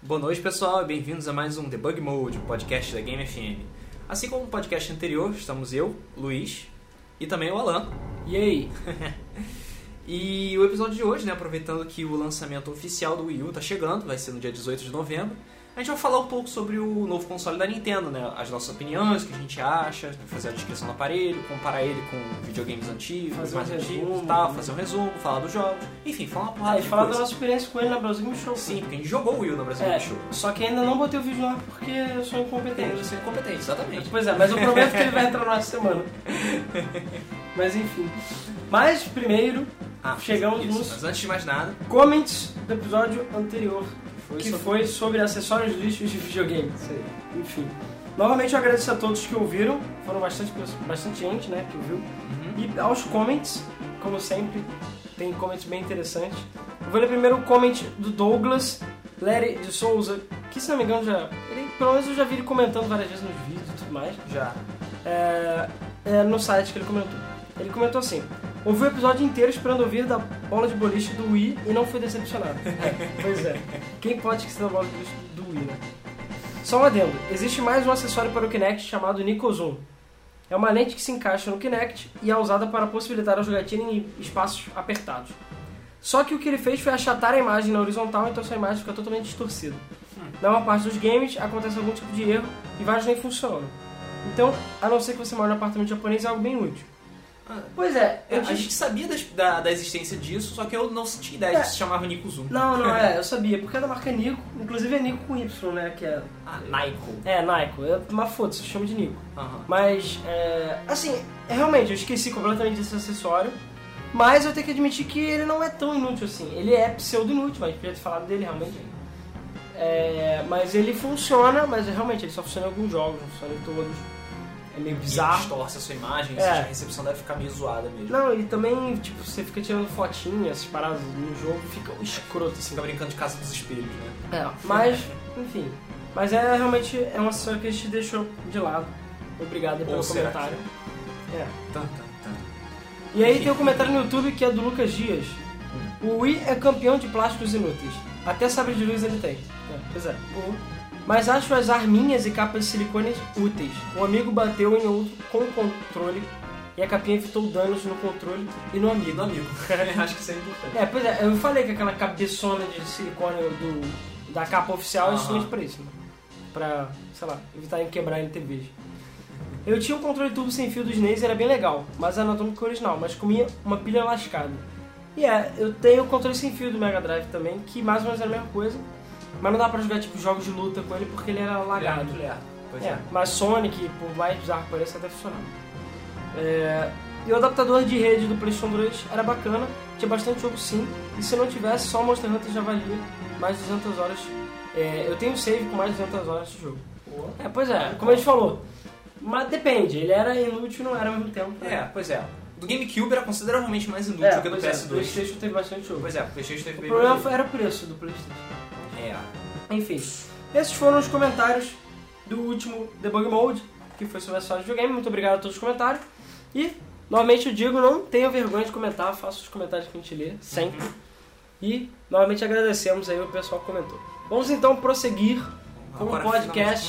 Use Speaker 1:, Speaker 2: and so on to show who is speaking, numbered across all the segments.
Speaker 1: Boa noite, pessoal, e bem-vindos a mais um Debug Mode, um podcast da Game FM. Assim como o podcast anterior, estamos eu, Luiz, e também o Alan. E aí? e o episódio de hoje, né, aproveitando que o lançamento oficial do Wii U tá chegando, vai ser no dia 18 de novembro, a gente vai falar um pouco sobre o novo console da Nintendo, né, as nossas opiniões, o que a gente acha, fazer a descrição do aparelho, comparar ele com videogames antigos,
Speaker 2: Fazer um
Speaker 1: mais antigos,
Speaker 2: resumo,
Speaker 1: tal,
Speaker 2: né?
Speaker 1: fazer um resumo, falar dos jogos, enfim, falar uma
Speaker 2: Ah,
Speaker 1: porrada
Speaker 2: e
Speaker 1: de
Speaker 2: falar da
Speaker 1: coisa.
Speaker 2: nossa experiência com ele na Brasil Game Show.
Speaker 1: Sim, porque a gente jogou o Wii U no Brasil
Speaker 2: É,
Speaker 1: Show.
Speaker 2: só que ainda não botei o vídeo lá porque eu sou incompetente.
Speaker 1: Você é incompetente, exatamente.
Speaker 2: Pois é, mas eu prometo que ele vai entrar na semana. Mas enfim. Mas primeiro,
Speaker 1: Ah,
Speaker 2: Chegamos
Speaker 1: isso,
Speaker 2: nos-
Speaker 1: Mas antes de mais nada,
Speaker 2: comments do episódio anterior,
Speaker 1: foi
Speaker 2: que
Speaker 1: sobre-
Speaker 2: foi sobre acessórios lixos de videogame.
Speaker 1: Isso aí.
Speaker 2: Enfim. Novamente eu agradeço a todos que ouviram, foram bastante, pessoas- bastante gente, né, que ouviu.
Speaker 1: Uhum.
Speaker 2: E aos comments, como sempre, tem comments bem interessantes. Eu vou ler primeiro o comment do Douglas Lery de Souza, que se não me engano já. Ele, pelo menos eu já vi ele comentando várias vezes nos vídeos e tudo mais.
Speaker 1: Já.
Speaker 2: É, é, no site que ele comentou. Ele comentou assim: ouvi o episódio inteiro esperando ouvir da bola de boliche do Wii e não fui decepcionado. É, pois é. Quem pode esquecer da bola de boliche do Wii, né? Só um adendo: existe mais um acessório para o Kinect chamado Nico Zoom. É uma lente que se encaixa no Kinect e é usada para possibilitar a jogatina em espaços apertados. Só que o que ele fez foi achatar a imagem na horizontal, então sua imagem fica totalmente distorcida. Na maior parte dos games acontece algum tipo de erro e vários nem funcionam. Então, a não ser que você mora num apartamento japonês, é algo bem útil.
Speaker 1: Ah,
Speaker 2: Pois é,
Speaker 1: eu-
Speaker 2: eu
Speaker 1: a
Speaker 2: tive-
Speaker 1: gente sabia das- da, da existência disso, só que eu não tinha ideia de que se chamava Nico Zoom.
Speaker 2: É. Não, não, é, eu sabia, porque é da marca Nico, inclusive é Nico com Y, né, que é...
Speaker 1: Ah, Nico.
Speaker 2: É, Nico, é, mas foda-se, chama de Nico.
Speaker 1: Aham.
Speaker 2: Mas, é, assim, é, realmente, eu esqueci completamente desse acessório, mas eu tenho que admitir que ele não é tão inútil assim. Ele é pseudo-inútil, mas podia ter falado dele realmente. É, mas ele funciona, mas realmente, ele só funciona em alguns jogos, não funciona em todos. É meio
Speaker 1: E
Speaker 2: bizarro.
Speaker 1: Distorce a sua imagem,
Speaker 2: É.
Speaker 1: ou seja, a recepção deve ficar meio zoada mesmo.
Speaker 2: Não, e também, tipo, você fica tirando fotinhas, essas paradas no jogo, fica escroto, assim.
Speaker 1: Fica brincando de casa dos espelhos, né?
Speaker 2: É, mas, enfim. Mas é realmente é uma acessório que a gente deixou de lado. Obrigado pelo
Speaker 1: Ou será
Speaker 2: comentário.
Speaker 1: que...
Speaker 2: É.
Speaker 1: Tan, tan, tan.
Speaker 2: E aí tem um comentário no YouTube que é do Lucas Dias.
Speaker 1: Hum.
Speaker 2: O Wii é campeão de plásticos inúteis. Até sabre de luz ele tem. É, pois é. Mas acho as arminhas e capas de silicone úteis. Um amigo bateu em outro com o controle e a capinha evitou danos no controle e no
Speaker 1: E
Speaker 2: amigo.
Speaker 1: do amigo. Acho que isso é importante.
Speaker 2: É, pois é, eu falei que aquela cabeçona de silicone do, da capa oficial é
Speaker 1: Aham.
Speaker 2: justamente pra isso, né? Pra, sei lá, evitar quebrar NTVs. Eu tinha um controle turbo sem fio dos NES e era bem legal, mas anatômico original, mas comia uma pilha lascada. E é, eu tenho o controle sem fio do Mega Drive também, que mais ou menos era a mesma coisa, mas não dá pra jogar tipo jogos de luta com ele porque ele era
Speaker 1: Mulher,
Speaker 2: lagado.
Speaker 1: mulher. Pois
Speaker 2: É,
Speaker 1: é.
Speaker 2: mas Sonic, por mais bizarro que pareça, até funcionava. É, e o adaptador de rede do PlayStation 2 era bacana, tinha bastante jogo sim, e se não tivesse, só o Monster Hunter já valia mais de 200 horas. É, eu tenho save com mais de 200 horas de jogo.
Speaker 1: Pô.
Speaker 2: É, pois é, como a gente falou. Mas depende, ele era inútil não era ao mesmo tempo.
Speaker 1: É, pois é. Do GameCube era consideravelmente mais inútil que do
Speaker 2: pois é, o
Speaker 1: PS2.
Speaker 2: PlayStation teve bastante jogo.
Speaker 1: Pois é, o PlayStation teve
Speaker 2: O
Speaker 1: bem
Speaker 2: problema
Speaker 1: mais-
Speaker 2: foi- era o preço do PlayStation.
Speaker 1: É.
Speaker 2: Enfim, esses foram os comentários do último Debug Mode, que foi sobre a história de videogame. Muito obrigado a todos os comentários. E, novamente eu digo, não tenha vergonha de comentar, faça os comentários que a gente lê, sempre. E, novamente agradecemos aí o pessoal que comentou. Vamos então prosseguir Com o
Speaker 1: Agora,
Speaker 2: podcast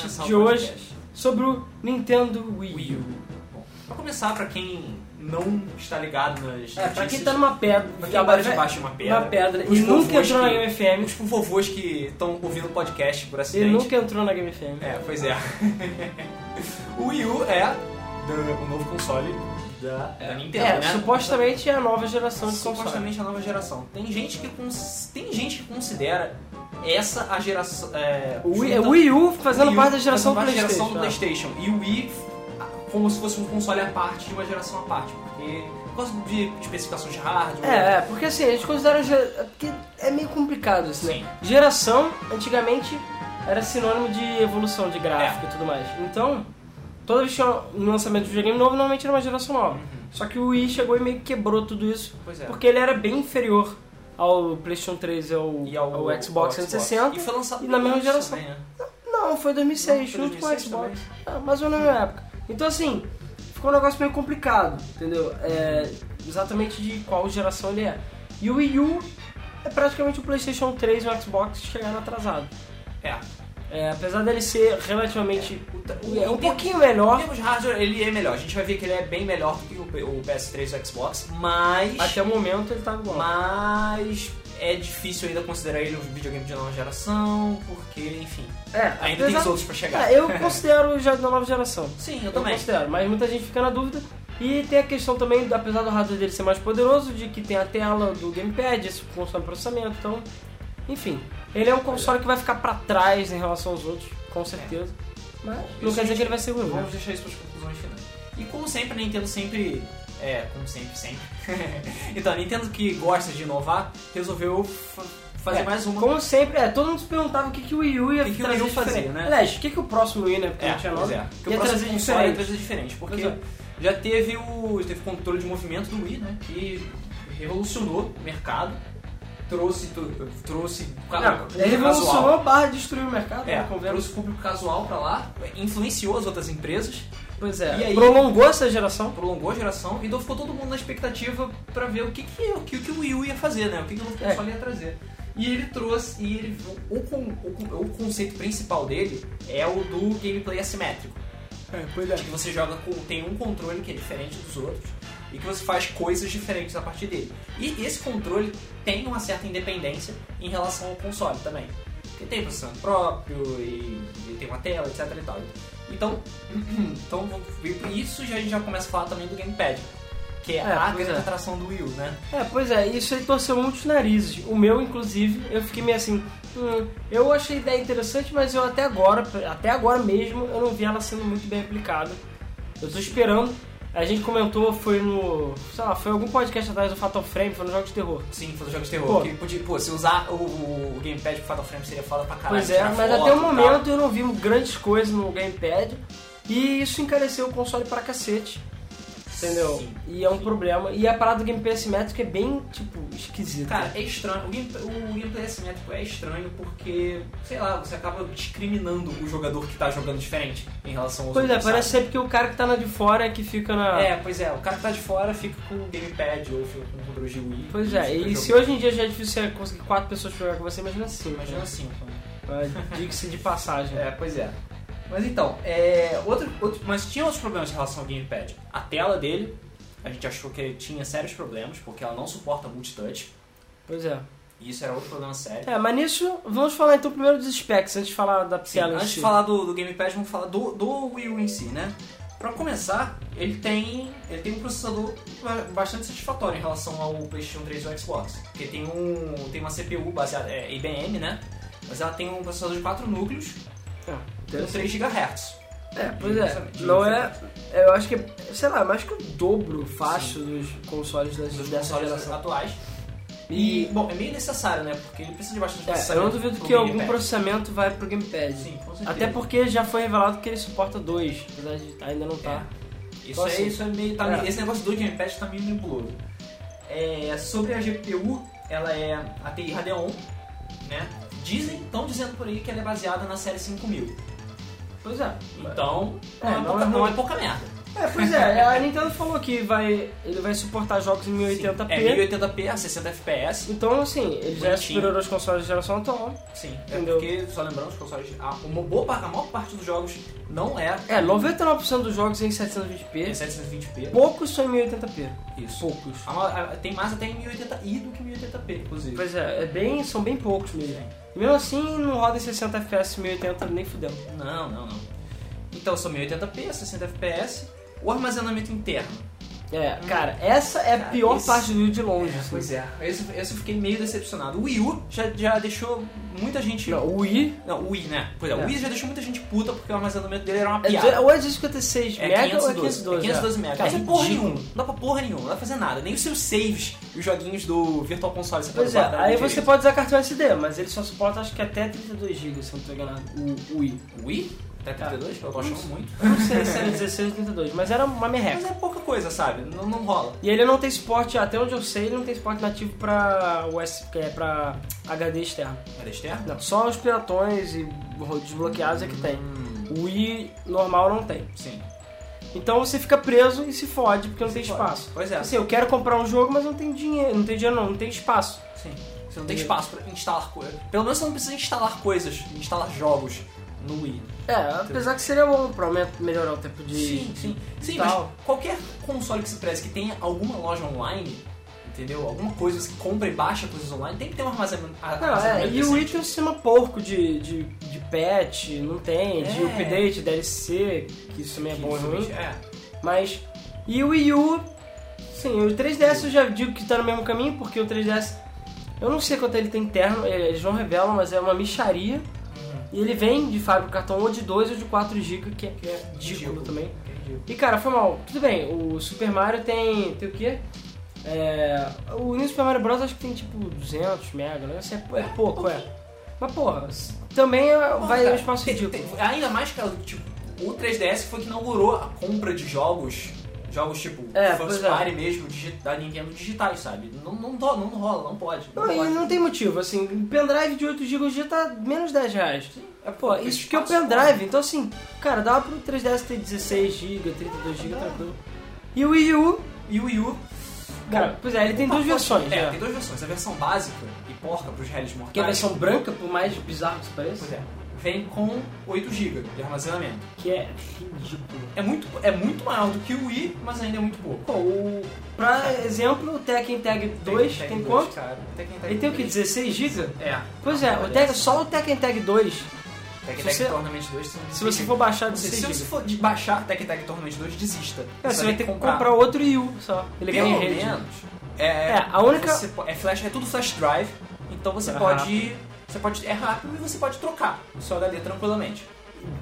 Speaker 1: finalmente, começar o
Speaker 2: de hoje.
Speaker 1: podcast.
Speaker 2: sobre o Nintendo Wii.
Speaker 1: Wii U. Bom, pra começar, pra quem não está ligado nas
Speaker 2: É, pra quem
Speaker 1: notícias,
Speaker 2: tá numa pedra,
Speaker 1: pra quem mora
Speaker 2: uma
Speaker 1: debaixo de uma pedra,
Speaker 2: pedra, pedra
Speaker 1: os
Speaker 2: e nunca
Speaker 1: vovôs
Speaker 2: entrou na
Speaker 1: que-
Speaker 2: Game FM,
Speaker 1: os vovôs que estão ouvindo o podcast por
Speaker 2: e
Speaker 1: acidente.
Speaker 2: nunca entrou na Game FM.
Speaker 1: É, pois é. o Wii U é da- o novo console da, da Nintendo,
Speaker 2: É,
Speaker 1: né?
Speaker 2: supostamente é a nova geração de console.
Speaker 1: supostamente a nova geração. Tem gente que cons- tem gente que considera essa a geração é,
Speaker 2: O Wii,
Speaker 1: junta-
Speaker 2: o Wii U fazendo
Speaker 1: Wii U
Speaker 2: parte da geração
Speaker 1: fazendo parte da
Speaker 2: PlayStation.
Speaker 1: geração do PlayStation. E o Wii como se fosse um console à parte de uma geração à parte, porque por causa de especificações de hardware.
Speaker 2: É, é, porque assim, eles consideram. ge- é Porque é meio complicado isso, né?
Speaker 1: Sim.
Speaker 2: Geração, antigamente, era sinônimo de evolução de
Speaker 1: É.
Speaker 2: gráfico e tudo mais. Então, toda vez que tinha um lançamento de videogame novo, normalmente era uma geração nova. Só que o Wii chegou e meio que quebrou tudo isso,
Speaker 1: Uhum. Pois é.
Speaker 2: porque ele era bem inferior ao PlayStation 3 e ao,
Speaker 1: E
Speaker 2: ao
Speaker 1: ao
Speaker 2: Xbox 360.
Speaker 1: E foi lançado
Speaker 2: e na mesma
Speaker 1: antes
Speaker 2: geração.
Speaker 1: também, né?
Speaker 2: Não, foi 2006,
Speaker 1: Não, foi
Speaker 2: junto com o
Speaker 1: 2006
Speaker 2: Xbox. Ah, mas ou na mesma época. Então, assim, ficou um negócio meio complicado, entendeu? É, exatamente de qual geração ele é. E o Wii U é praticamente o PlayStation 3 e o Xbox chegaram atrasado.
Speaker 1: É.
Speaker 2: É, apesar dele ser relativamente.
Speaker 1: É.
Speaker 2: É um
Speaker 1: Em termos-
Speaker 2: pouquinho
Speaker 1: Em
Speaker 2: melhor.
Speaker 1: termos de hardware, ele é melhor. A gente vai ver que ele é bem melhor do que o P- o PS3 e o Xbox, mas.
Speaker 2: Até o momento ele tá igual.
Speaker 1: Mas é difícil ainda considerar ele um videogame de nova geração, porque, enfim,
Speaker 2: é,
Speaker 1: ainda tem
Speaker 2: apesar-
Speaker 1: os outros pra chegar.
Speaker 2: É, eu considero já da nova geração.
Speaker 1: Sim, eu também.
Speaker 2: considero, mas muita gente fica na dúvida. E tem a questão também, apesar do hardware dele ser mais poderoso, de que tem a tela do gamepad, isso consome processamento, então. Enfim, ele é um console que vai ficar pra trás em relação aos outros, com certeza. Mas não
Speaker 1: Isso
Speaker 2: quer dizer
Speaker 1: a
Speaker 2: que ele vai ser ruim. né?
Speaker 1: Vamos deixar isso para as conclusões finais. E como sempre, a Nintendo sempre. É, como sempre, sempre. então, a Nintendo que gosta de inovar resolveu fa- fazer
Speaker 2: É,
Speaker 1: mais uma.
Speaker 2: Como sempre, é, todo mundo se perguntava o que, que o Wii U ia
Speaker 1: O que que o
Speaker 2: trazer
Speaker 1: Wii U fazia,
Speaker 2: diferente.
Speaker 1: né?
Speaker 2: Aliás, o que, que o próximo Wii, né? Porque
Speaker 1: É,
Speaker 2: não tinha
Speaker 1: pois
Speaker 2: nome.
Speaker 1: é. Porque o
Speaker 2: ia
Speaker 1: próximo
Speaker 2: trazer
Speaker 1: console é
Speaker 2: diferente.
Speaker 1: trazer diferente, porque
Speaker 2: Pois é.
Speaker 1: já teve o teve o controle de movimento do Wii, né, que revolucionou o mercado, trouxe tu- trouxe
Speaker 2: Não,
Speaker 1: público
Speaker 2: ele
Speaker 1: casual.
Speaker 2: revolucionou barra destruiu o mercado,
Speaker 1: É,
Speaker 2: né? Convenhamos.
Speaker 1: trouxe o público casual pra lá, influenciou as outras empresas,
Speaker 2: Pois é,
Speaker 1: E aí-
Speaker 2: prolongou essa geração.
Speaker 1: prolongou a geração e então ficou todo mundo na expectativa pra ver o que que, o que que o Wii U ia fazer, né? O que, que o novo
Speaker 2: É.
Speaker 1: console ia trazer. E ele trouxe, e ele, o, con- o con- o conceito principal dele é o do gameplay assimétrico.
Speaker 2: É, pois é.
Speaker 1: que você joga com tem um controle que é diferente dos outros e que você faz coisas diferentes a partir dele. E esse controle tem uma certa independência em relação ao console também. Porque tem processamento próprio e, e tem uma tela, etc e tal. Então, então isso já, a gente já começa a falar também do gamepad, que é,
Speaker 2: É,
Speaker 1: a
Speaker 2: pois
Speaker 1: grande
Speaker 2: é.
Speaker 1: atração do Wii U, né?
Speaker 2: É, pois é, isso aí torceu muitos narizes. O meu, inclusive, eu fiquei meio assim. "Hum, eu achei a ideia interessante, mas eu até agora, até agora mesmo, eu não vi ela sendo muito bem aplicada. Eu tô esperando. A gente comentou, foi no. sei lá, foi algum podcast atrás do Fatal Frame, foi no Jogo de Terror.
Speaker 1: Sim, fazer jogos de terror.
Speaker 2: Pô.
Speaker 1: que podia, pô, se usar o, o gamepad pro Fatal Frame seria foda pra caralho.
Speaker 2: Pois é,
Speaker 1: tirar
Speaker 2: mas
Speaker 1: foto tá?
Speaker 2: até o
Speaker 1: e tal.
Speaker 2: momento eu não vi grandes coisas no Gamepad e isso encareceu o console pra cacete. Entendeu?
Speaker 1: Sim.
Speaker 2: E é um problema. E a parada do gameplay assimétrico é bem, tipo, esquisita.
Speaker 1: Cara, é estranho. O game- o gameplay assimétrico é estranho porque, sei lá, você acaba discriminando o jogador que tá jogando diferente em relação aos
Speaker 2: pois é,
Speaker 1: outros. sabe?
Speaker 2: parece sempre que o cara que tá na de fora é que fica na.
Speaker 1: É, pois é, o cara que tá de fora fica com o gamepad ou fica com o controle de Wii.
Speaker 2: Pois é,
Speaker 1: fica
Speaker 2: e se
Speaker 1: jogando.
Speaker 2: hoje em dia já é difícil você conseguir quatro pessoas pra jogar com você, imagina assim.
Speaker 1: Imagina assim. então.
Speaker 2: Diga-se de passagem.
Speaker 1: É, pois é. Mas então, é, outro, outro, mas tinha outros problemas em relação ao gamepad. A tela dele, a gente achou que ele tinha sérios problemas porque ela não suporta multitouch.
Speaker 2: Pois é.
Speaker 1: E isso era outro problema sério.
Speaker 2: É, mas nisso, vamos falar então primeiro dos specs, antes de falar da
Speaker 1: Sim,
Speaker 2: tela em
Speaker 1: antes
Speaker 2: si.
Speaker 1: de falar do, do Gamepad, vamos falar do, do Wii U em si, né? Pra começar, ele tem, ele tem um processador ba- bastante satisfatório em relação ao PlayStation 3 e ao Xbox. Porque tem, um, tem uma CPU baseada, é IBM, né? Mas ela tem um processador de 4 núcleos
Speaker 2: É,
Speaker 1: com 3 GHz.
Speaker 2: É, pois é. Não é. Eu acho que, é, sei lá, mais que o dobro fácil dos consoles das,
Speaker 1: Dos
Speaker 2: dessa
Speaker 1: consoles
Speaker 2: geração.
Speaker 1: atuais. E, bom, é meio necessário, né? Porque ele precisa de bastante
Speaker 2: É, eu não duvido
Speaker 1: pro
Speaker 2: que algum
Speaker 1: gamepad.
Speaker 2: processamento vai pro Gamepad.
Speaker 1: Sim, com certeza.
Speaker 2: Até porque já foi revelado que ele suporta dois, apesar de ainda não tá.
Speaker 1: Isso,
Speaker 2: Então,
Speaker 1: é,
Speaker 2: assim,
Speaker 1: isso é meio. tá
Speaker 2: é.
Speaker 1: meio- Esse negócio do Gamepad tá meio nebuloso. É, sobre a GPU, ela é a TI Radeon, né? Dizem, estão dizendo por aí que ela é baseada na série 5000.
Speaker 2: Pois é.
Speaker 1: Então,
Speaker 2: É,
Speaker 1: não, é
Speaker 2: não
Speaker 1: pouca,
Speaker 2: é
Speaker 1: não
Speaker 2: ruim.
Speaker 1: é pouca merda.
Speaker 2: É, pois é, a Nintendo falou que vai, ele vai suportar jogos em 1080p.
Speaker 1: Sim, É 1080p a 60 FPS.
Speaker 2: Então, assim, ele já é
Speaker 1: Bonitinho.
Speaker 2: superior aos consoles de geração atual.
Speaker 1: Sim,
Speaker 2: Entendeu.
Speaker 1: é porque, só lembrando, os consoles, a, uma boa, par- a maior parte dos jogos não é,
Speaker 2: É, 99% dos jogos é em
Speaker 1: é
Speaker 2: 720p,
Speaker 1: 720p.
Speaker 2: poucos são em 1080p.
Speaker 1: Isso.
Speaker 2: Poucos.
Speaker 1: A maior- a- tem mais até em 1080i do que 1080p, inclusive.
Speaker 2: Pois é, é bem, são bem poucos mesmo. E mesmo assim, não roda em 60 FPS 1080 nem fudeu.
Speaker 1: Não, não, não. Então são 1080p, 60 FPS, o armazenamento interno.
Speaker 2: É, cara, essa é a
Speaker 1: Cara,
Speaker 2: pior
Speaker 1: esse-
Speaker 2: parte do Wii de longe. assim.
Speaker 1: Pois é, esse, esse eu fiquei meio decepcionado. O Wii U já, já deixou muita gente.
Speaker 2: Não, o Wii
Speaker 1: Não, o Wii, né? Pois é,
Speaker 2: É.
Speaker 1: o Wii já deixou muita gente puta porque o armazenamento dele era uma
Speaker 2: é,
Speaker 1: piada.
Speaker 2: ou é 256 mega ou é 512?
Speaker 1: é 512 mega.
Speaker 2: Cara,
Speaker 1: não é porra
Speaker 2: ridículo.
Speaker 1: nenhuma. Não dá pra porra nenhuma, não dá pra fazer nada. Nem os seus saves e os joguinhos do Virtual Console você
Speaker 2: Pois é,
Speaker 1: pode guardar
Speaker 2: aí
Speaker 1: direito.
Speaker 2: você pode usar cartão SD, mas ele só suporta acho que até 32 GB, se eu não tô enganado, o o Wii.
Speaker 1: Wii? Tá Até 32? Eu tô achando
Speaker 2: Isso.
Speaker 1: muito.
Speaker 2: Eu não sei se era 16 ou 32, mas era uma
Speaker 1: Mas
Speaker 2: merreca.
Speaker 1: é pouca coisa, sabe? Não, não rola.
Speaker 2: E ele não tem suporte, até onde eu sei, ele não tem suporte nativo pra, US, que é pra HD externo.
Speaker 1: Era é externo?
Speaker 2: Não, só os piratões e desbloqueados é que tem.
Speaker 1: Hum,
Speaker 2: O Wii normal não tem.
Speaker 1: sim.
Speaker 2: Então você fica preso e se fode porque não tem espaço.
Speaker 1: Pois é,
Speaker 2: Assim, eu quero comprar um jogo, mas não tem dinheiro, não tem dinheiro não, não tem espaço.
Speaker 1: sim. Você não tem espaço pra instalar coisas. Pelo menos você não precisa instalar coisas, instalar jogos no Wii.
Speaker 2: É, apesar que seria bom pra aument- melhorar o tempo de.
Speaker 1: Sim, sim. Sim,
Speaker 2: tal.
Speaker 1: mas qualquer console que se preze que tenha alguma loja online, entendeu? Alguma coisa que você compra e baixa coisas online, tem que ter um armazenamento.
Speaker 2: Não, é,
Speaker 1: armazenamento tipo,
Speaker 2: e o Wii
Speaker 1: decente.
Speaker 2: tem um sistema porco de, de, de patch, não tem, de
Speaker 1: É.
Speaker 2: update, DLC, que isso também é bom e ruim,
Speaker 1: É.
Speaker 2: mas... E o Wii U, sim, o 3DS eu já digo que tá no mesmo caminho, porque o 3DS, eu não sei quanto ele tem interno, eh, eles não revelam, mas é uma micharia, e ele vem de fábrica cartão ou de 2 ou de 4 GB, que é
Speaker 1: Que é
Speaker 2: ridículo também.
Speaker 1: que é ridículo.
Speaker 2: E cara, foi mal. Tudo bem, o Super Mario tem. tem o quê? É, o New Super Mario Bros. acho que tem tipo 200 mega, né? Isso é, é pouco, é. Mas porra, s- também é-
Speaker 1: Bom,
Speaker 2: vai
Speaker 1: cara,
Speaker 2: um espaço
Speaker 1: tem-
Speaker 2: ridículo.
Speaker 1: tem- ainda mais que tipo, o 3DS foi que inaugurou a compra de jogos. Jogos tipo
Speaker 2: É,
Speaker 1: First
Speaker 2: pois é.
Speaker 1: Party mesmo, digi- da Nintendo digitais, sabe? Não, não, do- não rola, não pode.
Speaker 2: Não, e
Speaker 1: pode.
Speaker 2: não tem motivo, assim, um pendrive de 8 GB já tá menos 10 reais. É, pô,
Speaker 1: Tem
Speaker 2: isso que é o
Speaker 1: espaço,
Speaker 2: pendrive, então assim, cara, dava pro 3DS ter 16 GB, 32 GB, tranquilo. E o Wii U,
Speaker 1: E o Wii U.
Speaker 2: cara, pois é, ele tem duas versões,
Speaker 1: É,
Speaker 2: né?
Speaker 1: tem duas versões. A versão básica e porca pros réis mortais.
Speaker 2: Que é a versão branca, por mais bizarro que isso
Speaker 1: Pois
Speaker 2: pareça,
Speaker 1: é. Vem com 8 GB de armazenamento.
Speaker 2: que é ridículo.
Speaker 1: É muito, é muito maior do que o Wii, mas ainda é muito pouco.
Speaker 2: Pô, o, pra exemplo, o Tekken Tag 2 tem,
Speaker 1: dois,
Speaker 2: quanto?
Speaker 1: cara. Tekken Tag
Speaker 2: Ele tem o que,
Speaker 1: dois.
Speaker 2: 16 GB?
Speaker 1: É.
Speaker 2: Pois é, o Tekken, só o Tekken Tag 2,
Speaker 1: Tekken
Speaker 2: se
Speaker 1: Tag
Speaker 2: você-
Speaker 1: Tournament 2 são
Speaker 2: se você for baixar
Speaker 1: Se,
Speaker 2: 16
Speaker 1: se você
Speaker 2: GB,
Speaker 1: for de baixar Tekken Tag Tournament 2, desista.
Speaker 2: É, você vai ter que comprar outro IU só. um Ele ganha em
Speaker 1: Pelo
Speaker 2: rede.
Speaker 1: menos. É,
Speaker 2: É, a única-
Speaker 1: você po- é, flash, é tudo flash drive, então você
Speaker 2: É
Speaker 1: pode... Você pode... É rápido e você pode trocar o seu HD tranquilamente.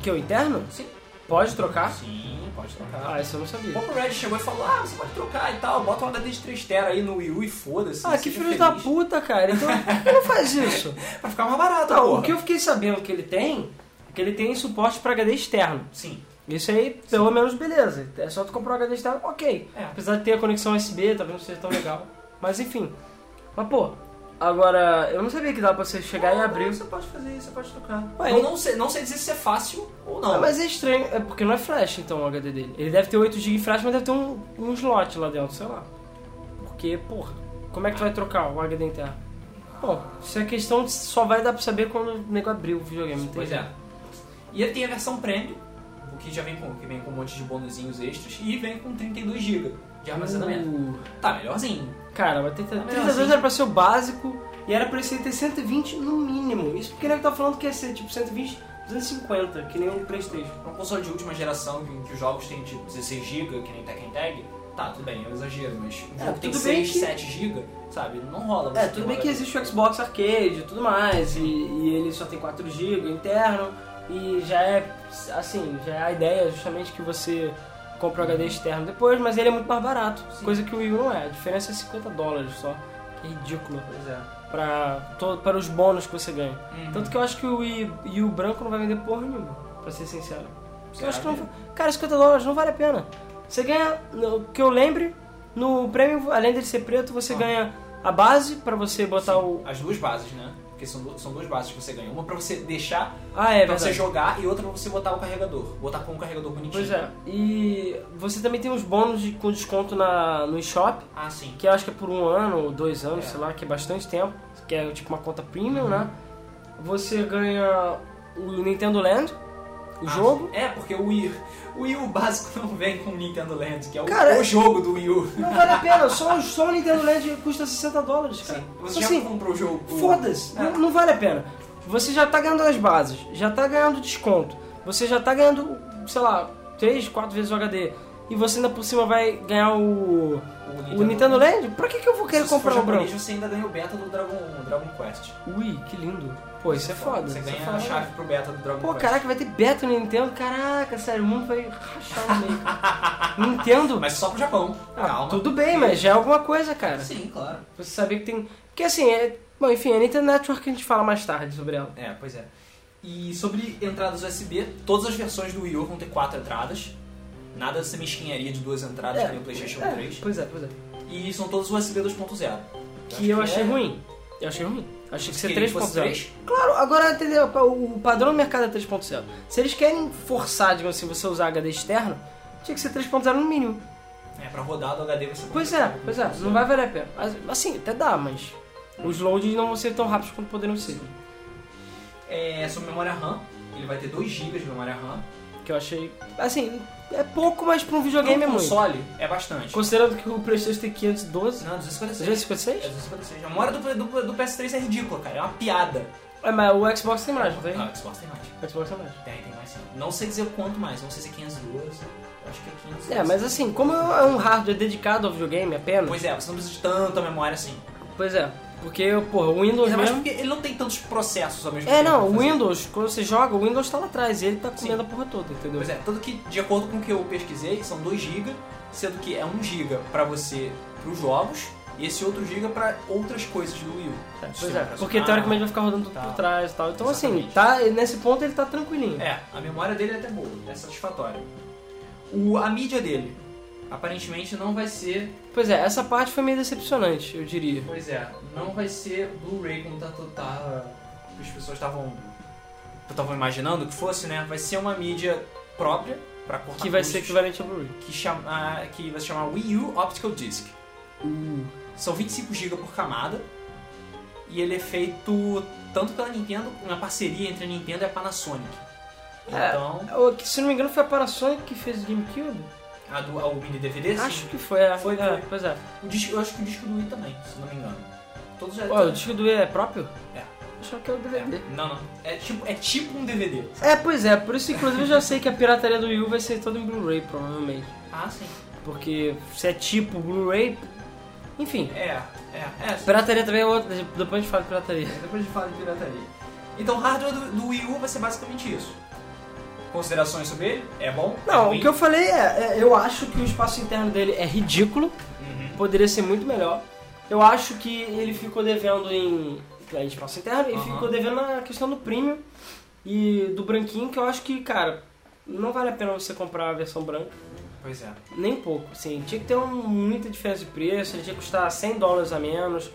Speaker 2: Que é o interno?
Speaker 1: Sim.
Speaker 2: Pode trocar?
Speaker 1: Sim, pode trocar.
Speaker 2: Ah, isso eu não
Speaker 1: O
Speaker 2: sabia.
Speaker 1: Bob Red chegou e falou, ah, você pode trocar e tal, bota um HD de 3 tera aí no Wii U e foda-se.
Speaker 2: Ah, que
Speaker 1: seja
Speaker 2: filho da
Speaker 1: feliz."
Speaker 2: puta, cara. Então, por que não faz isso?
Speaker 1: Pra ficar mais barato,
Speaker 2: Tá,
Speaker 1: porra.
Speaker 2: o que eu fiquei sabendo que ele tem, é que ele tem suporte pra HD externo.
Speaker 1: Sim.
Speaker 2: Isso aí, pelo menos, beleza. É só tu comprar um HD externo, ok.
Speaker 1: É.
Speaker 2: Apesar de ter a conexão USB, talvez não seja tão legal. Mas enfim. Mas pô, agora eu não sabia que dava pra você chegar e abrir.
Speaker 1: Você pode fazer isso, você pode trocar.
Speaker 2: Ué,
Speaker 1: eu
Speaker 2: ele-
Speaker 1: não sei, não sei dizer se é fácil ou não.
Speaker 2: Ah, mas é estranho, é porque não é flash então o HD dele. Ele deve ter 8GB flash, mas deve ter um, um slot lá dentro, sei lá. Porque, porra, como é que tu vai trocar o HD interno? Bom, isso é questão de só vai dar pra saber quando o nego abrir o videogame, entende?
Speaker 1: Pois é. E ele tem a versão premium, o que já vem com, que vem com um monte de bonuzinhos extras, e vem com 32 GB de armazenamento.
Speaker 2: Uh,
Speaker 1: Tá melhorzinho.
Speaker 2: cara, vai ter
Speaker 1: Tá melhor
Speaker 2: 32
Speaker 1: assim.
Speaker 2: era pra ser o básico e era pra esse ter 120 no mínimo. Isso porque o nego tá falando que ia ser tipo 120, 250, que nem o Playstation.
Speaker 1: Pra um console de última geração em que os jogos têm tipo 16 GB, que nem Tekken Tag, tá, tudo bem, é um exagero, mas um
Speaker 2: É,
Speaker 1: jogo que tem
Speaker 2: tudo bem
Speaker 1: 6,
Speaker 2: que-
Speaker 1: 7 GB, sabe, não rola.
Speaker 2: É,
Speaker 1: você
Speaker 2: tudo
Speaker 1: ter
Speaker 2: bem
Speaker 1: um
Speaker 2: que
Speaker 1: HD.
Speaker 2: existe o Xbox Arcade e tudo mais, e, e ele só tem 4GB interno, e já é, assim, já é a ideia justamente que você compra o HD externo depois, mas ele é muito mais barato,
Speaker 1: Sim.
Speaker 2: coisa que o Wii U não é, a diferença é 50 dólares só, que é ridículo
Speaker 1: Pois é.
Speaker 2: pra, to- para os bônus que você ganha.
Speaker 1: Uhum.
Speaker 2: Tanto que eu acho que o Wii e o branco não vai vender porra nenhuma, pra ser sincero. Eu acho que não,
Speaker 1: Será
Speaker 2: cara, 50 dólares não vale a pena. Você ganha, no- que eu lembre, no prêmio, além dele ser preto, você
Speaker 1: Ah.
Speaker 2: ganha a base pra você botar
Speaker 1: Sim,
Speaker 2: o.
Speaker 1: As duas bases, né? Porque são, du- são duas bases que você ganha. Uma pra você deixar,
Speaker 2: Ah, é,
Speaker 1: pra você
Speaker 2: verdade.
Speaker 1: jogar, e outra pra você botar o carregador. Botar com o carregador bonitinho.
Speaker 2: Pois é. E você também tem uns bônus de- com desconto na, no eShop,
Speaker 1: Ah, sim.
Speaker 2: que eu acho que é por um ano ou dois anos,
Speaker 1: É. Uhum.
Speaker 2: sei lá, que é bastante tempo, que é tipo uma conta premium, né? Você ganha o Nintendo Land, o
Speaker 1: Ah,
Speaker 2: jogo.
Speaker 1: sim. É, porque o Wii, o Wii U básico não vem com o Nintendo Land, que é o,
Speaker 2: Cara, é,
Speaker 1: o jogo do Wii U.
Speaker 2: Não vale a pena, só, só o Nintendo Land custa 60 dólares, cara.
Speaker 1: Sim. Você
Speaker 2: Assim,
Speaker 1: já comprou o jogo. o-
Speaker 2: Foda-se,
Speaker 1: É.
Speaker 2: não, não vale a pena. Você já tá ganhando as bases, já tá ganhando desconto, você já tá ganhando, sei lá, 3, 4 vezes o HD, e você ainda por cima vai ganhar o, o Nintendo Land? Pra que, que eu vou querer
Speaker 1: Se você
Speaker 2: comprar
Speaker 1: for
Speaker 2: o branco?
Speaker 1: japonês, Você ainda ganha o beta do Dragon, um, Dragon Quest.
Speaker 2: Ui, que lindo. Pô, isso é foda.
Speaker 1: Você
Speaker 2: isso é
Speaker 1: ganha a
Speaker 2: foda.
Speaker 1: chave pro beta do Dragon
Speaker 2: Pô,
Speaker 1: Quest.
Speaker 2: caraca, vai ter beta no Nintendo? Caraca, sério, o mundo vai rachar no meio. Nintendo?
Speaker 1: Mas só pro Japão.
Speaker 2: Ah,
Speaker 1: Calma.
Speaker 2: Tudo bem, mas já é alguma coisa, cara.
Speaker 1: Sim, claro.
Speaker 2: Você sabia que tem... Porque assim, é... Bom, enfim, a Nintendo Network a gente fala mais tarde sobre ela.
Speaker 1: É, pois é. E sobre entradas USB, todas as versões do Wii U vão ter quatro entradas. Nada dessa mesquinharia de duas entradas que nem Ah, o PlayStation
Speaker 2: é,
Speaker 1: 3.
Speaker 2: Pois é, pois é.
Speaker 1: E são todas USB 2.0.
Speaker 2: Que eu achei
Speaker 1: é-
Speaker 2: ruim. Eu achei ruim. Achei que
Speaker 1: Você
Speaker 2: ser
Speaker 1: queria que fosse
Speaker 2: 3.0.
Speaker 1: 3?
Speaker 2: Claro, agora entendeu? O padrão do mercado é 3.0. Se eles querem forçar, digamos assim, você usar HD externo, tinha que ser 3.0 no mínimo.
Speaker 1: É, pra rodar do HD você
Speaker 2: Pois é, pois é, não vai valer a pena. Mas, Assim, até dá, mas. Os loads não vão ser tão rápidos quanto poderiam ser.
Speaker 1: É, sobre memória RAM, ele vai ter 2 GB de memória RAM.
Speaker 2: Que eu achei. Assim, é pouco, mas pra um videogame é
Speaker 1: Pro
Speaker 2: muito.
Speaker 1: console é bastante.
Speaker 2: Considerando que o PlayStation tem 512.
Speaker 1: Não, 256.
Speaker 2: 256?
Speaker 1: É 256. A memória do, do, do PS3 é ridícula, cara. É uma piada.
Speaker 2: É, mas o Xbox tem mais, não tem?
Speaker 1: Não, Ah, Xbox tem mais.
Speaker 2: O Xbox tem mais.
Speaker 1: Tem, tem mais sim. Não sei dizer quanto mais, não sei se é 512. eu Acho que é 512.
Speaker 2: É, mas assim, como é um hardware dedicado ao videogame apenas, pois,
Speaker 1: Pois é, você não precisa de tanta memória assim.
Speaker 2: é, porque, porra, o Windows
Speaker 1: Ainda mais
Speaker 2: mesmo...
Speaker 1: porque ele não tem tantos processos ao mesmo
Speaker 2: É,
Speaker 1: tempo.
Speaker 2: não,
Speaker 1: pra
Speaker 2: o
Speaker 1: fazer.
Speaker 2: Windows, quando você joga, o Windows tá lá atrás, e ele tá comendo
Speaker 1: Sim.
Speaker 2: a porra toda, entendeu?
Speaker 1: Pois é, tanto que, de acordo com o que eu pesquisei, são 2 GB, sendo que é 1 GB pra você, pros jogos, e esse outro GB pra outras coisas do Wii U.
Speaker 2: Pois
Speaker 1: Sistema
Speaker 2: é, porque
Speaker 1: operacional.
Speaker 2: teoricamente vai ficar rodando tudo
Speaker 1: Tá.
Speaker 2: por trás e tal. Então assim,
Speaker 1: Ah. Exatamente.
Speaker 2: tá, nesse ponto ele tá tranquilinho.
Speaker 1: É, a memória dele é até boa, é satisfatória. O, a mídia dele, aparentemente não vai ser,
Speaker 2: Pois é, essa parte foi meio decepcionante, eu diria.
Speaker 1: pois é, não vai ser Blu-ray como tá, tá, as pessoas estavam estavam imaginando que fosse, né? Vai ser uma mídia própria pra cortar
Speaker 2: Que vai ser
Speaker 1: custos,
Speaker 2: equivalente ao Blu-ray.
Speaker 1: que, chama, que vai se chamar Wii U Optical Disc.
Speaker 2: Uh.
Speaker 1: São 25 GB por camada. E ele é feito tanto pela Nintendo, uma parceria entre a Nintendo e a Panasonic.
Speaker 2: É.
Speaker 1: Então,
Speaker 2: O que, Se não me engano, foi a Panasonic que fez o GameCube?
Speaker 1: a do, o mini DVD, sim.
Speaker 2: Acho que foi, é.
Speaker 1: Foi,
Speaker 2: é,
Speaker 1: foi.
Speaker 2: Pois é.
Speaker 1: O disco, eu acho que o disco do Wii também, se não me engano. Todos já.
Speaker 2: Ó, o disco do E é próprio?
Speaker 1: tá. É.
Speaker 2: Só que é o
Speaker 1: é,
Speaker 2: DVD.
Speaker 1: Não, não. É tipo, é tipo um DVD.
Speaker 2: É, pois é, por isso inclusive eu já sei que a pirataria do Wii U vai ser toda em Blu-ray, provavelmente.
Speaker 1: Ah, sim.
Speaker 2: Porque se é tipo Blu-ray, enfim.
Speaker 1: É, é, é. sim.
Speaker 2: Pirataria também é outra, depois a gente fala de pirataria.
Speaker 1: Depois a gente fala de pirataria. Então, o hardware do, do Wii U vai ser basicamente isso. Considerações sobre ele? É bom? é
Speaker 2: Não,
Speaker 1: ruim?
Speaker 2: o que eu falei é, é, eu acho que o espaço interno dele é ridículo,
Speaker 1: Uhum.
Speaker 2: poderia ser muito melhor. Eu acho que ele ficou devendo em, em espaço interno e
Speaker 1: Aham.
Speaker 2: ficou devendo na questão do premium e do branquinho, que eu acho que, cara, não vale a pena você comprar a versão branca.
Speaker 1: Pois é.
Speaker 2: Nem pouco, assim, tinha que ter um- muita diferença de preço, ele tinha que custar 100 dólares a menos,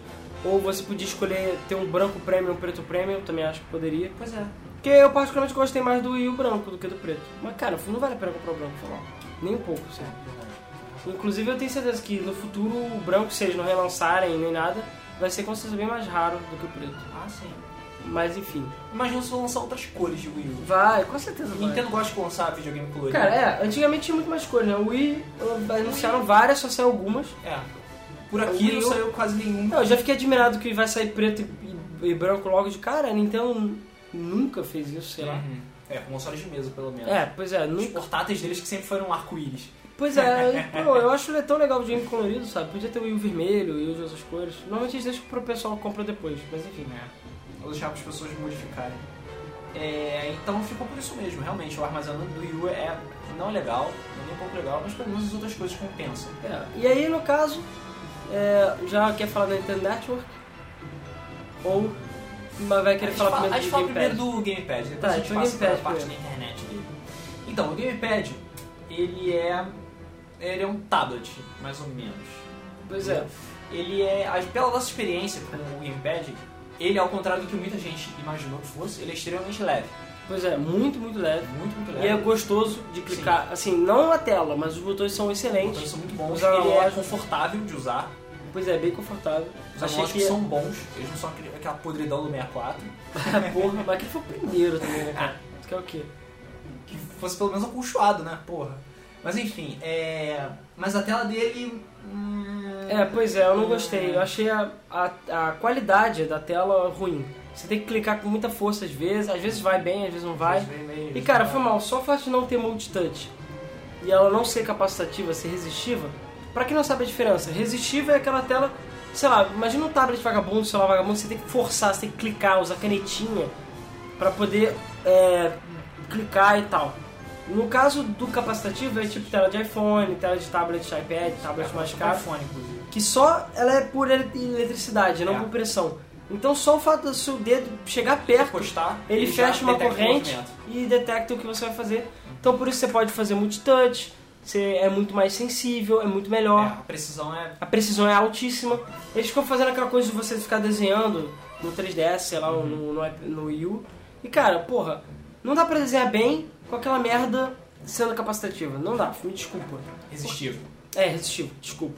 Speaker 2: ou você podia escolher ter um branco premium, um preto premium, também acho que poderia.
Speaker 1: Pois é.
Speaker 2: Porque eu particularmente gostei mais do Wii U branco do que do preto. Mas cara, não vale a pena comprar o branco, foi mal. Nem um pouco, assim. Inclusive eu tenho certeza que no futuro o branco, se eles não relançarem nem nada, vai ser com certeza bem mais raro do que o preto.
Speaker 1: Ah, sim.
Speaker 2: Mas enfim,
Speaker 1: Imagina se lançar outras cores de Wii U.
Speaker 2: vai, com certeza vai.
Speaker 1: Nintendo gosta de lançar videogame colorido.
Speaker 2: Então, Cara, é, antigamente tinha muito mais coisa, né? O Wii eh, anunciaram várias, só saiu algumas.
Speaker 1: É. Por
Speaker 2: O
Speaker 1: aqui
Speaker 2: Wii
Speaker 1: não
Speaker 2: U-
Speaker 1: saiu quase nenhum.
Speaker 2: Não, eu já fiquei admirado que vai sair preto e, e- e branco logo de cara. A Nintendo n- nunca fez isso, sei lá.
Speaker 1: Uhum. É, com consoles de mesa, pelo menos.
Speaker 2: É, pois é,
Speaker 1: Os
Speaker 2: nunca.
Speaker 1: portáteis deles que sempre foram arco-íris.
Speaker 2: Pois é, e, pô, eu acho tão legal o game colorido, sabe? Podia ter o Wii vermelho e as outras cores. Normalmente eles deixam pro pessoal que compra depois, mas enfim.
Speaker 1: né? Ou deixar para as pessoas modificarem. É, então ficou por isso mesmo, realmente. O armazenamento do Wii U é não legal, não é um pouco legal, mas pelo menos as outras coisas compensam.
Speaker 2: É, E aí, no caso, é, já quer falar da Nintendo Network? Ou mas vai
Speaker 1: A
Speaker 2: querer
Speaker 1: gente
Speaker 2: falar
Speaker 1: fala-
Speaker 2: primeiro
Speaker 1: a
Speaker 2: do
Speaker 1: gente fala primeiro
Speaker 2: Gamepad?
Speaker 1: do Gamepad, depois
Speaker 2: Tá,
Speaker 1: a gente
Speaker 2: então
Speaker 1: passa para a
Speaker 2: Gamepad
Speaker 1: parte da internet dele. Então, o Gamepad, ele é, ele é um tablet, mais ou menos.
Speaker 2: Pois é.
Speaker 1: ele é, a- pela nossa experiência com o Gamepad, ele, ao contrário do que muita gente imaginou que fosse, ele é extremamente leve.
Speaker 2: Pois é, muito, muito leve.
Speaker 1: Muito, muito leve.
Speaker 2: E é gostoso de clicar, assim, não a tela, mas os botões são
Speaker 1: Os
Speaker 2: excelentes.
Speaker 1: botões são muito bons,
Speaker 2: Os
Speaker 1: ele é
Speaker 2: analógicos.
Speaker 1: confortável de usar.
Speaker 2: Pois é, bem confortável.
Speaker 1: Os
Speaker 2: Achei
Speaker 1: analógicos
Speaker 2: que
Speaker 1: são bons, eles não são aquele- aquela podridão do 64.
Speaker 2: porra, mas que foi o primeiro também, né, cara? Tu quer o quê?
Speaker 1: Que fosse pelo menos acolchoado, né? Porra. Mas enfim, é. Mas a tela dele. hum,
Speaker 2: É, pois é, eu não gostei. Eu achei a, a, a qualidade da tela ruim. Você tem que clicar com muita força às vezes, às vezes vai bem, às vezes não vai.
Speaker 1: meio- meio-
Speaker 2: E cara, foi mal, só o fato de não ter multitouch e ela não ser capacitativa, ser resistiva, pra quem não sabe a diferença, resistiva é aquela tela, sei lá, imagina um tablet vagabundo, celular vagabundo, você tem que forçar, você tem que clicar, usar canetinha pra poder é, clicar e tal. No caso do capacitativo é tipo tela de iPhone, tela de tablet, de iPad,
Speaker 1: É,
Speaker 2: tablet mais
Speaker 1: mais
Speaker 2: caro
Speaker 1: iPhone, inclusive.
Speaker 2: que só ela é por ele- eletricidade, não
Speaker 1: É.
Speaker 2: por pressão. Então só o fato do seu dedo chegar perto,
Speaker 1: Encostar,
Speaker 2: ele
Speaker 1: já
Speaker 2: fecha uma
Speaker 1: detecta o
Speaker 2: corrente
Speaker 1: movimento.
Speaker 2: e detecta o que você vai fazer. Então por isso você pode fazer multitouch, você é muito mais sensível, é muito melhor,
Speaker 1: É, a precisão é
Speaker 2: a precisão é altíssima. Eles ficam fazendo aquela coisa de você ficar desenhando no 3DS, sei lá, ou
Speaker 1: Uhum.
Speaker 2: no, no, iP- no Wii U. E cara, porra, não dá pra desenhar bem com aquela merda sendo capacitativa. Não dá, me desculpa.
Speaker 1: resistível.
Speaker 2: É, resistivo, desculpa.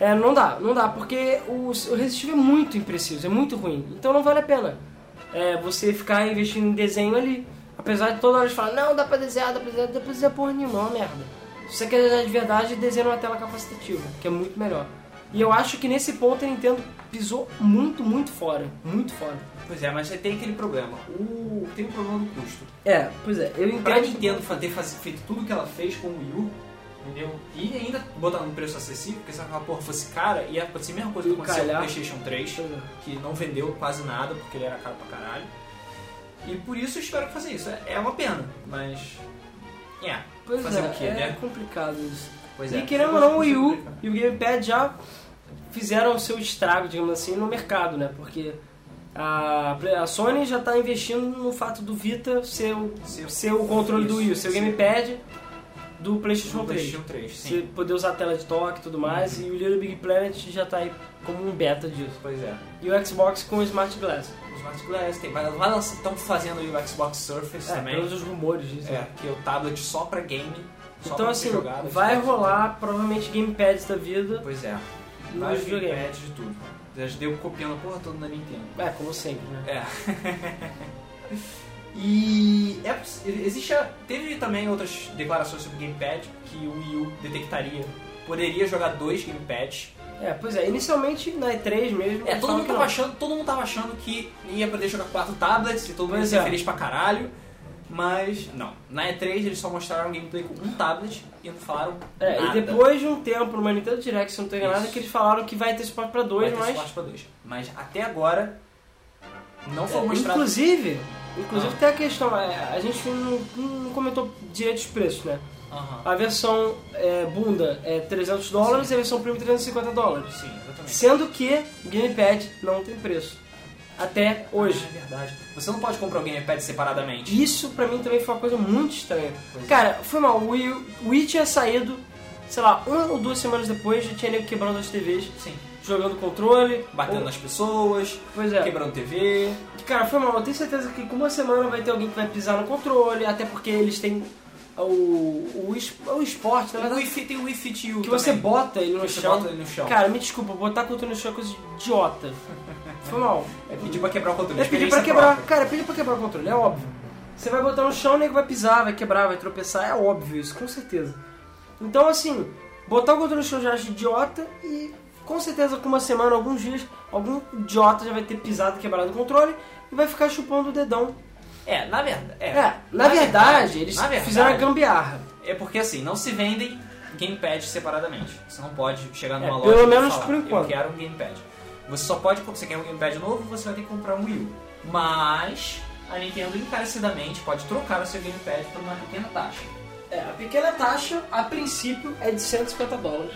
Speaker 2: É, não dá, não dá, porque o, o resistivo é muito impreciso, é muito ruim. Então não vale a pena é, você ficar investindo em desenho ali. Apesar de toda hora de falar, não, dá pra desenhar, dá pra desenhar, dá pra desenhar porra nenhuma, é uma merda. Se você quer desenhar de verdade, desenha uma tela capacitativa, que é muito melhor. E eu acho que nesse ponto a Nintendo pisou muito, muito fora. Muito fora.
Speaker 1: Pois é, mas aí tem aquele problema. O... Tem o problema do custo.
Speaker 2: É, pois é, eu entendo.
Speaker 1: Pra Nintendo fa- ter faz- feito tudo que ela fez com o Wii U, entendeu? E ainda botar num preço acessível, porque se aquela porra fosse cara, ia acontecer a mesma coisa que
Speaker 2: E
Speaker 1: aconteceu com o
Speaker 2: calhar.
Speaker 1: PlayStation 3,
Speaker 2: Pois é.
Speaker 1: que não vendeu quase nada, porque ele era caro pra caralho. E por isso eu espero que faça isso. É- É uma pena, mas. É,
Speaker 2: Pois
Speaker 1: fazer
Speaker 2: é,
Speaker 1: o quê,
Speaker 2: é
Speaker 1: né?
Speaker 2: complicado isso.
Speaker 1: Pois é.
Speaker 2: e querendo ou não, o Wii U
Speaker 1: Complicado.
Speaker 2: e o Gamepad já fizeram o seu estrago, digamos assim, no mercado, né? Porque a, a Sony já está investindo no fato do Vita ser o,
Speaker 1: Ser-
Speaker 2: ser o controle do Wii U, ser o
Speaker 1: Isso.
Speaker 2: Gamepad do PlayStation
Speaker 1: No
Speaker 2: 3.
Speaker 1: PlayStation 3,
Speaker 2: Você
Speaker 1: sim. Uhum.
Speaker 2: poder usar a tela de toque e tudo mais, e o Little Big Planet já tá aí como um beta disso.
Speaker 1: Pois é.
Speaker 2: E o Xbox com o Smart Glass.
Speaker 1: Os Smart Glass, tem, vai, vai lançar, estão fazendo aí o Xbox Surface
Speaker 2: É,
Speaker 1: também.
Speaker 2: pelos os rumores disso.
Speaker 1: É, que é o tablet só pra game. Só
Speaker 2: Então
Speaker 1: pra
Speaker 2: assim,
Speaker 1: ser jogado,
Speaker 2: vai
Speaker 1: etc.
Speaker 2: rolar provavelmente gamepads da vida
Speaker 1: Pois é.
Speaker 2: no
Speaker 1: Vários
Speaker 2: videogame.
Speaker 1: gamepads de tudo. Já deu copiando a porra toda da Nintendo.
Speaker 2: É, como sempre, né?
Speaker 1: É. e é poss- existe a- teve também outras declarações sobre gamepad que o Wii U detectaria. Poderia jogar dois gamepads.
Speaker 2: É, pois é, inicialmente na E3 mesmo.
Speaker 1: É, todo
Speaker 2: eles falam
Speaker 1: mundo,
Speaker 2: que
Speaker 1: tava
Speaker 2: não.
Speaker 1: achando, todo mundo tava achando que ia poder jogar quatro tablets e todo mundo ia
Speaker 2: Pois
Speaker 1: ser
Speaker 2: é.
Speaker 1: feliz pra caralho. Mas, não. Na E3 eles só mostraram gameplay com um tablet e não falaram
Speaker 2: É,
Speaker 1: nada.
Speaker 2: e depois de um tempo, numa Nintendo Direct, se eu não tô enganado,
Speaker 1: Isso.
Speaker 2: que eles falaram que vai ter suporte pra dois,
Speaker 1: Vai ter
Speaker 2: mas.
Speaker 1: suporte pra dois. Mas até agora não foi
Speaker 2: É,
Speaker 1: mostrado.
Speaker 2: inclusive, inclusive
Speaker 1: Ah.
Speaker 2: tem a questão, é, a gente não, não comentou direito os preços, né?
Speaker 1: Aham.
Speaker 2: A versão é, bunda é 300 dólares e a versão premium 350 dólares.
Speaker 1: Sim, exatamente.
Speaker 2: Sendo que o Gamepad não tem preço. Até hoje.
Speaker 1: Ah, é verdade. Você não pode comprar o gamepad separadamente.
Speaker 2: Isso pra mim também foi uma coisa muito estranha.
Speaker 1: Pois é.
Speaker 2: Cara, foi mal. O Wii, o Wii tinha saído, sei lá, uma ou duas semanas depois, já tinha nego quebrando as TVs,
Speaker 1: Sim.
Speaker 2: jogando controle.
Speaker 1: Batendo
Speaker 2: ou-
Speaker 1: nas pessoas,
Speaker 2: Pois é.
Speaker 1: quebrando TV.
Speaker 2: Cara, foi mal. Eu tenho certeza que com uma semana vai ter alguém que vai pisar no controle, até porque eles têm o, o, es- o esporte, na
Speaker 1: Tem o
Speaker 2: verdade,
Speaker 1: Wii Fit, tem o Wii Fit U
Speaker 2: que você
Speaker 1: também.
Speaker 2: bota ele no
Speaker 1: Você
Speaker 2: chão.
Speaker 1: bota ele no chão.
Speaker 2: Cara, me desculpa, botar controle no chão é coisa de idiota. Foi mal.
Speaker 1: É pedir pra quebrar o controle.
Speaker 2: É pedir pra
Speaker 1: experiência
Speaker 2: quebrar.
Speaker 1: própria.
Speaker 2: Cara, pedir pra quebrar o controle, é óbvio. Você vai botar no chão, o nego vai pisar, vai quebrar, vai tropeçar, é óbvio isso, com certeza. Então, assim, botar o controle no chão já acho idiota e com certeza com uma semana, alguns dias, algum idiota já vai ter pisado, quebrado o controle e vai ficar chupando o dedão.
Speaker 1: É, na verdade. É,
Speaker 2: É, na, verdade, eles
Speaker 1: na verdade,
Speaker 2: fizeram a gambiarra.
Speaker 1: É porque assim, não se vendem gamepad separadamente. Você não pode chegar numa
Speaker 2: É,
Speaker 1: loja
Speaker 2: pelo
Speaker 1: e
Speaker 2: menos
Speaker 1: falar,
Speaker 2: por enquanto.
Speaker 1: Eu quero um gamepad. Você só pode, quando você quer um gamepad novo, você vai ter que comprar um Wii U. Mas a Nintendo encarecidamente pode trocar o seu gamepad por uma pequena taxa.
Speaker 2: É, a pequena taxa, a princípio, é de 150 dólares.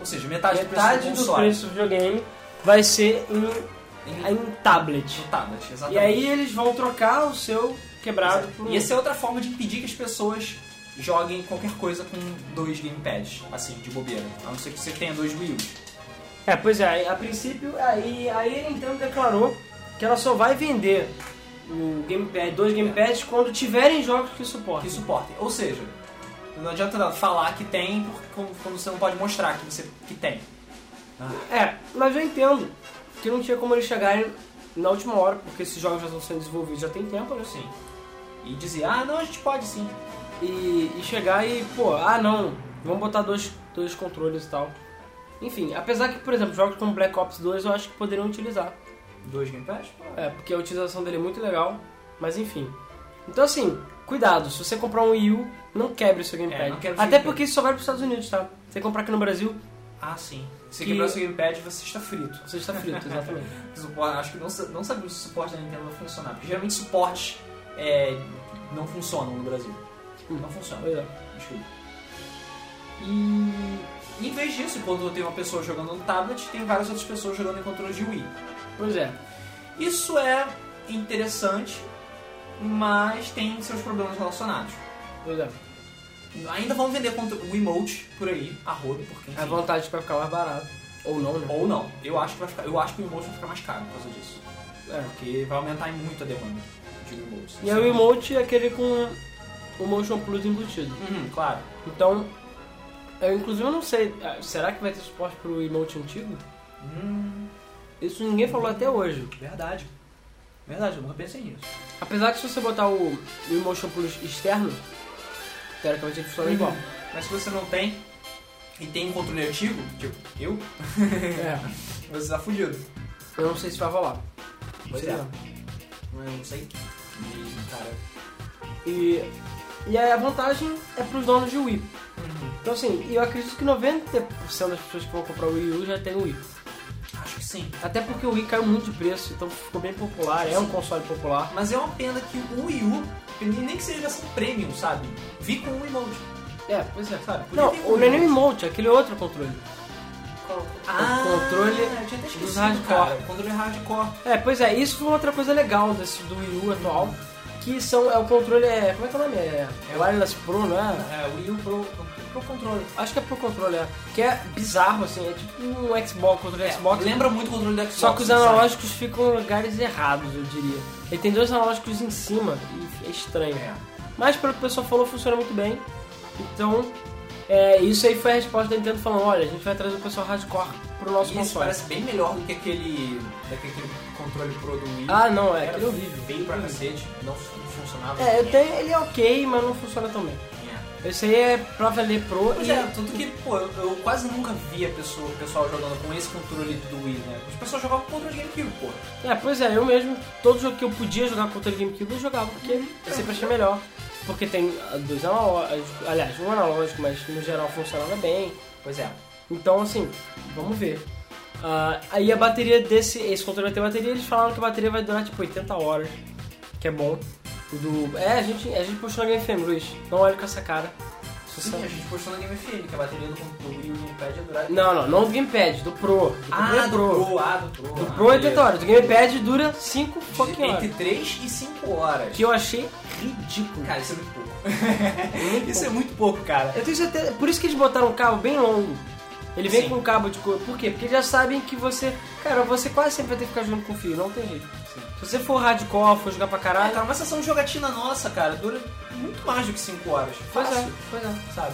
Speaker 1: Ou seja, metade,
Speaker 2: Metade
Speaker 1: do preço do
Speaker 2: do
Speaker 1: console.
Speaker 2: preço do videogame vai ser em,
Speaker 1: Em-
Speaker 2: em tablet.
Speaker 1: no tablet, exatamente.
Speaker 2: E aí eles vão trocar o seu quebrado por um.
Speaker 1: E essa é outra forma de impedir que as pessoas joguem qualquer coisa com dois gamepads, assim, de bobeira. A não ser que você tenha dois Wii U.
Speaker 2: É, pois é, a princípio, aí, aí a Nintendo declarou que ela só vai vender o gamepad, dois gamepads quando tiverem jogos que
Speaker 1: que
Speaker 2: suportem.
Speaker 1: suportem. Ou seja, não adianta nada falar que tem porque como- como você não pode mostrar que você que tem.
Speaker 2: É, mas eu entendo que não tinha como eles chegarem na última hora, porque esses jogos já estão sendo desenvolvidos já tem tempo, né?
Speaker 1: Sim. E dizer, ah, não, a gente pode sim.
Speaker 2: E, e chegar e, pô, ah não, vamos botar dois, dois controles e tal. Enfim, apesar que, por exemplo, jogos como Black Ops 2 eu acho que poderiam utilizar.
Speaker 1: Dois gamepads?
Speaker 2: É, porque a utilização dele é muito legal, mas enfim. Então assim, cuidado, se você comprar um Wii U, não quebre o seu
Speaker 1: É,
Speaker 2: gamepad.
Speaker 1: não quebre o seu
Speaker 2: Até
Speaker 1: gamepad.
Speaker 2: porque isso só vai para os Estados Unidos, tá? Se você comprar aqui no Brasil,
Speaker 1: Ah, sim. Se
Speaker 2: Que-
Speaker 1: quebrar seu gamepad, você está frito.
Speaker 2: você está frito, exatamente.
Speaker 1: Supo- Acho que não, sa- não sabia se o suporte da Nintendo vai funcionar. Porque geralmente suportes é, não funcionam no Brasil.
Speaker 2: Hum.
Speaker 1: Não funcionam.
Speaker 2: Pois é.
Speaker 1: Desculpa. E em vez disso, quando tem uma pessoa jogando no tablet, tem várias outras pessoas jogando em controle de Wii.
Speaker 2: Pois é.
Speaker 1: Isso é interessante, mas tem seus problemas relacionados.
Speaker 2: Pois é.
Speaker 1: Ainda vão vender contra o emote por aí, a rodo, porque enfim,
Speaker 2: A vontade vai ficar mais barato. Ou não, né?
Speaker 1: ou não. Eu acho que vai ficar, eu acho que o emote vai ficar mais caro por causa disso,
Speaker 2: É.
Speaker 1: porque vai aumentar em muito a demanda de emotes.
Speaker 2: E aí o emote é aquele com o Motion Plus embutido.
Speaker 1: Uhum, claro.
Speaker 2: Então, Eu, inclusive, eu não sei. ah, Será que vai ter suporte pro emote antigo?
Speaker 1: Hum,
Speaker 2: Isso ninguém falou até hoje.
Speaker 1: verdade. Verdade, eu nunca pensei nisso.
Speaker 2: Apesar que se você botar o, o emotion pro externo, teoricamente ele
Speaker 1: Uhum.
Speaker 2: funciona igual.
Speaker 1: Mas se você não tem e tem um controle antigo, tipo eu,
Speaker 2: É.
Speaker 1: você tá fudido.
Speaker 2: Eu não sei se vai rolar.
Speaker 1: Pois é. Mas eu não sei. E, cara.
Speaker 2: E, e aí a vantagem é pros donos de Wii.
Speaker 1: Uhum.
Speaker 2: Então assim, eu acredito que 90% das pessoas que vão comprar o Wii U já tem o Wii.
Speaker 1: Acho que sim.
Speaker 2: Até porque o Wii caiu muito de preço, então ficou bem popular, é um console popular.
Speaker 1: Mas é uma pena que o Wii U, nem que seja versão premium, sabe? Vi com um emote,
Speaker 2: É, pois é.
Speaker 1: sabe? Podia
Speaker 2: Não,
Speaker 1: ter
Speaker 2: o
Speaker 1: um emote.
Speaker 2: Neném Emote, aquele outro controle.
Speaker 1: Ah,
Speaker 2: controle
Speaker 1: eu tinha até
Speaker 2: dos
Speaker 1: esquecido,
Speaker 2: hardcore.
Speaker 1: cara. O controle hardcore.
Speaker 2: É, pois é, isso foi outra coisa legal desse do Wii U atual, que são, é o controle, é, como é que é o nome? É, é Wireless Pro, não é?
Speaker 1: É, o Wii U Pro, pro controle.
Speaker 2: Acho que é Pro Controle, é. Que é bizarro, assim, é tipo um Xbox, controle
Speaker 1: É,
Speaker 2: Xbox.
Speaker 1: lembra muito o controle do Xbox.
Speaker 2: Só que os
Speaker 1: sabe?
Speaker 2: analógicos ficam em lugares errados, eu diria. Ele tem dois analógicos em cima e é estranho.
Speaker 1: É.
Speaker 2: Mas pelo que o pessoal falou, funciona muito bem. Então, é, isso aí foi a resposta da Nintendo falando, olha, a gente vai trazer o pessoal hardcore pro nosso
Speaker 1: E esse
Speaker 2: console.
Speaker 1: parece bem melhor do que aquele, daquele controle Pro do Wii.
Speaker 2: Ah, não, é,
Speaker 1: Era
Speaker 2: aquele horrível.
Speaker 1: Veio pra cacete, não fu- não funcionava.
Speaker 2: É, eu tenho, ele é ok, mas não funciona tão bem.
Speaker 1: É.
Speaker 2: Esse aí é pra valer pro
Speaker 1: Pois
Speaker 2: e...
Speaker 1: é, tanto que, pô, eu, eu quase nunca vi a pessoa, o pessoal jogando com esse controle do Wii, né? As pessoas jogavam com o controle de GameCube, pô.
Speaker 2: É, pois é, eu mesmo, todo jogo que eu podia jogar contra o GameCube, eu jogava, porque
Speaker 1: Uhum.
Speaker 2: eu sempre achei melhor. Porque tem ah, dois analógicos, aliás, um analógico, mas no geral funcionava bem.
Speaker 1: Pois é.
Speaker 2: Então, assim, vamos ver. Ah, aí a bateria desse, esse controle vai ter bateria, eles falaram que a bateria vai durar tipo 80 horas, que é bom. O do... É, a gente, a gente puxou na Game FM, Luiz, não olha com essa cara. Se você-
Speaker 1: Sim, a gente postou na Game FM que a bateria do, do Wii U Gamepad ia durar.
Speaker 2: Não, não, não do Gamepad, do Pro. Do
Speaker 1: Ah,
Speaker 2: controle
Speaker 1: do Pro, ah, do Pro.
Speaker 2: Do
Speaker 1: ah,
Speaker 2: Pro é 80
Speaker 1: beleza.
Speaker 2: horas, do Gamepad dura 5 fucking horas.
Speaker 1: Entre 3 e 5 horas.
Speaker 2: Que eu achei ridículo.
Speaker 1: Cara, isso é muito pouco. isso é muito pouco, cara.
Speaker 2: Eu tenho certeza. Por isso que eles botaram um cabo bem longo. Ele vem
Speaker 1: Sim.
Speaker 2: com um cabo de cor. Por quê? Porque eles já sabem que você. Cara, você quase sempre vai ter que ficar jogando com fio, não tem jeito. Se você for hardcore, for jogar pra
Speaker 1: Ah,
Speaker 2: caralho.
Speaker 1: cara, uma sessão de jogatina nossa, cara, dura muito mais do que 5 horas.
Speaker 2: Pois
Speaker 1: Fácil,
Speaker 2: é, pois é.
Speaker 1: sabe?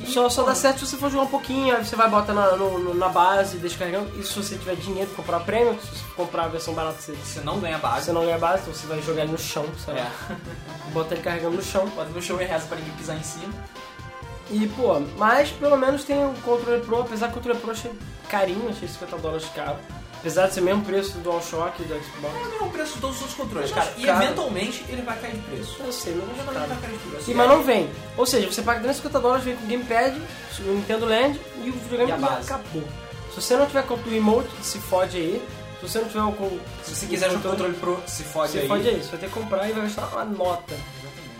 Speaker 1: E,
Speaker 2: Só, só
Speaker 1: pô,
Speaker 2: dá certo se você for jogar um pouquinho, aí você vai botar na, no- no- na base, descarregando. E se você tiver dinheiro pra comprar prêmio, se você comprar a versão barata, você,
Speaker 1: Você não ganha base.
Speaker 2: você não ganha base, então você vai jogar ele no chão, sabe?
Speaker 1: É.
Speaker 2: Bota ele carregando no chão.
Speaker 1: Bota no show e reza pra ninguém pisar em cima.
Speaker 2: E, pô, mas pelo menos tem o controle Pro, apesar que o controle Pro eu achei carinho, achei 50 dólares caro. Apesar de ser o mesmo preço do DualShock e do Xbox.
Speaker 1: Não é o preço de todos os outros controles,
Speaker 2: Mas,
Speaker 1: cara. E
Speaker 2: cara-
Speaker 1: eventualmente ele vai cair de preço.
Speaker 2: Eu sei, não
Speaker 1: Eventualmente
Speaker 2: é
Speaker 1: ele
Speaker 2: caro.
Speaker 1: vai cair de preço.
Speaker 2: E, mas não vem. Ou seja, você paga 350 dólares, vem com o Gamepad, o Nintendo Land e o videogame
Speaker 1: E a
Speaker 2: e
Speaker 1: base.
Speaker 2: acabou. Se você não tiver com o emote, se fode aí. Se você não tiver o. con-
Speaker 1: Se você quiser jogar um controle pro, se fode
Speaker 2: se
Speaker 1: aí.
Speaker 2: fode aí. Você vai ter que comprar e vai gastar uma nota.
Speaker 1: Exatamente.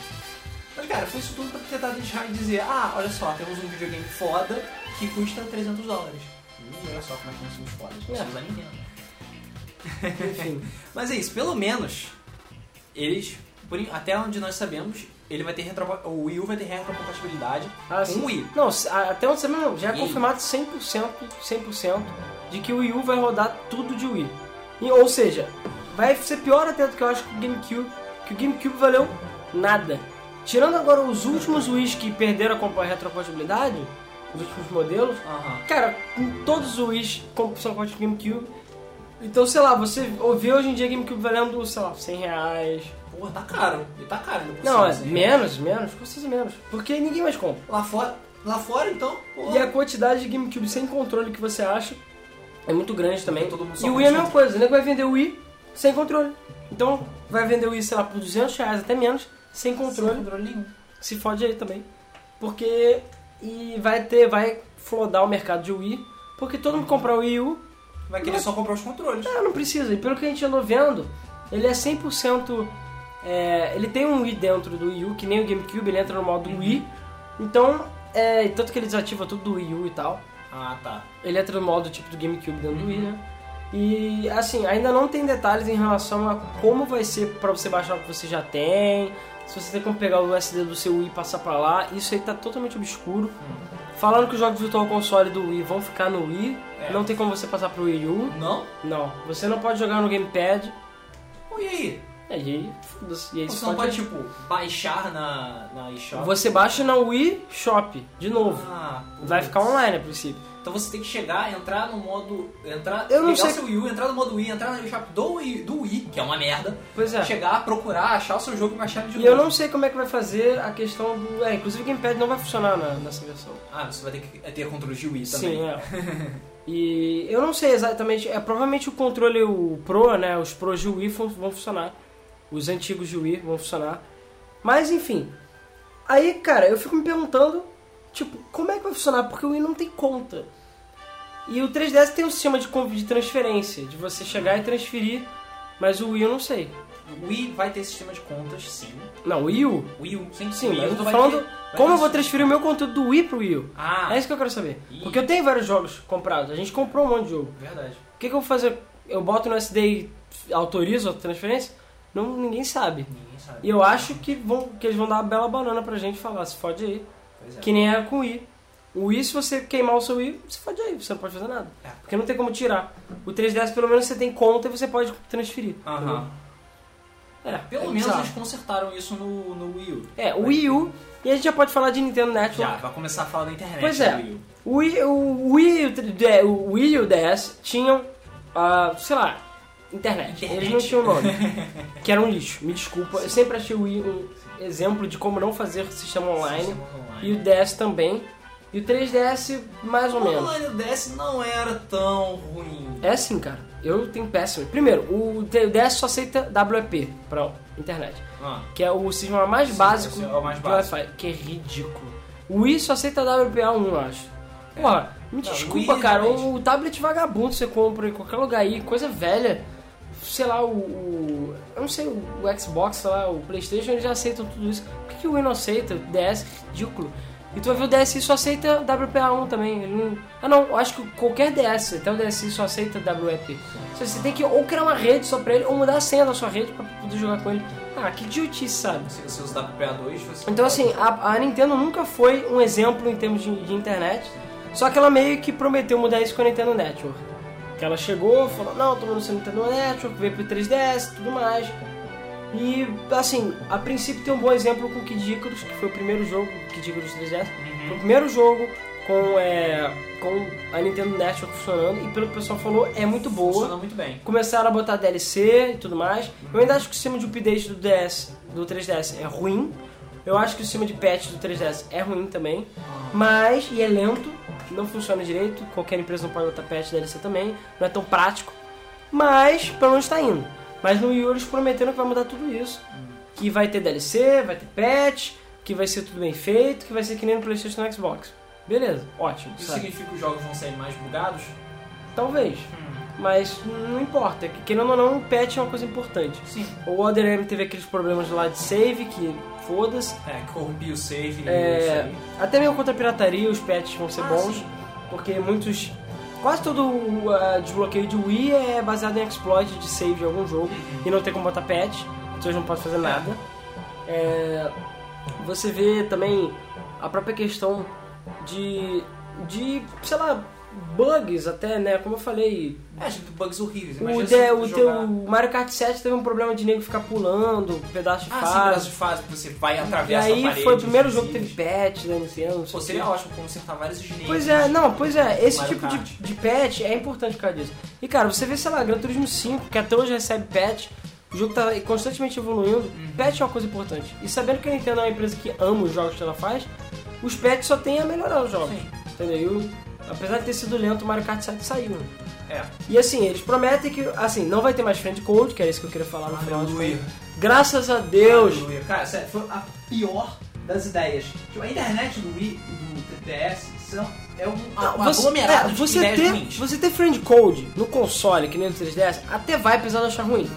Speaker 1: Mas, cara, foi isso tudo pra tentar deixar e dizer: ah, olha só, temos um videogame foda que custa 300 dólares. Hum, olha só como é que nós somos fodas, nós
Speaker 2: É.
Speaker 1: somos a Nintendo.
Speaker 2: Enfim.
Speaker 1: Mas é isso, pelo menos eles, por en- até onde nós sabemos, ele vai ter retro, o Wii U vai ter retrocompatibilidade
Speaker 2: Ah,
Speaker 1: com
Speaker 2: sim.
Speaker 1: o Wii.
Speaker 2: Não, se- a- até onde você mesmo, já é
Speaker 1: E-
Speaker 2: confirmado 100%, 100% de que o Wii U vai rodar tudo de Wii. E, ou seja, vai ser pior até do que eu acho que o GameCube, que o GameCube valeu nada. Tirando agora os últimos Wii's que perderam a compa- retrocompatibilidade, os últimos modelos,
Speaker 1: Aham.
Speaker 2: cara, com todos os Wii's com- são compatíveis com o GameCube. Então, sei lá, você vê hoje em dia GameCube valendo, sei lá, 100 reais.
Speaker 1: Porra, tá caro. E tá caro. por
Speaker 2: Não, é
Speaker 1: cima, assim.
Speaker 2: menos, menos, com certeza menos. Porque ninguém mais compra.
Speaker 1: Lá fora, lá fora então,
Speaker 2: E é
Speaker 1: porra.
Speaker 2: a quantidade de GameCube sem controle que você acha é muito grande também.
Speaker 1: Todo mundo só
Speaker 2: E o
Speaker 1: com
Speaker 2: Wii é a
Speaker 1: controle.
Speaker 2: mesma coisa, o nego vai vender o Wii sem controle. Então vai vender o Wii, sei lá, por 200 reais até menos, sem
Speaker 1: Sem
Speaker 2: controle.
Speaker 1: controle nenhum.
Speaker 2: Se fode aí também. Porque. E vai ter, vai flodar o mercado de Wii. Porque todo mundo comprar o Wii U,
Speaker 1: Vai querer
Speaker 2: Mas-
Speaker 1: só comprar os controles.
Speaker 2: ah, não precisa. E pelo que a gente andou vendo, ele é 100%. é, ele tem um Wii dentro do Wii U, que nem o GameCube, ele entra no modo
Speaker 1: Uhum.
Speaker 2: Wii. Então, é, e tanto que ele desativa tudo do Wii U e tal.
Speaker 1: Ah, tá.
Speaker 2: Ele entra no modo tipo do GameCube dentro
Speaker 1: Uhum.
Speaker 2: do Wii, né? E assim, ainda não tem detalhes em relação a como vai ser pra você baixar o que você já tem, se você tem como pegar o SD do seu Wii e passar pra lá, isso aí tá totalmente obscuro.
Speaker 1: Uhum.
Speaker 2: Falaram que os jogos Virtual Console do Wii vão ficar no Wii,
Speaker 1: É.
Speaker 2: não tem como você passar pro Wii U,
Speaker 1: Não?
Speaker 2: não, você não pode jogar no Gamepad, É,
Speaker 1: Pô, E aí?
Speaker 2: e aí, foda-se, e aí
Speaker 1: Você
Speaker 2: você
Speaker 1: não pode,
Speaker 2: pode...
Speaker 1: tipo, baixar na, na eShop?
Speaker 2: Você baixa na Wii Shop, de novo.
Speaker 1: Ah,
Speaker 2: Vai ficar online a princípio.
Speaker 1: Então você tem que chegar, entrar no modo. Entrar,
Speaker 2: Eu não
Speaker 1: pegar
Speaker 2: sei-
Speaker 1: o seu Wii U, entrar no modo Wii, entrar no eShop do Wii, do Wii, que é uma merda.
Speaker 2: Pois é.
Speaker 1: Chegar, procurar, achar o seu jogo e baixar de
Speaker 2: E eu
Speaker 1: novo.
Speaker 2: não sei como é que vai fazer a questão do. É, inclusive o Gamepad não vai funcionar na- nessa versão.
Speaker 1: Ah, você vai ter que ter controle de Wii também.
Speaker 2: Sim, é. E eu não sei exatamente. É provavelmente o controle o Pro, né? Os Pros de Wii fun- vão funcionar. Os antigos de Wii vão funcionar. Mas enfim. Aí, cara, eu fico me perguntando, tipo, como é que vai funcionar? Porque o Wii não tem conta. E o 3DS tem um sistema de, com- de transferência, de você chegar e transferir, mas o Wii eu não sei.
Speaker 1: O Wii vai ter sistema de contas, sim.
Speaker 2: Não, o Wii U?
Speaker 1: Wii U, sim.
Speaker 2: Sim,
Speaker 1: Wii U
Speaker 2: mas eu tô
Speaker 1: vai
Speaker 2: falando
Speaker 1: ter- vai
Speaker 2: como
Speaker 1: ter
Speaker 2: eu vou
Speaker 1: sistema-
Speaker 2: transferir o meu conteúdo do Wii pro Wii U.
Speaker 1: Ah,
Speaker 2: É isso que eu quero saber.
Speaker 1: Ih.
Speaker 2: Porque eu tenho vários jogos comprados, a gente comprou um monte de jogo.
Speaker 1: verdade.
Speaker 2: O que, que eu vou fazer? Eu boto no SD e autorizo a transferência? Não, ninguém sabe.
Speaker 1: Ninguém sabe.
Speaker 2: E eu acho que, vão, que eles vão dar uma bela banana pra gente e falar, se fode aí.
Speaker 1: Pois é.
Speaker 2: Que nem é com o I. O I, se você queimar o seu I, se fode aí, você não pode fazer nada.
Speaker 1: É.
Speaker 2: Porque não tem como tirar. O 3DS, pelo menos, você tem conta e você pode transferir.
Speaker 1: Aham.
Speaker 2: É,
Speaker 1: Pelo
Speaker 2: é
Speaker 1: menos
Speaker 2: bizarro.
Speaker 1: eles consertaram isso no, no Wii U.
Speaker 2: É, o Wii U, e a gente já pode falar de Nintendo Network.
Speaker 1: Já, vai começar a falar da internet
Speaker 2: Então, Pois
Speaker 1: do
Speaker 2: é.
Speaker 1: Wii U.
Speaker 2: O Wii, o Wii, e o 3D o Wii e o DS tinham, ah, sei lá, internet.
Speaker 1: Internet.
Speaker 2: Eles não tinham um nome. que era um lixo, me desculpa. Eu sempre achei o Wii um exemplo de como não fazer sistema online.
Speaker 1: Sistema online.
Speaker 2: E o DS também. E o 3DS, mais ou menos.
Speaker 1: Online, o DS não era tão ruim.
Speaker 2: É assim, cara. Eu tenho péssimo. Primeiro, o DS só aceita WEP pra internet.
Speaker 1: Ah,
Speaker 2: Que é o sistema mais
Speaker 1: Sim,
Speaker 2: básico
Speaker 1: esse é o mais
Speaker 2: do
Speaker 1: básico.
Speaker 2: Wi-Fi. Que é ridículo. O Wii só aceita WPA1, eu acho. Porra, me
Speaker 1: É. Não,
Speaker 2: desculpa,
Speaker 1: Wii,
Speaker 2: cara. O,
Speaker 1: realmente.
Speaker 2: o tablet vagabundo você compra em qualquer lugar aí, coisa velha. Sei lá, o. o- eu não sei, o, o Xbox, sei lá, o Playstation, eles já aceitam tudo isso. Por que, que o Wii não aceita? O DS, é ridículo. E tu vai ver o DSi só aceita WPA1 também. Ele não- Ah não, eu acho que qualquer DS, até o DSi só aceita WEP. Você tem que ou criar uma rede só pra ele, ou mudar a senha da sua rede pra poder jogar com ele. Ah, que idiotice, sabe?
Speaker 1: se você usar WPA2, você.
Speaker 2: Então, assim, a, a Nintendo nunca foi um exemplo em termos de, de internet, só que ela meio que prometeu mudar isso com a Nintendo Network. Que ela chegou, falou, não, tô mudando a Nintendo Network, veio pro 3DS, tudo mais. E, assim, a princípio tem um bom exemplo com o Kid Icarus, que foi o primeiro jogo, Kid Icarus 3DS,
Speaker 1: Uhum.
Speaker 2: foi o primeiro jogo com, é, com a Nintendo Network funcionando, e pelo que o pessoal falou, é muito boa.
Speaker 1: Funciona muito bem.
Speaker 2: Começaram a botar DLC e tudo mais. Eu ainda acho que o sistema de update do DS, do 3DS é ruim. Eu acho que o sistema de patch do 3DS é ruim também. Mas, e é lento, não funciona direito. Qualquer empresa não pode botar patch DLC também. Não é tão prático. Mas, pelo menos tá indo. Mas no Wii U eles prometeram que vai mudar tudo isso. Que vai ter DLC, vai ter patch, que vai ser tudo bem feito, que vai ser que nem no Playstation e no Xbox. Beleza, ótimo.
Speaker 1: Isso
Speaker 2: sabe?
Speaker 1: significa que os jogos vão sair mais bugados?
Speaker 2: Talvez. Mas não importa, que querendo ou não, o patch é uma coisa importante.
Speaker 1: Sim.
Speaker 2: O Other M teve aqueles problemas lá de save, que foda-se.
Speaker 1: É, corrompi o save.
Speaker 2: É,
Speaker 1: isso aí.
Speaker 2: até mesmo contra a pirataria, os patches vão ser
Speaker 1: Ah,
Speaker 2: bons,
Speaker 1: sim.
Speaker 2: porque muitos. Quase todo o ah, desbloqueio de Wii é baseado em exploit de save de algum jogo
Speaker 1: Uhum.
Speaker 2: e não tem como botar patch, vocês não podem fazer nada. É, você vê também a própria questão de, de, sei lá, bugs até, né? Como eu falei,
Speaker 1: É, gente, bugs horríveis.
Speaker 2: o,
Speaker 1: Imagina
Speaker 2: de-
Speaker 1: se
Speaker 2: o
Speaker 1: você
Speaker 2: teu
Speaker 1: jogar-
Speaker 2: Mario Kart 7 teve um problema de nego ficar pulando, pedaço de
Speaker 1: Ah, sim, pedaço
Speaker 2: fase.
Speaker 1: de fase que você vai
Speaker 2: e
Speaker 1: atravessa a
Speaker 2: aí
Speaker 1: parede.
Speaker 2: foi o primeiro jogo que
Speaker 1: inclusive.
Speaker 2: teve patch, né? Não sei, não sei
Speaker 1: Pô,
Speaker 2: o quê.
Speaker 1: seria ótimo consertar vários gigantes.
Speaker 2: Pois é, não, pois é, esse
Speaker 1: Mario
Speaker 2: tipo de,
Speaker 1: Kart.
Speaker 2: de patch é importante por causa disso. E cara, você vê, sei lá, Gran Turismo 5, que até hoje recebe patch, o jogo tá constantemente evoluindo,
Speaker 1: Uhum.
Speaker 2: patch é uma coisa importante. E sabendo que a Nintendo é uma empresa que ama os jogos que ela faz, os patches só tem a melhorar os jogos.
Speaker 1: Sim.
Speaker 2: Entendeu? E o- apesar de ter sido lento, o Mario Kart 7 saiu. né?
Speaker 1: É.
Speaker 2: E assim, eles prometem que, assim, não vai ter mais friend code, que é isso que eu queria falar
Speaker 1: Ah,
Speaker 2: no final.
Speaker 1: Aleluia.
Speaker 2: Graças a Deus!
Speaker 1: Aleluia. Cara, sério, foi a pior das ideias. Tipo, a internet do Wii e do 3DS são, é um, um aglomerado
Speaker 2: é,
Speaker 1: de
Speaker 2: você
Speaker 1: ideias
Speaker 2: ter,
Speaker 1: ruins.
Speaker 2: você ter friend code no console, que nem no 3DS, até vai apesar de achar ruim.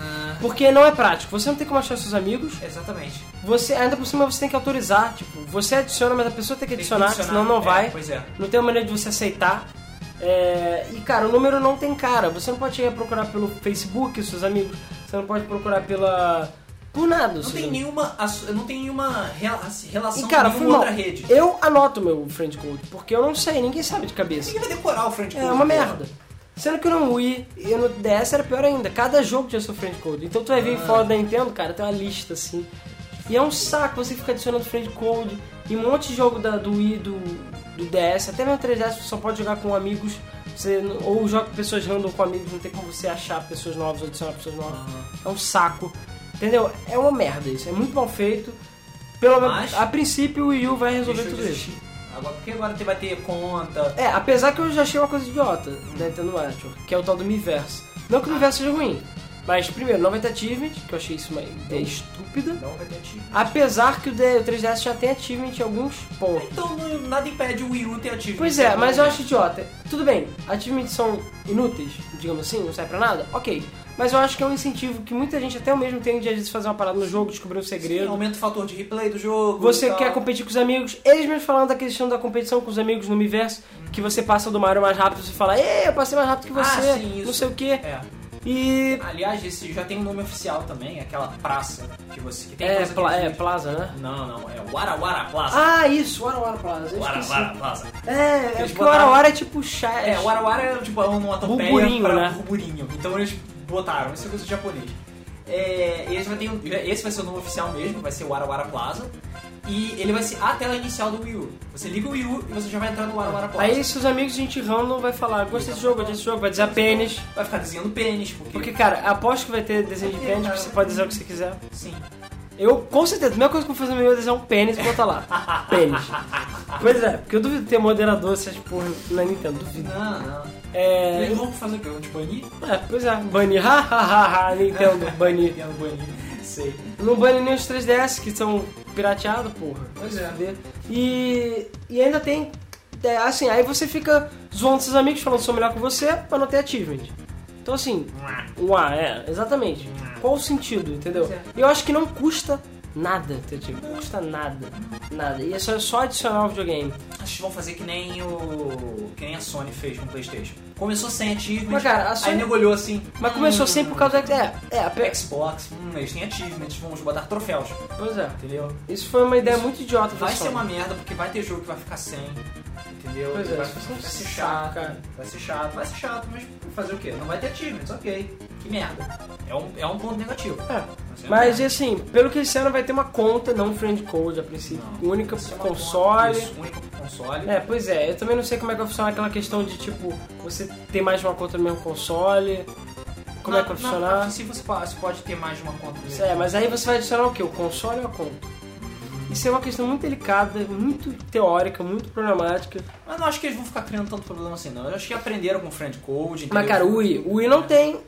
Speaker 2: Porque não é prático, você não tem como achar seus amigos,
Speaker 1: Ah, Exatamente. Tem que
Speaker 2: você ainda por cima você tem que autorizar, tipo, você adiciona, mas a pessoa tem que adicionar, senão não
Speaker 1: é,
Speaker 2: vai.
Speaker 1: Pois é.
Speaker 2: Não tem uma maneira de você aceitar. É, e cara, o número não tem cara. Você não pode chegar a procurar pelo Facebook, seus amigos. Você não pode procurar pela. Por nada.
Speaker 1: Não
Speaker 2: seus
Speaker 1: tem
Speaker 2: amigos.
Speaker 1: nenhuma, asso- não tem nenhuma rela- relação
Speaker 2: E cara,
Speaker 1: com
Speaker 2: foi
Speaker 1: nenhuma
Speaker 2: mal.
Speaker 1: outra rede.
Speaker 2: Eu anoto meu friend code, porque eu não sei, ninguém sabe de cabeça.
Speaker 1: Ninguém vai decorar o frente
Speaker 2: É uma merda. Sendo que no Wii e no DS era pior ainda. Cada jogo tinha seu friend code. Então tu vai ver
Speaker 1: Ah.
Speaker 2: fora da Nintendo, cara, tem uma lista assim. E é um saco você ficar adicionando friend code. E um monte de jogo da, do Wii, do, do DS, até mesmo 3DS você só pode jogar com amigos, você, ou joga com pessoas random com amigos, não tem como você achar pessoas novas, adicionar pessoas
Speaker 1: Ah,
Speaker 2: novas. É um saco. Entendeu? É uma merda isso, é muito mal feito. Pelo menos
Speaker 1: Mas-
Speaker 2: a princípio o Wii U vai resolver
Speaker 1: Deixa eu
Speaker 2: tudo isso.
Speaker 1: desistir. Agora, porque agora você vai ter conta.
Speaker 2: É, apesar que eu já achei uma coisa idiota da Nintendo Network, que é o tal do Miiverse. Não que o Miiverse seja ruim, mas primeiro, não vai ter achievement, que eu achei isso uma ideia estúpida.
Speaker 1: Não vai ter achievement.
Speaker 2: Apesar que o D- o 3DS já tem achievement em alguns pontos.
Speaker 1: Então não- nada impede o Wii U ter Então, né? achievement.
Speaker 2: Pois é, mas eu acho idiota. Tudo bem, achievements são inúteis, digamos assim, não serve pra nada, ok. Mas eu acho que é um incentivo que muita gente até mesmo tem de às vezes fazer uma parada no jogo, descobrir um
Speaker 1: Sim,
Speaker 2: segredo.
Speaker 1: aumenta o fator de replay do jogo. e
Speaker 2: Você
Speaker 1: tal.
Speaker 2: quer competir com os amigos, eles mesmo falando da questão da competição com os amigos no universo, que você passa do Mario mais rápido, você fala, ei, eu passei mais rápido que
Speaker 1: Ah,
Speaker 2: você,
Speaker 1: sim, isso.
Speaker 2: não sei o que.
Speaker 1: É.
Speaker 2: E.
Speaker 1: Aliás, esse já tem um nome oficial também, aquela praça que você que tem
Speaker 2: É,
Speaker 1: coisa que
Speaker 2: pla-
Speaker 1: eles-
Speaker 2: é, Plaza, né?
Speaker 1: Não, não, é Warawara Plaza.
Speaker 2: Ah, isso, Warawara Plaza. eu esqueci.
Speaker 1: Warawara Plaza.
Speaker 2: É, é
Speaker 1: Eles
Speaker 2: porque
Speaker 1: botaram-
Speaker 2: Warawara é tipo chá.
Speaker 1: É, Warawara é tipo uma topeia
Speaker 2: Burburinho,
Speaker 1: pra
Speaker 2: né?
Speaker 1: burburinho. Então eles botaram, isso é coisa de japonês. É, e eles vai ter um- esse vai ser o nome oficial mesmo, vai ser o Warawara Plaza. E ele vai ser a tela inicial do Wii U. Você liga o Wii U e você já vai entrar no Warawara Plaza.
Speaker 2: Aí seus amigos, gente random, vai falar, gostei desse jogo, gostei desse jogo, vai dizer pênis.
Speaker 1: Vai ficar desenhando pênis, porque...
Speaker 2: Porque, cara, aposto que vai ter desenho de pênis, porque você pode dizer o que você quiser.
Speaker 1: Sim.
Speaker 2: Eu, com certeza, a primeira coisa que eu vou fazer no meu é desenhar um pênis e botar lá. pênis. Pois é, porque eu duvido ter moderador essas porra na Nintendo, duvido.
Speaker 1: Não, não.
Speaker 2: É.
Speaker 1: Eles vão fazer o quê? Vão te banir?
Speaker 2: é, pois é, banir. Ha ha ha ha, Nintendo, banir.
Speaker 1: Querendo um banir. Sei.
Speaker 2: Não bane nem os 3DS que são pirateados, porra.
Speaker 1: Pois é.
Speaker 2: E, e ainda tem. é, assim, aí você fica zoando seus amigos falando sou melhor que você pra não ter achievement. Então assim, uá, é, exatamente. Qual o sentido, entendeu?
Speaker 1: Pois é.
Speaker 2: E Eu acho que não custa nada ter achievement. Não custa nada. Nada. E é só, só adicionar o videogame.
Speaker 1: Acho que vão fazer que nem o. que nem a Sony fez com o Playstation. Começou sem achievement,
Speaker 2: Mas, cara, a Sony-
Speaker 1: aí negolhou assim.
Speaker 2: Mas começou sempre por causa da. É, é, a
Speaker 1: do
Speaker 2: Pex.
Speaker 1: Xbox, hum, eles têm achievements, vamos botar troféus,
Speaker 2: Pois é.
Speaker 1: entendeu?
Speaker 2: Isso foi uma ideia
Speaker 1: Isso
Speaker 2: muito idiota da
Speaker 1: Vai
Speaker 2: Sony.
Speaker 1: ser uma merda, porque vai ter jogo que vai ficar sem, entendeu?
Speaker 2: Pois é,
Speaker 1: vai,
Speaker 2: isso vai ser um
Speaker 1: vai ser
Speaker 2: saco,
Speaker 1: chato, né?
Speaker 2: cara.
Speaker 1: vai ser chato, vai ser chato, mas fazer o quê? Não vai ter achievements, ok. Que merda. É um, é um ponto negativo. Mas
Speaker 2: É.
Speaker 1: é uma
Speaker 2: Mas
Speaker 1: merda.
Speaker 2: assim, pelo que esse ano vai ter uma conta, não um friend code a princípio,
Speaker 1: Não.
Speaker 2: única
Speaker 1: Isso é
Speaker 2: pro
Speaker 1: uma
Speaker 2: console.
Speaker 1: conta, isso, um único pro console.
Speaker 2: É, pois é, eu também não sei como é que vai funcionar aquela questão de tipo, você ter mais de uma conta no mesmo console, como é que vai funcionar.
Speaker 1: Se você pode, você pode ter mais de uma conta
Speaker 2: Isso é, mas aí você vai adicionar o quê? O console ou a conta? Isso é uma questão muito delicada, muito teórica, muito problemática.
Speaker 1: Mas não acho que eles vão ficar criando tanto problema assim, não. Eu acho que aprenderam com o friend code.
Speaker 2: Mas
Speaker 1: entendeu?
Speaker 2: cara, o Wii, o Wii não tem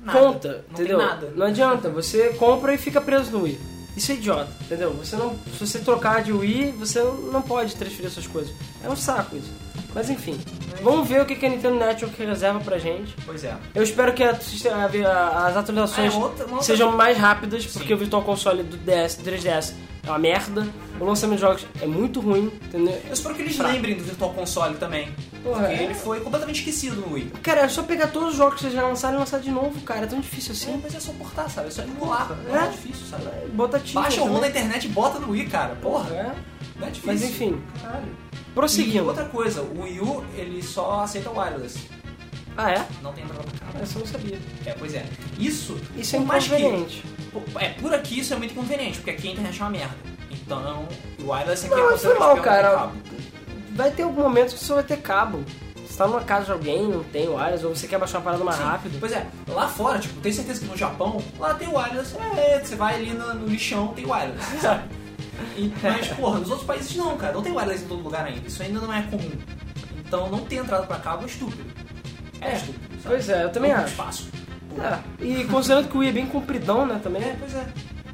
Speaker 1: Nada.
Speaker 2: conta,
Speaker 1: Não
Speaker 2: entendeu?
Speaker 1: tem nada.
Speaker 2: Não adianta, você compra e fica preso no Wii. Isso é idiota, entendeu? Você não, se você trocar de Wii, você não pode transferir essas coisas. É um saco isso. Mas enfim,
Speaker 1: É.
Speaker 2: vamos ver o que que a Nintendo Network reserva pra gente.
Speaker 1: Pois é.
Speaker 2: Eu espero que a- a- as atualizações
Speaker 1: Ah, é outra- uma outra-
Speaker 2: sejam mais rápidas,
Speaker 1: Sim.
Speaker 2: porque o Virtual Console do DS, do 3DS é uma merda. O lançamento de jogos é muito ruim, entendeu?
Speaker 1: Eu espero que eles
Speaker 2: Fraco.
Speaker 1: lembrem do Virtual Console também.
Speaker 2: Porra,
Speaker 1: porque
Speaker 2: é.
Speaker 1: ele foi completamente esquecido no Wii.
Speaker 2: Cara, é só pegar todos os jogos que vocês já lançaram e lançar de novo, cara. É tão difícil
Speaker 1: Sim,
Speaker 2: assim.
Speaker 1: mas é só portar, sabe? É só emular. Não é
Speaker 2: É.
Speaker 1: difícil, sabe?
Speaker 2: Bota tiro.
Speaker 1: Baixa o ROM
Speaker 2: também.
Speaker 1: na internet e bota no Wii, cara. Porra,
Speaker 2: É.
Speaker 1: não é difícil.
Speaker 2: Mas enfim, é
Speaker 1: Caralho. E
Speaker 2: prosseguindo.
Speaker 1: outra coisa, o Wii U, ele só aceita wireless.
Speaker 2: Ah, é?
Speaker 1: Não tem entrada pra cá.
Speaker 2: Essa eu não sabia.
Speaker 1: É, pois é. Isso,
Speaker 2: Isso é
Speaker 1: por mais que
Speaker 2: inconveniente.
Speaker 1: Pô, É, por aqui isso é muito conveniente, porque aqui a internet é uma merda. Então, o wireless aqui
Speaker 2: Não,
Speaker 1: é
Speaker 2: mas foi mal,
Speaker 1: considerado
Speaker 2: cara.
Speaker 1: cabo.
Speaker 2: Vai ter algum momento que você vai ter cabo. Você tá numa casa de alguém, não tem wireless, ou você quer baixar uma parada mais
Speaker 1: Sim.
Speaker 2: rápido.
Speaker 1: Pois é, lá fora, tipo, tem certeza que no Japão, lá tem wireless. É, você vai ali no, no lixão, tem wireless, sabe? E- mas, porra, nos outros países não, cara. Não tem wireless em todo lugar ainda. Isso ainda não é comum. Então, não ter entrado pra cabo é estúpido. É,
Speaker 2: É,
Speaker 1: estúpido. sabe?
Speaker 2: Pois é, eu também
Speaker 1: Não tem
Speaker 2: acho.
Speaker 1: espaço.
Speaker 2: É. E considerando que o Wii é bem compridão, né, também.
Speaker 1: É, pois é.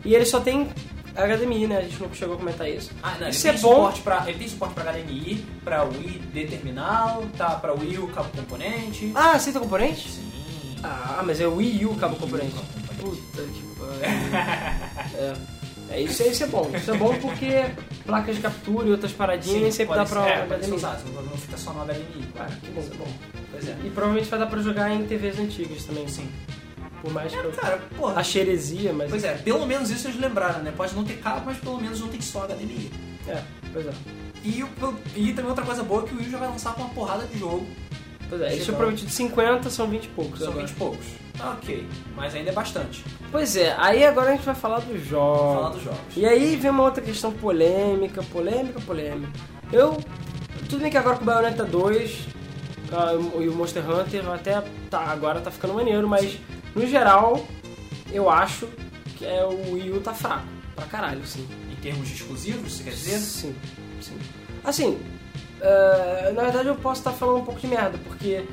Speaker 2: E ele só tem HDMI, né? A gente não chegou a comentar isso.
Speaker 1: Ah, não,
Speaker 2: Isso
Speaker 1: ele,
Speaker 2: é
Speaker 1: tem
Speaker 2: bom.
Speaker 1: suporte pra, ele tem suporte pra HDMI, pra Wii D terminal, tá? Pra Wii U cabo componente.
Speaker 2: Ah, aceita componente?
Speaker 1: Sim.
Speaker 2: Ah, mas é o Wii U cabo componente.
Speaker 1: Cabo componente.
Speaker 2: Puta que pariu. é. é, isso, isso é bom. Isso é bom porque placas de captura e outras paradinhas nem sempre dá
Speaker 1: pode
Speaker 2: pra
Speaker 1: ser- é, pode ser
Speaker 2: HDMI.
Speaker 1: usado, não- não fica só no HDMI.
Speaker 2: Ah, que bom, que bom.
Speaker 1: né? Pois é.
Speaker 2: E provavelmente vai dar pra jogar em TVs antigas também,
Speaker 1: Sim.
Speaker 2: por mais que eu
Speaker 1: Cara, porra.
Speaker 2: ache heresia, mas...
Speaker 1: Pois é, pelo menos isso eles lembraram, né? Pode não ter cabo, mas pelo menos não tem só HDMI.
Speaker 2: É, pois é.
Speaker 1: E, o- e também outra coisa boa é que o Wii já vai lançar com uma porrada de jogo,
Speaker 2: Pois é, eles tinham
Speaker 1: Chegou.
Speaker 2: prometido 50, são 20 e poucos
Speaker 1: são
Speaker 2: agora.
Speaker 1: 20 e poucos. Ah, ok, mas ainda é bastante.
Speaker 2: Pois é, aí agora a gente vai falar dos
Speaker 1: Vou
Speaker 2: jogos.
Speaker 1: falar dos jogos.
Speaker 2: E aí vem uma outra questão polêmica, polêmica, polêmica. Eu Tudo bem que agora com o Bayonetta 2 ah, e o Monster Hunter até tá, agora tá ficando maneiro, mas no geral eu acho que é, o Wii U tá fraco. Pra caralho, sim.
Speaker 1: Em termos de exclusivos, você quer dizer?
Speaker 2: Sim, sim. Assim, ah, na verdade eu posso estar falando um pouco de merda, porque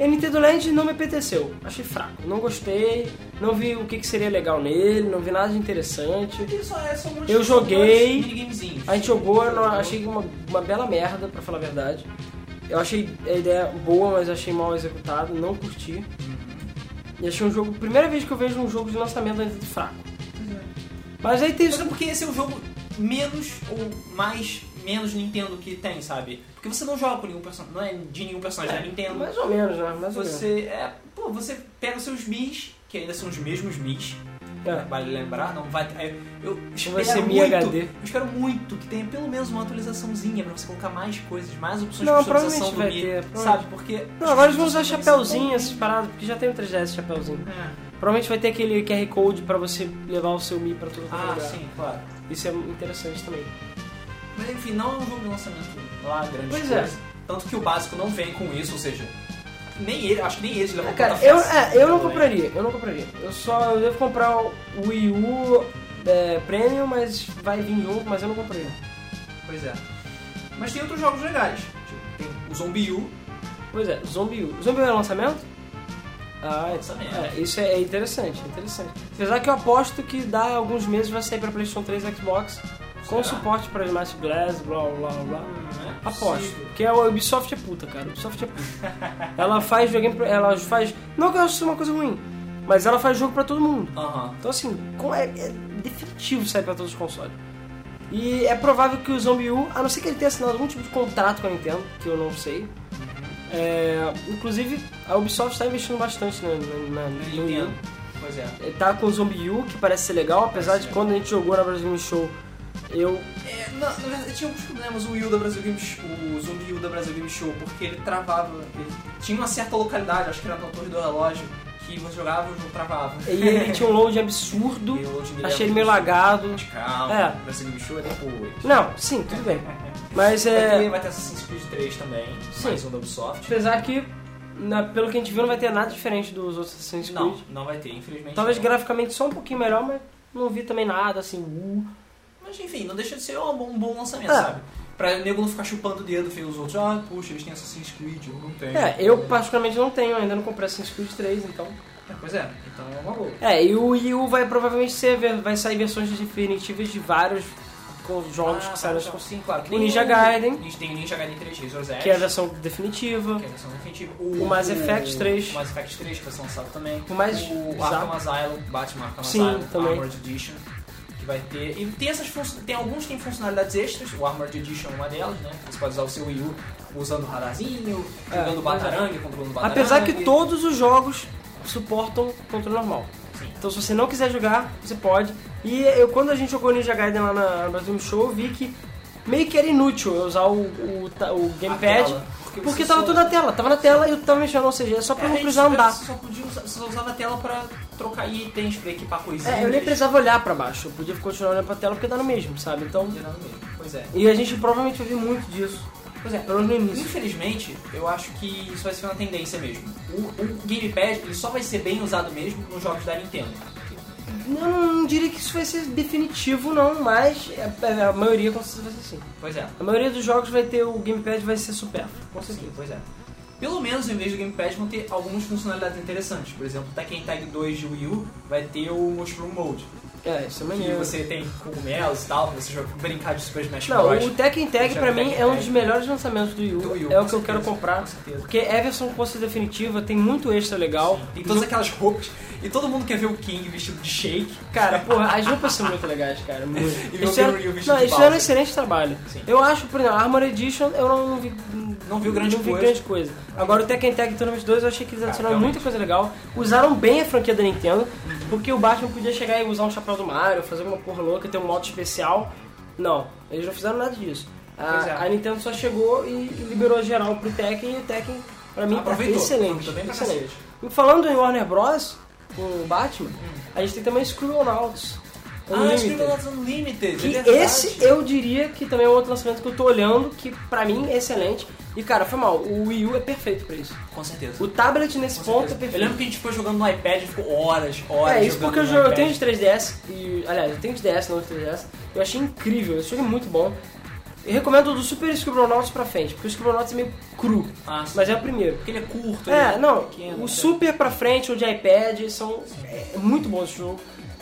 Speaker 2: a Nintendo Land não me apeteceu. Achei fraco. Não gostei, não vi o que, que seria legal nele, não vi nada de interessante.
Speaker 1: Isso é só um monte
Speaker 2: Eu
Speaker 1: de
Speaker 2: joguei,
Speaker 1: minigamezinhos.
Speaker 2: A gente jogou, eu não- achei uma, uma bela merda, pra falar a verdade. Eu achei a ideia boa, mas achei mal executada, não curti. E achei um jogo. Primeira vez que eu vejo um jogo de lançamento da Nintendo fraco. Mas aí tem
Speaker 1: Mas é porque esse é o jogo menos ou mais menos Nintendo que tem, sabe? Porque você não joga com nenhum personagem, não é de nenhum personagem da Nintendo.
Speaker 2: Mais ou menos, né? Mais ou menos.
Speaker 1: você é, pô, você pega os seus Miis, que ainda são os mesmos Miis, né,
Speaker 2: É.
Speaker 1: vale lembrar, não vai eu espero
Speaker 2: vai ser Mi
Speaker 1: é muito,
Speaker 2: HD.
Speaker 1: eu espero muito que tenha pelo menos uma atualizaçãozinha pra você colocar mais coisas, mais opções
Speaker 2: Não,
Speaker 1: de personalização do
Speaker 2: provavelmente
Speaker 1: Mi,
Speaker 2: vai ter, provavelmente.
Speaker 1: sabe? Porque é.
Speaker 2: Não, agora eles vão
Speaker 1: as
Speaker 2: usar
Speaker 1: pessoas
Speaker 2: chapéuzinho, essas paradas, porque já tem o 3DS chapéuzinho.
Speaker 1: também são- É.
Speaker 2: Provavelmente vai ter aquele QR Code pra você levar o seu Mi pra todo
Speaker 1: Ah,
Speaker 2: lugar.
Speaker 1: sim, claro.
Speaker 2: Isso é interessante também.
Speaker 1: Mas enfim, não é um jogo de lançamento lá grande
Speaker 2: Pois
Speaker 1: coisa.
Speaker 2: é.
Speaker 1: Tanto que o básico não vem com isso, ou seja, nem ele, acho que nem eles levam
Speaker 2: É, Cara,
Speaker 1: tanta
Speaker 2: eu,
Speaker 1: festa. né?
Speaker 2: é, eu não compraria, eu não compraria. Eu só eu devo comprar o Wii U é, Premium, mas vai vir jogo, mas eu não compraria.
Speaker 1: Pois é. Mas tem outros jogos legais. Tipo, tem o Zombie U,
Speaker 2: Pois é, Zombie U. Zombie U é lançamento? Ah, é.
Speaker 1: Lançamento.
Speaker 2: é, isso é, é interessante, é interessante. Apesar que eu aposto que dá alguns meses vai sair pra Playstation 3 e Xbox com
Speaker 1: Será?
Speaker 2: suporte pra Smash Glass, blá blá blá.
Speaker 1: Hum, é
Speaker 2: Uhum. Aposto.
Speaker 1: possível.
Speaker 2: Porque a Ubisoft é puta, cara. A Ubisoft é puta. ela faz videogame. pra- Ela faz. Não que eu acho isso uma coisa ruim, mas ela faz jogo pra todo mundo.
Speaker 1: Aham.
Speaker 2: Então assim, com- é, é definitivo sair pra todos os consoles. E é provável que o Zombie U, a não ser que ele tenha assinado algum tipo de contrato com a Nintendo, que eu não sei. é, inclusive, a Ubisoft está investindo bastante na, na, na, no Wii U.
Speaker 1: Nintendo. Pois é.
Speaker 2: É, Tá com o Zombie U, que parece ser legal, apesar
Speaker 1: Parece
Speaker 2: de
Speaker 1: ser.
Speaker 2: quando a gente jogou na Brasil Game Show, eu...
Speaker 1: É, na, na verdade, tinha alguns problemas o Wii U da Brasil Game Show, o Zombie U da Brasil Game Show, porque ele travava. Ele tinha uma certa localidade, acho que era na torre do relógio, que você jogava e o jogo travava.
Speaker 2: E ele tinha um load absurdo,
Speaker 1: E o Loading Levels-
Speaker 2: achei ele meio lagado.
Speaker 1: Calma,
Speaker 2: É.
Speaker 1: Brasil Game Show é depois.
Speaker 2: Não, sim, tudo bem. Mas
Speaker 1: Vai ter,
Speaker 2: é...
Speaker 1: vai ter Assassin's Creed 3 também,
Speaker 2: Sim.
Speaker 1: mais um da Ubisoft.
Speaker 2: Apesar que, na- pelo que a gente viu, não vai ter nada diferente dos outros Assassin's Creed.
Speaker 1: Não, não vai ter, infelizmente.
Speaker 2: Talvez
Speaker 1: não.
Speaker 2: graficamente só um pouquinho melhor, mas não vi também nada assim. Uh.
Speaker 1: Mas enfim, não deixa de ser um bom, um bom lançamento,
Speaker 2: É.
Speaker 1: sabe? Pra nego não ficar chupando o dedo, feio os outros. Ah, puxa, eles têm Assassin's Creed, eu não tenho.
Speaker 2: É, eu particularmente não tenho, ainda não comprei Assassin's Creed 3, então.
Speaker 1: É, Pois é, então é uma boa.
Speaker 2: É, e o Wii U vai provavelmente ser, vai sair versões definitivas de vários co- jogos que saíram. tipo
Speaker 1: então, sim, claro. que
Speaker 2: O
Speaker 1: nem
Speaker 2: Ninja Gaiden.
Speaker 1: Ninja- Tem o Ninja Gaiden 3, Razor's Edge.
Speaker 2: Que é a versão definitiva.
Speaker 1: que é a versão definitiva.
Speaker 2: O Mass Effect 3.
Speaker 1: O Mass Effect 3, que vai ser lançado também.
Speaker 2: O mais-
Speaker 1: o
Speaker 2: já.
Speaker 1: Arkham Asylum, Batman Arkham
Speaker 2: Sim,
Speaker 1: Asylum,
Speaker 2: também.
Speaker 1: Armored Edition, que vai ter... E tem essas funci- tem alguns que tem funcionalidades extras, o Armored Edition é uma delas, né? Você pode usar o seu Wii U usando o radarzinho,
Speaker 2: É,
Speaker 1: jogando o
Speaker 2: pois é.
Speaker 1: Batarangue, controlando o Batarangue.
Speaker 2: Apesar que todos os jogos suportam controle normal.
Speaker 1: Sim.
Speaker 2: Então se você não quiser jogar, você pode. E eu quando a gente jogou Ninja Gaiden lá na no Brasil Show, eu vi que meio que era inútil eu usar o, o, ta- o
Speaker 1: A
Speaker 2: gamepad.
Speaker 1: tela,
Speaker 2: Porque
Speaker 1: você
Speaker 2: tava
Speaker 1: só-
Speaker 2: tudo na tela, tava na tela e eu tava mexendo, ou seja, é só pra
Speaker 1: É,
Speaker 2: não
Speaker 1: a gente
Speaker 2: precisar andar.
Speaker 1: Só podia usar, só usava a tela pra trocar itens, pra equipar coisinhas.
Speaker 2: É, eu nem precisava olhar pra baixo, eu podia continuar olhando pra tela porque dá no mesmo, sabe? Então.
Speaker 1: Gerando mesmo, Pois é.
Speaker 2: E a gente provavelmente vai ver muito disso.
Speaker 1: Pois é,
Speaker 2: Pelo menos no início.
Speaker 1: Infelizmente, eu acho que isso vai ser uma tendência mesmo. O, o Gamepad ele só vai ser bem usado mesmo nos jogos da Nintendo.
Speaker 2: Eu não, não diria que isso vai ser definitivo, não, mas é, a, a maioria com certeza vai ser assim.
Speaker 1: Pois é.
Speaker 2: A maioria dos jogos vai ter o gamepad vai ser supérfluo, com certeza.
Speaker 1: Sim, pois é. Pelo menos em vez do Gamepad vão ter algumas funcionalidades interessantes. Por exemplo, Tekken Tag 2 de Wii U vai ter o Mushroom Mode.
Speaker 2: É, isso é
Speaker 1: Que
Speaker 2: maneiro.
Speaker 1: você tem cogumelos e tal, pra você jogar, brincar de Super Smash
Speaker 2: Não,
Speaker 1: Bros.
Speaker 2: o Tekken Tag
Speaker 1: Já
Speaker 2: pra
Speaker 1: o
Speaker 2: mim
Speaker 1: Tekken
Speaker 2: é um
Speaker 1: Tag.
Speaker 2: dos melhores lançamentos do Wii U.
Speaker 1: Do Wii U,
Speaker 2: é o
Speaker 1: com
Speaker 2: que eu quero
Speaker 1: certeza,
Speaker 2: comprar.
Speaker 1: com certeza.
Speaker 2: Porque é a versão com definitiva, tem muito extra legal. Então,
Speaker 1: Tem todas aquelas roupas. E todo mundo quer ver o King vestido de Shake.
Speaker 2: Cara, porra, as roupas são muito legais, cara. Muito.
Speaker 1: E
Speaker 2: Eles
Speaker 1: o
Speaker 2: fizeram-
Speaker 1: Ryu vestido
Speaker 2: não,
Speaker 1: de
Speaker 2: eles fizeram um
Speaker 1: Bowser.
Speaker 2: excelente trabalho.
Speaker 1: Sim.
Speaker 2: Eu acho, por exemplo, a Armor Edition eu não vi.
Speaker 1: Não viu grande
Speaker 2: não vi
Speaker 1: coisa.
Speaker 2: grande coisa. Agora o Tekken Tag Tournament 2 eu achei que eles
Speaker 1: Ah,
Speaker 2: adicionaram
Speaker 1: realmente.
Speaker 2: muita coisa legal. Usaram bem a franquia da Nintendo, porque o Batman podia chegar e usar um chapéu do Mario, fazer uma porra louca, ter um modo especial. Não, eles não fizeram nada disso.
Speaker 1: Pois
Speaker 2: A,
Speaker 1: é.
Speaker 2: a Nintendo só chegou e liberou geral pro Tekken e o Tekken, pra mim,
Speaker 1: Aproveitou.
Speaker 2: tá excelente.
Speaker 1: Aproveitou bem pra
Speaker 2: excelente.
Speaker 1: cacete.
Speaker 2: E falando em Warner Bros. com o Batman, a gente tem também Scribblenauts.
Speaker 1: Ah,
Speaker 2: Unlimited.
Speaker 1: Scribble Unlimited,
Speaker 2: um Que
Speaker 1: é verdade.
Speaker 2: esse eu diria que também é outro lançamento que eu tô olhando, que pra mim é excelente. E cara, foi mal, o Wii U é perfeito pra isso.
Speaker 1: Com certeza.
Speaker 2: O tablet nesse
Speaker 1: Com
Speaker 2: ponto é
Speaker 1: certeza.
Speaker 2: perfeito.
Speaker 1: Eu lembro que a gente foi jogando no iPad, ficou horas, horas
Speaker 2: É, isso
Speaker 1: jogando
Speaker 2: porque eu,
Speaker 1: no
Speaker 2: jogo, eu
Speaker 1: iPad.
Speaker 2: tenho de 3DS, e, aliás, eu tenho de DS, não de 3DS, eu achei incrível, esse jogo é muito bom. Eu recomendo do Super Scribblenauts pra frente, porque o Scribblenauts é meio cru,
Speaker 1: Ah, sim.
Speaker 2: mas é o primeiro.
Speaker 1: Porque ele é curto. ele
Speaker 2: É, não,
Speaker 1: pequeno,
Speaker 2: o
Speaker 1: né?
Speaker 2: Super pra frente, o de iPad, são é, muito bons esse jogo.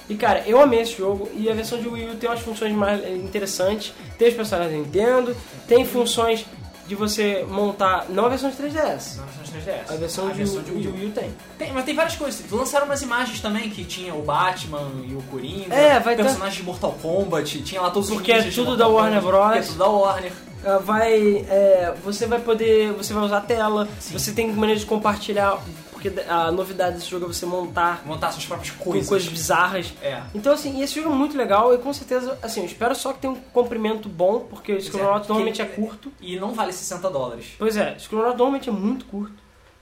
Speaker 2: E cara, eu amei esse jogo, e a versão de Wii U tem umas funções mais é, interessantes, tem os personagens da Nintendo, tem funções de você montar, não a versão de 3DS,
Speaker 1: Não, mas nós temos 10.
Speaker 2: a versão, de,
Speaker 1: de
Speaker 2: de
Speaker 1: Wii U.
Speaker 2: Wii U tem.
Speaker 1: Tem, mas tem várias coisas. Lançaram umas imagens também que tinha o Batman e o Coringa.
Speaker 2: É, vai ter-
Speaker 1: Personagens de Mortal Kombat. Tinha lá todos os
Speaker 2: Porque é
Speaker 1: ninjas de
Speaker 2: tudo
Speaker 1: Mortal
Speaker 2: da Warner
Speaker 1: Kombat, porque
Speaker 2: Bros.
Speaker 1: É tudo da Warner.
Speaker 2: Ah, vai é, você vai poder você vai usar a tela você tem maneira de compartilhar porque a novidade desse jogo é você montar
Speaker 1: Montar suas próprias
Speaker 2: com
Speaker 1: coisas.
Speaker 2: coisas bizarras
Speaker 1: É.
Speaker 2: então assim e esse jogo é muito legal e com certeza assim eu espero só que tenha um comprimento bom porque o Scroll
Speaker 1: que-
Speaker 2: normalmente é curto
Speaker 1: E não vale 60 dólares.
Speaker 2: pois é Scroll normalmente é muito curto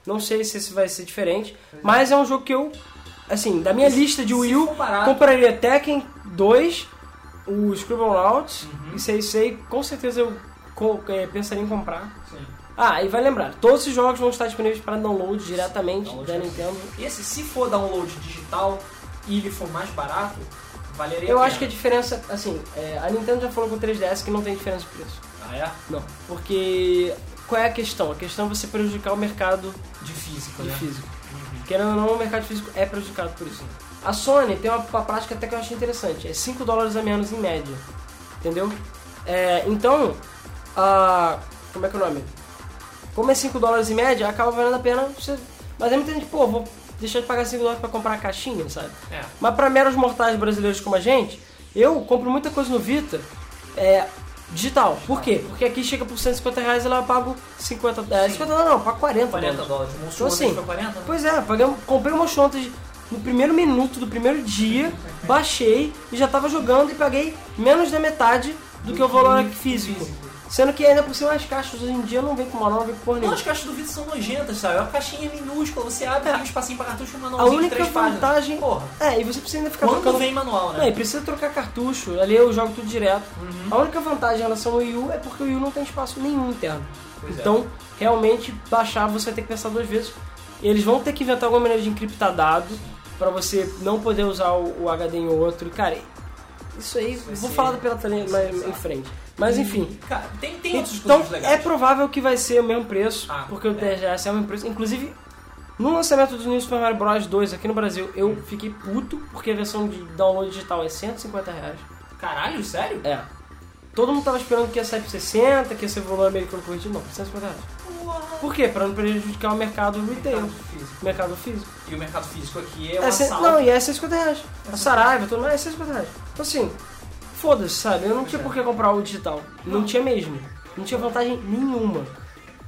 Speaker 2: não sei se esse vai ser diferente mas é um jogo que eu assim da minha
Speaker 1: Se-
Speaker 2: lista de Wii
Speaker 1: Se
Speaker 2: U
Speaker 1: for barato,
Speaker 2: compraria Tekken 2 o Scribblenauts
Speaker 1: Uhum,
Speaker 2: e sei sei com certeza eu co- eh, pensaria em comprar
Speaker 1: sim.
Speaker 2: ah, e vai lembrar, todos os jogos vão estar disponíveis para download diretamente
Speaker 1: Download
Speaker 2: da
Speaker 1: mesmo.
Speaker 2: Nintendo.
Speaker 1: Esse, se for download digital e ele for mais barato, valeria
Speaker 2: Eu
Speaker 1: a
Speaker 2: acho que a diferença, assim, é, a Nintendo já falou com o 3DS que não tem diferença de preço.
Speaker 1: Ah, é?
Speaker 2: Não. Porque qual é a questão? A questão é você prejudicar o mercado
Speaker 1: De físico,
Speaker 2: de
Speaker 1: né?
Speaker 2: físico.
Speaker 1: Uhum.
Speaker 2: Querendo ou não, o mercado físico é prejudicado por isso. A Sony tem uma, uma prática até que eu acho interessante, é 5 dólares a menos em média. Entendeu? É, então, a. Como é que é o nome? Como é 5 dólares em média, acaba valendo a pena você. Mas é muita gente, pô, vou deixar de pagar 5 dólares pra comprar a caixinha, sabe?
Speaker 1: É.
Speaker 2: Mas pra meros mortais brasileiros como a gente, eu compro muita coisa no Vita é, digital. Por quê? Porque aqui chega por 150 reais e lá eu pago 50. É,
Speaker 1: Sim.
Speaker 2: 50 não, não, eu pago 40.
Speaker 1: 40
Speaker 2: dólares.
Speaker 1: dólares. Um então,
Speaker 2: assim,
Speaker 1: foi 40? né?
Speaker 2: Pois é, paguei, um- comprei uma Shontas no primeiro minuto do primeiro dia, baixei e já tava jogando e paguei menos da metade do que o valor físico. Sendo que ainda por cima as caixas hoje em dia não vem com manual, não vem com porra
Speaker 1: Não,
Speaker 2: nenhuma.
Speaker 1: as caixas do vídeo são nojentas, sabe? A caixinha é minúscula, você abre, tem um espacinho pra cartucho e um
Speaker 2: A
Speaker 1: manualzinho de
Speaker 2: única
Speaker 1: três páginas.
Speaker 2: vantagem.
Speaker 1: Porra,
Speaker 2: É, e você precisa ainda ficar
Speaker 1: quando
Speaker 2: trocando.
Speaker 1: vem manual,
Speaker 2: Não,
Speaker 1: né?
Speaker 2: e precisa trocar cartucho, ali eu jogo tudo direto.
Speaker 1: Uhum.
Speaker 2: A única vantagem em relação ao Wii U é porque o Wii U não tem espaço nenhum interno.
Speaker 1: Pois é.
Speaker 2: então, realmente, baixar você vai ter que pensar duas vezes. Eles vão ter que inventar alguma maneira de encriptar dado pra você não poder usar o, o HD em outro. Cara, isso aí,
Speaker 1: Isso vai
Speaker 2: vou
Speaker 1: ser-
Speaker 2: falar do Pirataria
Speaker 1: vai ser
Speaker 2: mais
Speaker 1: bizarro. Uhum.
Speaker 2: em frente. Mas enfim.
Speaker 1: Cara, tem, tem outros
Speaker 2: Então,
Speaker 1: produtos
Speaker 2: é
Speaker 1: legais.
Speaker 2: provável que vai ser o mesmo preço,
Speaker 1: Ah,
Speaker 2: porque o
Speaker 1: é.
Speaker 2: TGS é o mesmo preço. Inclusive, no lançamento do New Super Mario Bros. 2 aqui no Brasil, eu fiquei puto, porque a versão de download digital é 150 reais.
Speaker 1: Caralho, sério?
Speaker 2: É. Todo mundo tava esperando que ia sair por 60, que ia ser volume americano corrigido. Não, 150 reais.
Speaker 1: Uau.
Speaker 2: Por quê? Pra não prejudicar o mercado retail,
Speaker 1: Mercado físico.
Speaker 2: o mercado físico.
Speaker 1: E o mercado físico aqui é
Speaker 2: É
Speaker 1: uma
Speaker 2: cem-
Speaker 1: sala.
Speaker 2: não, e é 150 reais. A Saraiva, tudo mais, é 150 reais. Então assim, foda-se, sabe? Eu não
Speaker 1: Pois
Speaker 2: tinha
Speaker 1: é.
Speaker 2: por que comprar o digital. Não
Speaker 1: Não.
Speaker 2: tinha mesmo. Não tinha vantagem nenhuma.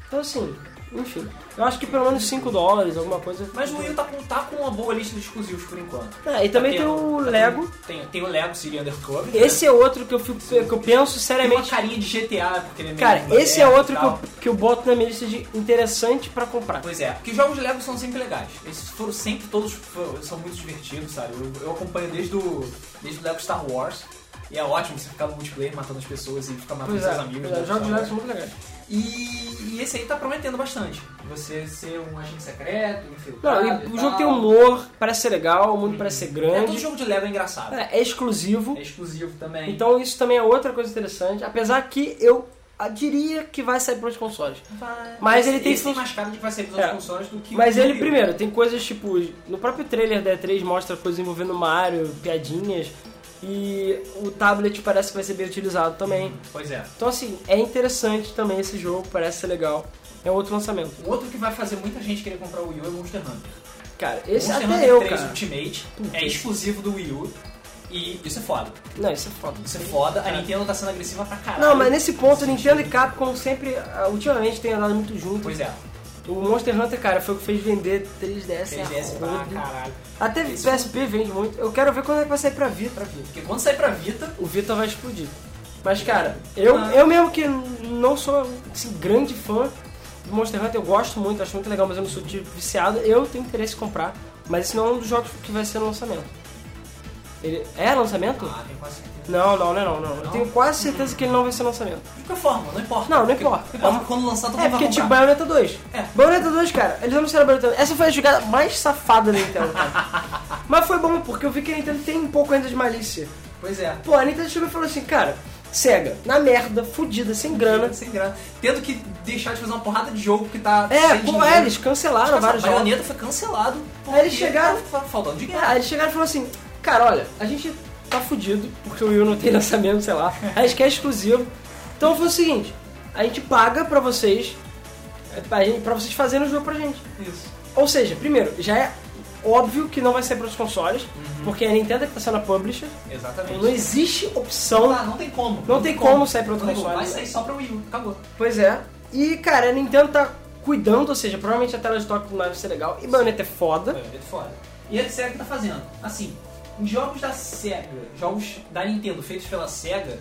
Speaker 2: Então assim, enfim. Eu acho que pelo menos 5 dólares, alguma coisa.
Speaker 1: Mas o Wii U tá com, tá com uma boa lista de exclusivos por enquanto.
Speaker 2: É, e também
Speaker 1: Tá
Speaker 2: tem
Speaker 1: tendo-
Speaker 2: o
Speaker 1: tá
Speaker 2: Lego.
Speaker 1: tendo- Tem, tem o Lego City Undercover.
Speaker 2: Esse é outro que eu, fico, que eu penso
Speaker 1: né? tem uma
Speaker 2: seriamente.
Speaker 1: carinha de GTA, porque ele é meio
Speaker 2: Cara,
Speaker 1: moderno
Speaker 2: esse é
Speaker 1: e
Speaker 2: outro que
Speaker 1: tal.
Speaker 2: eu, que eu boto na minha lista de interessante pra comprar.
Speaker 1: Pois é, porque os jogos de Lego são sempre legais. Esses foram sempre, todos foram- são muito divertidos, sabe? Eu, eu acompanho desde o, desde o Lego Star Wars. E é ótimo você ficar no multiplayer matando as pessoas e ficar matando
Speaker 2: Pois
Speaker 1: seus
Speaker 2: é,
Speaker 1: amigos.
Speaker 2: pois é,
Speaker 1: né,
Speaker 2: jogos de
Speaker 1: sabe?
Speaker 2: Lego são muito legais.
Speaker 1: E, e esse aí tá prometendo bastante. Você ser um agente secreto, um
Speaker 2: Não,
Speaker 1: infiltrado.
Speaker 2: e o
Speaker 1: e
Speaker 2: jogo
Speaker 1: tal.
Speaker 2: tem humor, parece ser legal, o mundo parece ser
Speaker 1: É, todo
Speaker 2: grande,
Speaker 1: jogo de Lego é engraçado.
Speaker 2: é, é exclusivo.
Speaker 1: É exclusivo também.
Speaker 2: Então isso também é outra coisa interessante, apesar que eu ah, diria que vai sair para os consoles.
Speaker 1: Vai.
Speaker 2: Mas ele tem
Speaker 1: Esse
Speaker 2: fun-
Speaker 1: mais cara de que vai ser para
Speaker 2: É.
Speaker 1: os consoles do que
Speaker 2: Mas
Speaker 1: o
Speaker 2: ele
Speaker 1: Wii U.
Speaker 2: primeiro, tem coisas tipo, no próprio trailer da E3 mostra coisas envolvendo Mario, piadinhas, e o tablet parece que vai ser bem utilizado também.
Speaker 1: Pois é.
Speaker 2: Então assim, é interessante também esse jogo, parece ser legal. É outro lançamento.
Speaker 1: Um outro que vai fazer muita gente querer comprar o Wii U é o Monster Hunter.
Speaker 2: Cara, esse
Speaker 1: Monster
Speaker 2: até
Speaker 1: Hunter
Speaker 2: eu,
Speaker 1: 3
Speaker 2: cara.
Speaker 1: Ultimate
Speaker 2: Puta.
Speaker 1: é exclusivo do Wii U. E isso é foda.
Speaker 2: Não, isso é foda.
Speaker 1: Isso é foda. A
Speaker 2: Cara.
Speaker 1: Nintendo tá sendo agressiva pra caralho.
Speaker 2: Não, mas nesse ponto, Nintendo e Capcom sempre, ah, ultimamente, têm andado muito junto.
Speaker 1: é Pois é.
Speaker 2: O Monster Hunter, cara, foi o que fez vender 3DS.
Speaker 1: 3DS
Speaker 2: a
Speaker 1: pra
Speaker 2: rodo.
Speaker 1: caralho.
Speaker 2: Até
Speaker 1: Esse-
Speaker 2: PSP vende muito. Eu quero ver quando é que vai sair pra Vita.
Speaker 1: Porque quando sair pra Vita...
Speaker 2: O Vita vai explodir. Mas, cara, eu,
Speaker 1: Ah.
Speaker 2: eu mesmo que não sou assim, grande fã do Monster Hunter, eu gosto muito, acho muito legal, mas eu não sou tipo viciado, eu tenho interesse em comprar. Mas esse não é um dos jogos que vai ser no lançamento. Ele é lançamento?
Speaker 1: Ah, tenho quase certeza.
Speaker 2: Não, não, não, é não, não. Eu
Speaker 1: Não?
Speaker 2: tenho quase certeza que ele não vai ser lançamento.
Speaker 1: De qualquer forma, não importa.
Speaker 2: Não, não
Speaker 1: Porque-
Speaker 2: importa.
Speaker 1: Não importa, quando lançar, todo mundo
Speaker 2: É, porque
Speaker 1: vai
Speaker 2: tipo,
Speaker 1: comprar.
Speaker 2: Bayonetta 2.
Speaker 1: É.
Speaker 2: Bayonetta 2, cara, eles anunciaram Bayonetta 2. Essa foi a jogada mais safada da Nintendo, cara. Mas foi bom, porque eu vi que a Nintendo tem um pouco ainda de malícia.
Speaker 1: Pois é.
Speaker 2: Pô, a Nintendo chegou e falou assim, cara, cega, na merda, fudida, sem grana.
Speaker 1: Sem grana. Tendo que deixar de fazer uma porrada de jogo que tá
Speaker 2: É,
Speaker 1: sem
Speaker 2: pô,
Speaker 1: dinheiro. Tipo,
Speaker 2: é, eles cancelaram
Speaker 1: Mas
Speaker 2: vários
Speaker 1: A
Speaker 2: jogos.
Speaker 1: baioneta foi cancelado. porque
Speaker 2: Aí eles chegaram-
Speaker 1: tava faltando
Speaker 2: É,
Speaker 1: dinheiro.
Speaker 2: aí eles chegaram e falaram assim, cara, olha, a gente tá fudido, porque o Wii U não tem lançamento, sei lá, a gente quer exclusivo. Então foi o seguinte, a gente paga pra vocês, é, pra, gente- pra vocês fazerem o jogo pra gente.
Speaker 1: Isso.
Speaker 2: Ou seja, primeiro, já é óbvio que não vai ser para os consoles,
Speaker 1: Uhum.
Speaker 2: porque a Nintendo é que tá sendo a publisher,
Speaker 1: Exatamente.
Speaker 2: não existe opção.
Speaker 1: Não, dá, não tem como.
Speaker 2: Não tem como sair pra outro
Speaker 1: Não tem como.
Speaker 2: console.
Speaker 1: Vai sair só pra Wii U. Acabou.
Speaker 2: Pois é. E, cara, a Nintendo tá cuidando, ou seja, provavelmente a tela de toque do Mario vai ser legal, e Bayonetta é foda.
Speaker 1: Bayonetta fora. E a SEGA tá fazendo? Assim, em jogos da SEGA, jogos da Nintendo feitos pela SEGA,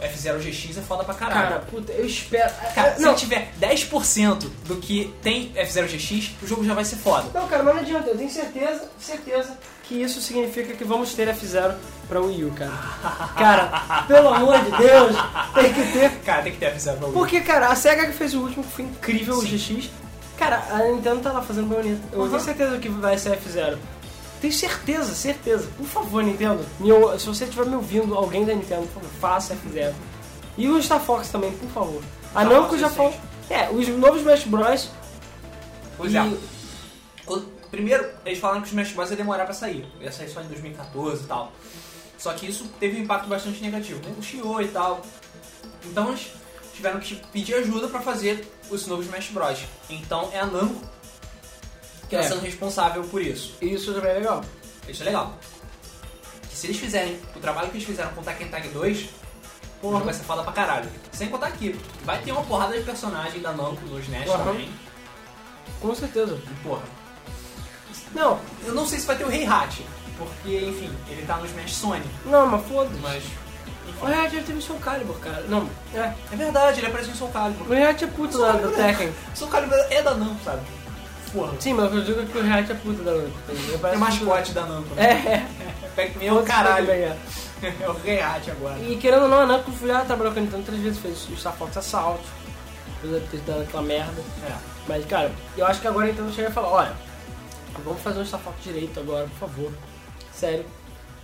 Speaker 1: F-Zero GX é foda pra caralho.
Speaker 2: Cara, puta, eu espero... é,
Speaker 1: Cara,
Speaker 2: não,
Speaker 1: se tiver 10% do que tem F-Zero GX, o jogo já vai ser foda.
Speaker 2: não, cara, mas não adianta, eu tenho certeza, certeza que isso significa que vamos ter F-Zero pra Wii U, cara. Cara, pelo amor de Deus, tem que ter
Speaker 1: Cara, tem que ter F-Zero pra Wii U.
Speaker 2: Porque, cara, a SEGA que fez o último que foi incrível,
Speaker 1: Sim.
Speaker 2: o GX. Cara, a Nintendo tá lá fazendo baioneta. Eu
Speaker 1: Uhum.
Speaker 2: tenho certeza que vai ser F0. Tenho certeza, certeza. Por favor, Nintendo. me ou- se você estiver me ouvindo, alguém da Nintendo, por favor, faça F0. E o Star Fox também, por favor. A
Speaker 1: Star
Speaker 2: Namco
Speaker 1: Fox
Speaker 2: já falou.
Speaker 1: recente.
Speaker 2: É, os novos Smash Bros.
Speaker 1: Pois
Speaker 2: e-
Speaker 1: é. O- Primeiro, eles falaram que os Smash Bros ia demorar pra sair. Ia sair só em 2014 e tal. Só que isso teve um impacto bastante negativo. né? O chiou e tal. Então eles tiveram que pedir ajuda pra fazer os novos Smash Bros. Então é a Namco que tá
Speaker 2: É.
Speaker 1: sendo responsável por isso.
Speaker 2: Isso também é legal.
Speaker 1: Isso é legal. Que se eles fizerem o trabalho que eles fizeram com o Tekken Tag 2, o
Speaker 2: Porra.
Speaker 1: jogo vai ser foda pra caralho. Sem contar que vai ter uma porrada de personagem da Namco nos Smash
Speaker 2: Uhum.
Speaker 1: também.
Speaker 2: Com certeza.
Speaker 1: E porra,
Speaker 2: Não,
Speaker 1: Eu não sei se vai ter o Rei Hat, porque, enfim, ele tá no Smash Sony,
Speaker 2: não, mas foda-se.
Speaker 1: mas.
Speaker 2: O
Speaker 1: enfim.
Speaker 2: React já teve seu Calibur, cara. Não, é.
Speaker 1: É verdade, ele aparece no Soul
Speaker 2: O
Speaker 1: Calibur.
Speaker 2: React é puto da, da Tekken.
Speaker 1: Soul Calibur é da Namco, sabe? Porra.
Speaker 2: Sim, mas eu digo que o React é puto da Namco. Ele
Speaker 1: É
Speaker 2: parece-
Speaker 1: o mascote da Namco. né?
Speaker 2: É, é.
Speaker 1: Pac-Man é o caralho.
Speaker 2: Bem, é.
Speaker 1: É o Rei Hat agora.
Speaker 2: E querendo ou não, a Namco já trabalhou com a Nintendo três vezes, fez o Star Fox Assault, fez a- fez dando aquela merda.
Speaker 1: É.
Speaker 2: Mas, cara, eu acho que agora então, a Nintendo chega e fala, olha, vamos fazer um Star Fox direito agora, por favor. Sério.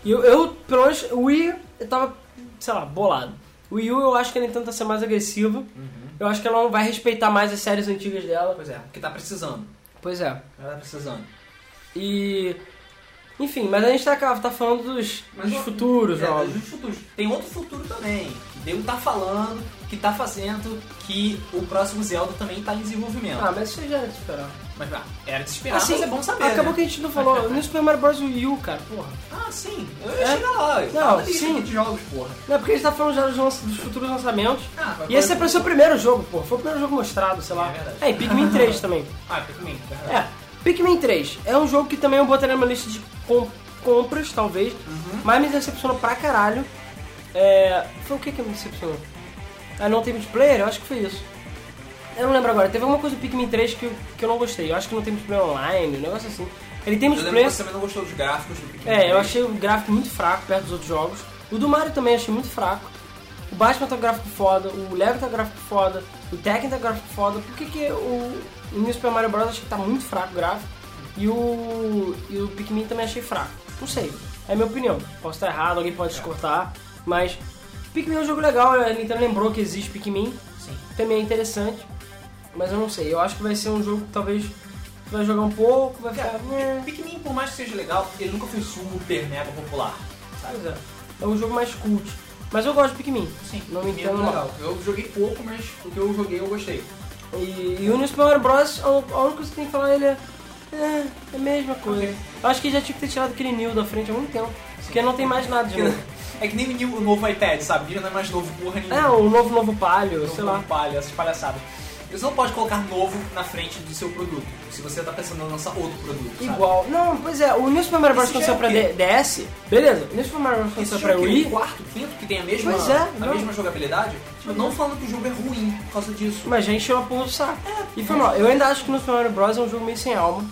Speaker 2: E eu, eu pelo menos, o Wii, eu tava, sei lá, bolado. O Wii U, eu acho que a Nintendo tá sendo mais agressiva. Eu acho que ela não vai respeitar mais as séries antigas dela.
Speaker 1: Uhum. Pois é, porque tá precisando.
Speaker 2: Pois é.
Speaker 1: Ela tá precisando.
Speaker 2: E... Enfim, mas a gente tá, tá falando dos,
Speaker 1: Mas
Speaker 2: dos
Speaker 1: eu-
Speaker 2: futuros
Speaker 1: É,
Speaker 2: jogos.
Speaker 1: dos futuros. Tem outro futuro também. que Deu tá falando, que tá fazendo, que o próximo Zelda também tá em desenvolvimento.
Speaker 2: Ah, mas isso já era de esperar.
Speaker 1: Mas é ah, era de se esperar, mas é bom saber.
Speaker 2: Acabou
Speaker 1: né?
Speaker 2: que a gente não falou. No Super Mario Bros. Wii U, cara, porra.
Speaker 1: Ah, sim. Eu ia
Speaker 2: É?
Speaker 1: chegar lá. Eu
Speaker 2: Não,
Speaker 1: tava na lista
Speaker 2: sim.
Speaker 1: de jogos, porra.
Speaker 2: Não, é porque a gente tá falando já dos, lança- dos futuros lançamentos.
Speaker 1: Ah,
Speaker 2: E esse é pra ser o primeiro jogo, porra. Foi o primeiro jogo mostrado, sei lá.
Speaker 1: É verdade.
Speaker 2: É, e Pikmin 3 também.
Speaker 1: Ah, Pikmin. É.
Speaker 2: É, Pikmin 3 é um jogo que também eu botaria na minha lista de com- compras, talvez.
Speaker 1: Uhum.
Speaker 2: Mas me decepcionou pra caralho. É, Foi o que que me decepcionou? Ah, não tem multiplayer? Eu acho que foi isso. Eu não lembro agora. Teve alguma coisa do Pikmin 3 que, eu- que eu não gostei. Eu acho que não tem multiplayer online, um negócio assim. Ele tem
Speaker 1: Eu lembro que
Speaker 2: multiplayer...
Speaker 1: você também não gostou dos gráficos do Pikmin.
Speaker 2: É, eu
Speaker 1: 3.
Speaker 2: achei o gráfico muito fraco perto dos outros jogos. O do Mario também achei muito fraco. O Batman tá gráfico foda, o Lego tá gráfico foda, o Tekken tá gráfico foda. Por que que o o New Super Mario Bros. acho que tá muito fraco o gráfico? E o, e o Pikmin também achei fraco. Não sei, é a minha opinião. Posso estar errado, alguém pode descortar, mas... Pikmin é um jogo legal, a Nintendo lembrou que existe Pikmin,
Speaker 1: Sim.
Speaker 2: também é interessante, mas eu não sei. Eu acho que vai ser um jogo que talvez tu vai jogar um pouco, vai ficar...
Speaker 1: Cara,
Speaker 2: "Né".
Speaker 1: Pikmin, por mais que seja legal, ele nunca foi um super mega né, popular. Sabe?
Speaker 2: Pois é. É um jogo mais cult. Mas eu gosto de Pikmin.
Speaker 1: Sim,
Speaker 2: Não me
Speaker 1: Pikmin é
Speaker 2: entendo mal.
Speaker 1: legal. Eu joguei pouco, mas o que eu joguei eu gostei.
Speaker 2: E, e o New Super Mario Bros. A un- a única coisa que tem que falar ele é. É, é a mesma coisa.
Speaker 1: Ok.
Speaker 2: Eu acho que já tinha que ter tirado aquele New da frente há muito tempo. Porque não tem mais nada de novo.
Speaker 1: É que nem o new- o novo iPad, sabe? Ele não é mais novo porra nenhuma.
Speaker 2: É, o novo novo palio,
Speaker 1: Não
Speaker 2: sei lá.
Speaker 1: como Palha, essas palhaçadas. Você não pode colocar novo na frente do seu produto, se você tá pensando em lançar outro produto, sabe?
Speaker 2: Igual. Não, pois é, o New Super Mario Bros.
Speaker 1: Esse
Speaker 2: quando
Speaker 1: já
Speaker 2: saiu
Speaker 1: é
Speaker 2: pra
Speaker 1: o quê?
Speaker 2: D- DS, beleza. O New Super Mario Bros. quando
Speaker 1: Esse
Speaker 2: saiu
Speaker 1: jogo que
Speaker 2: pra
Speaker 1: é o
Speaker 2: Wii,
Speaker 1: quarto, quinto, que tem a mesma,
Speaker 2: Pois é,
Speaker 1: a
Speaker 2: não.
Speaker 1: mesma jogabilidade. Tipo, não falando que o jogo é ruim por causa disso.
Speaker 2: mas já encheu a porra do saco.
Speaker 1: É,
Speaker 2: E foi mal. Eu ainda acho que o New Super Mario Bros. é um jogo meio sem alma.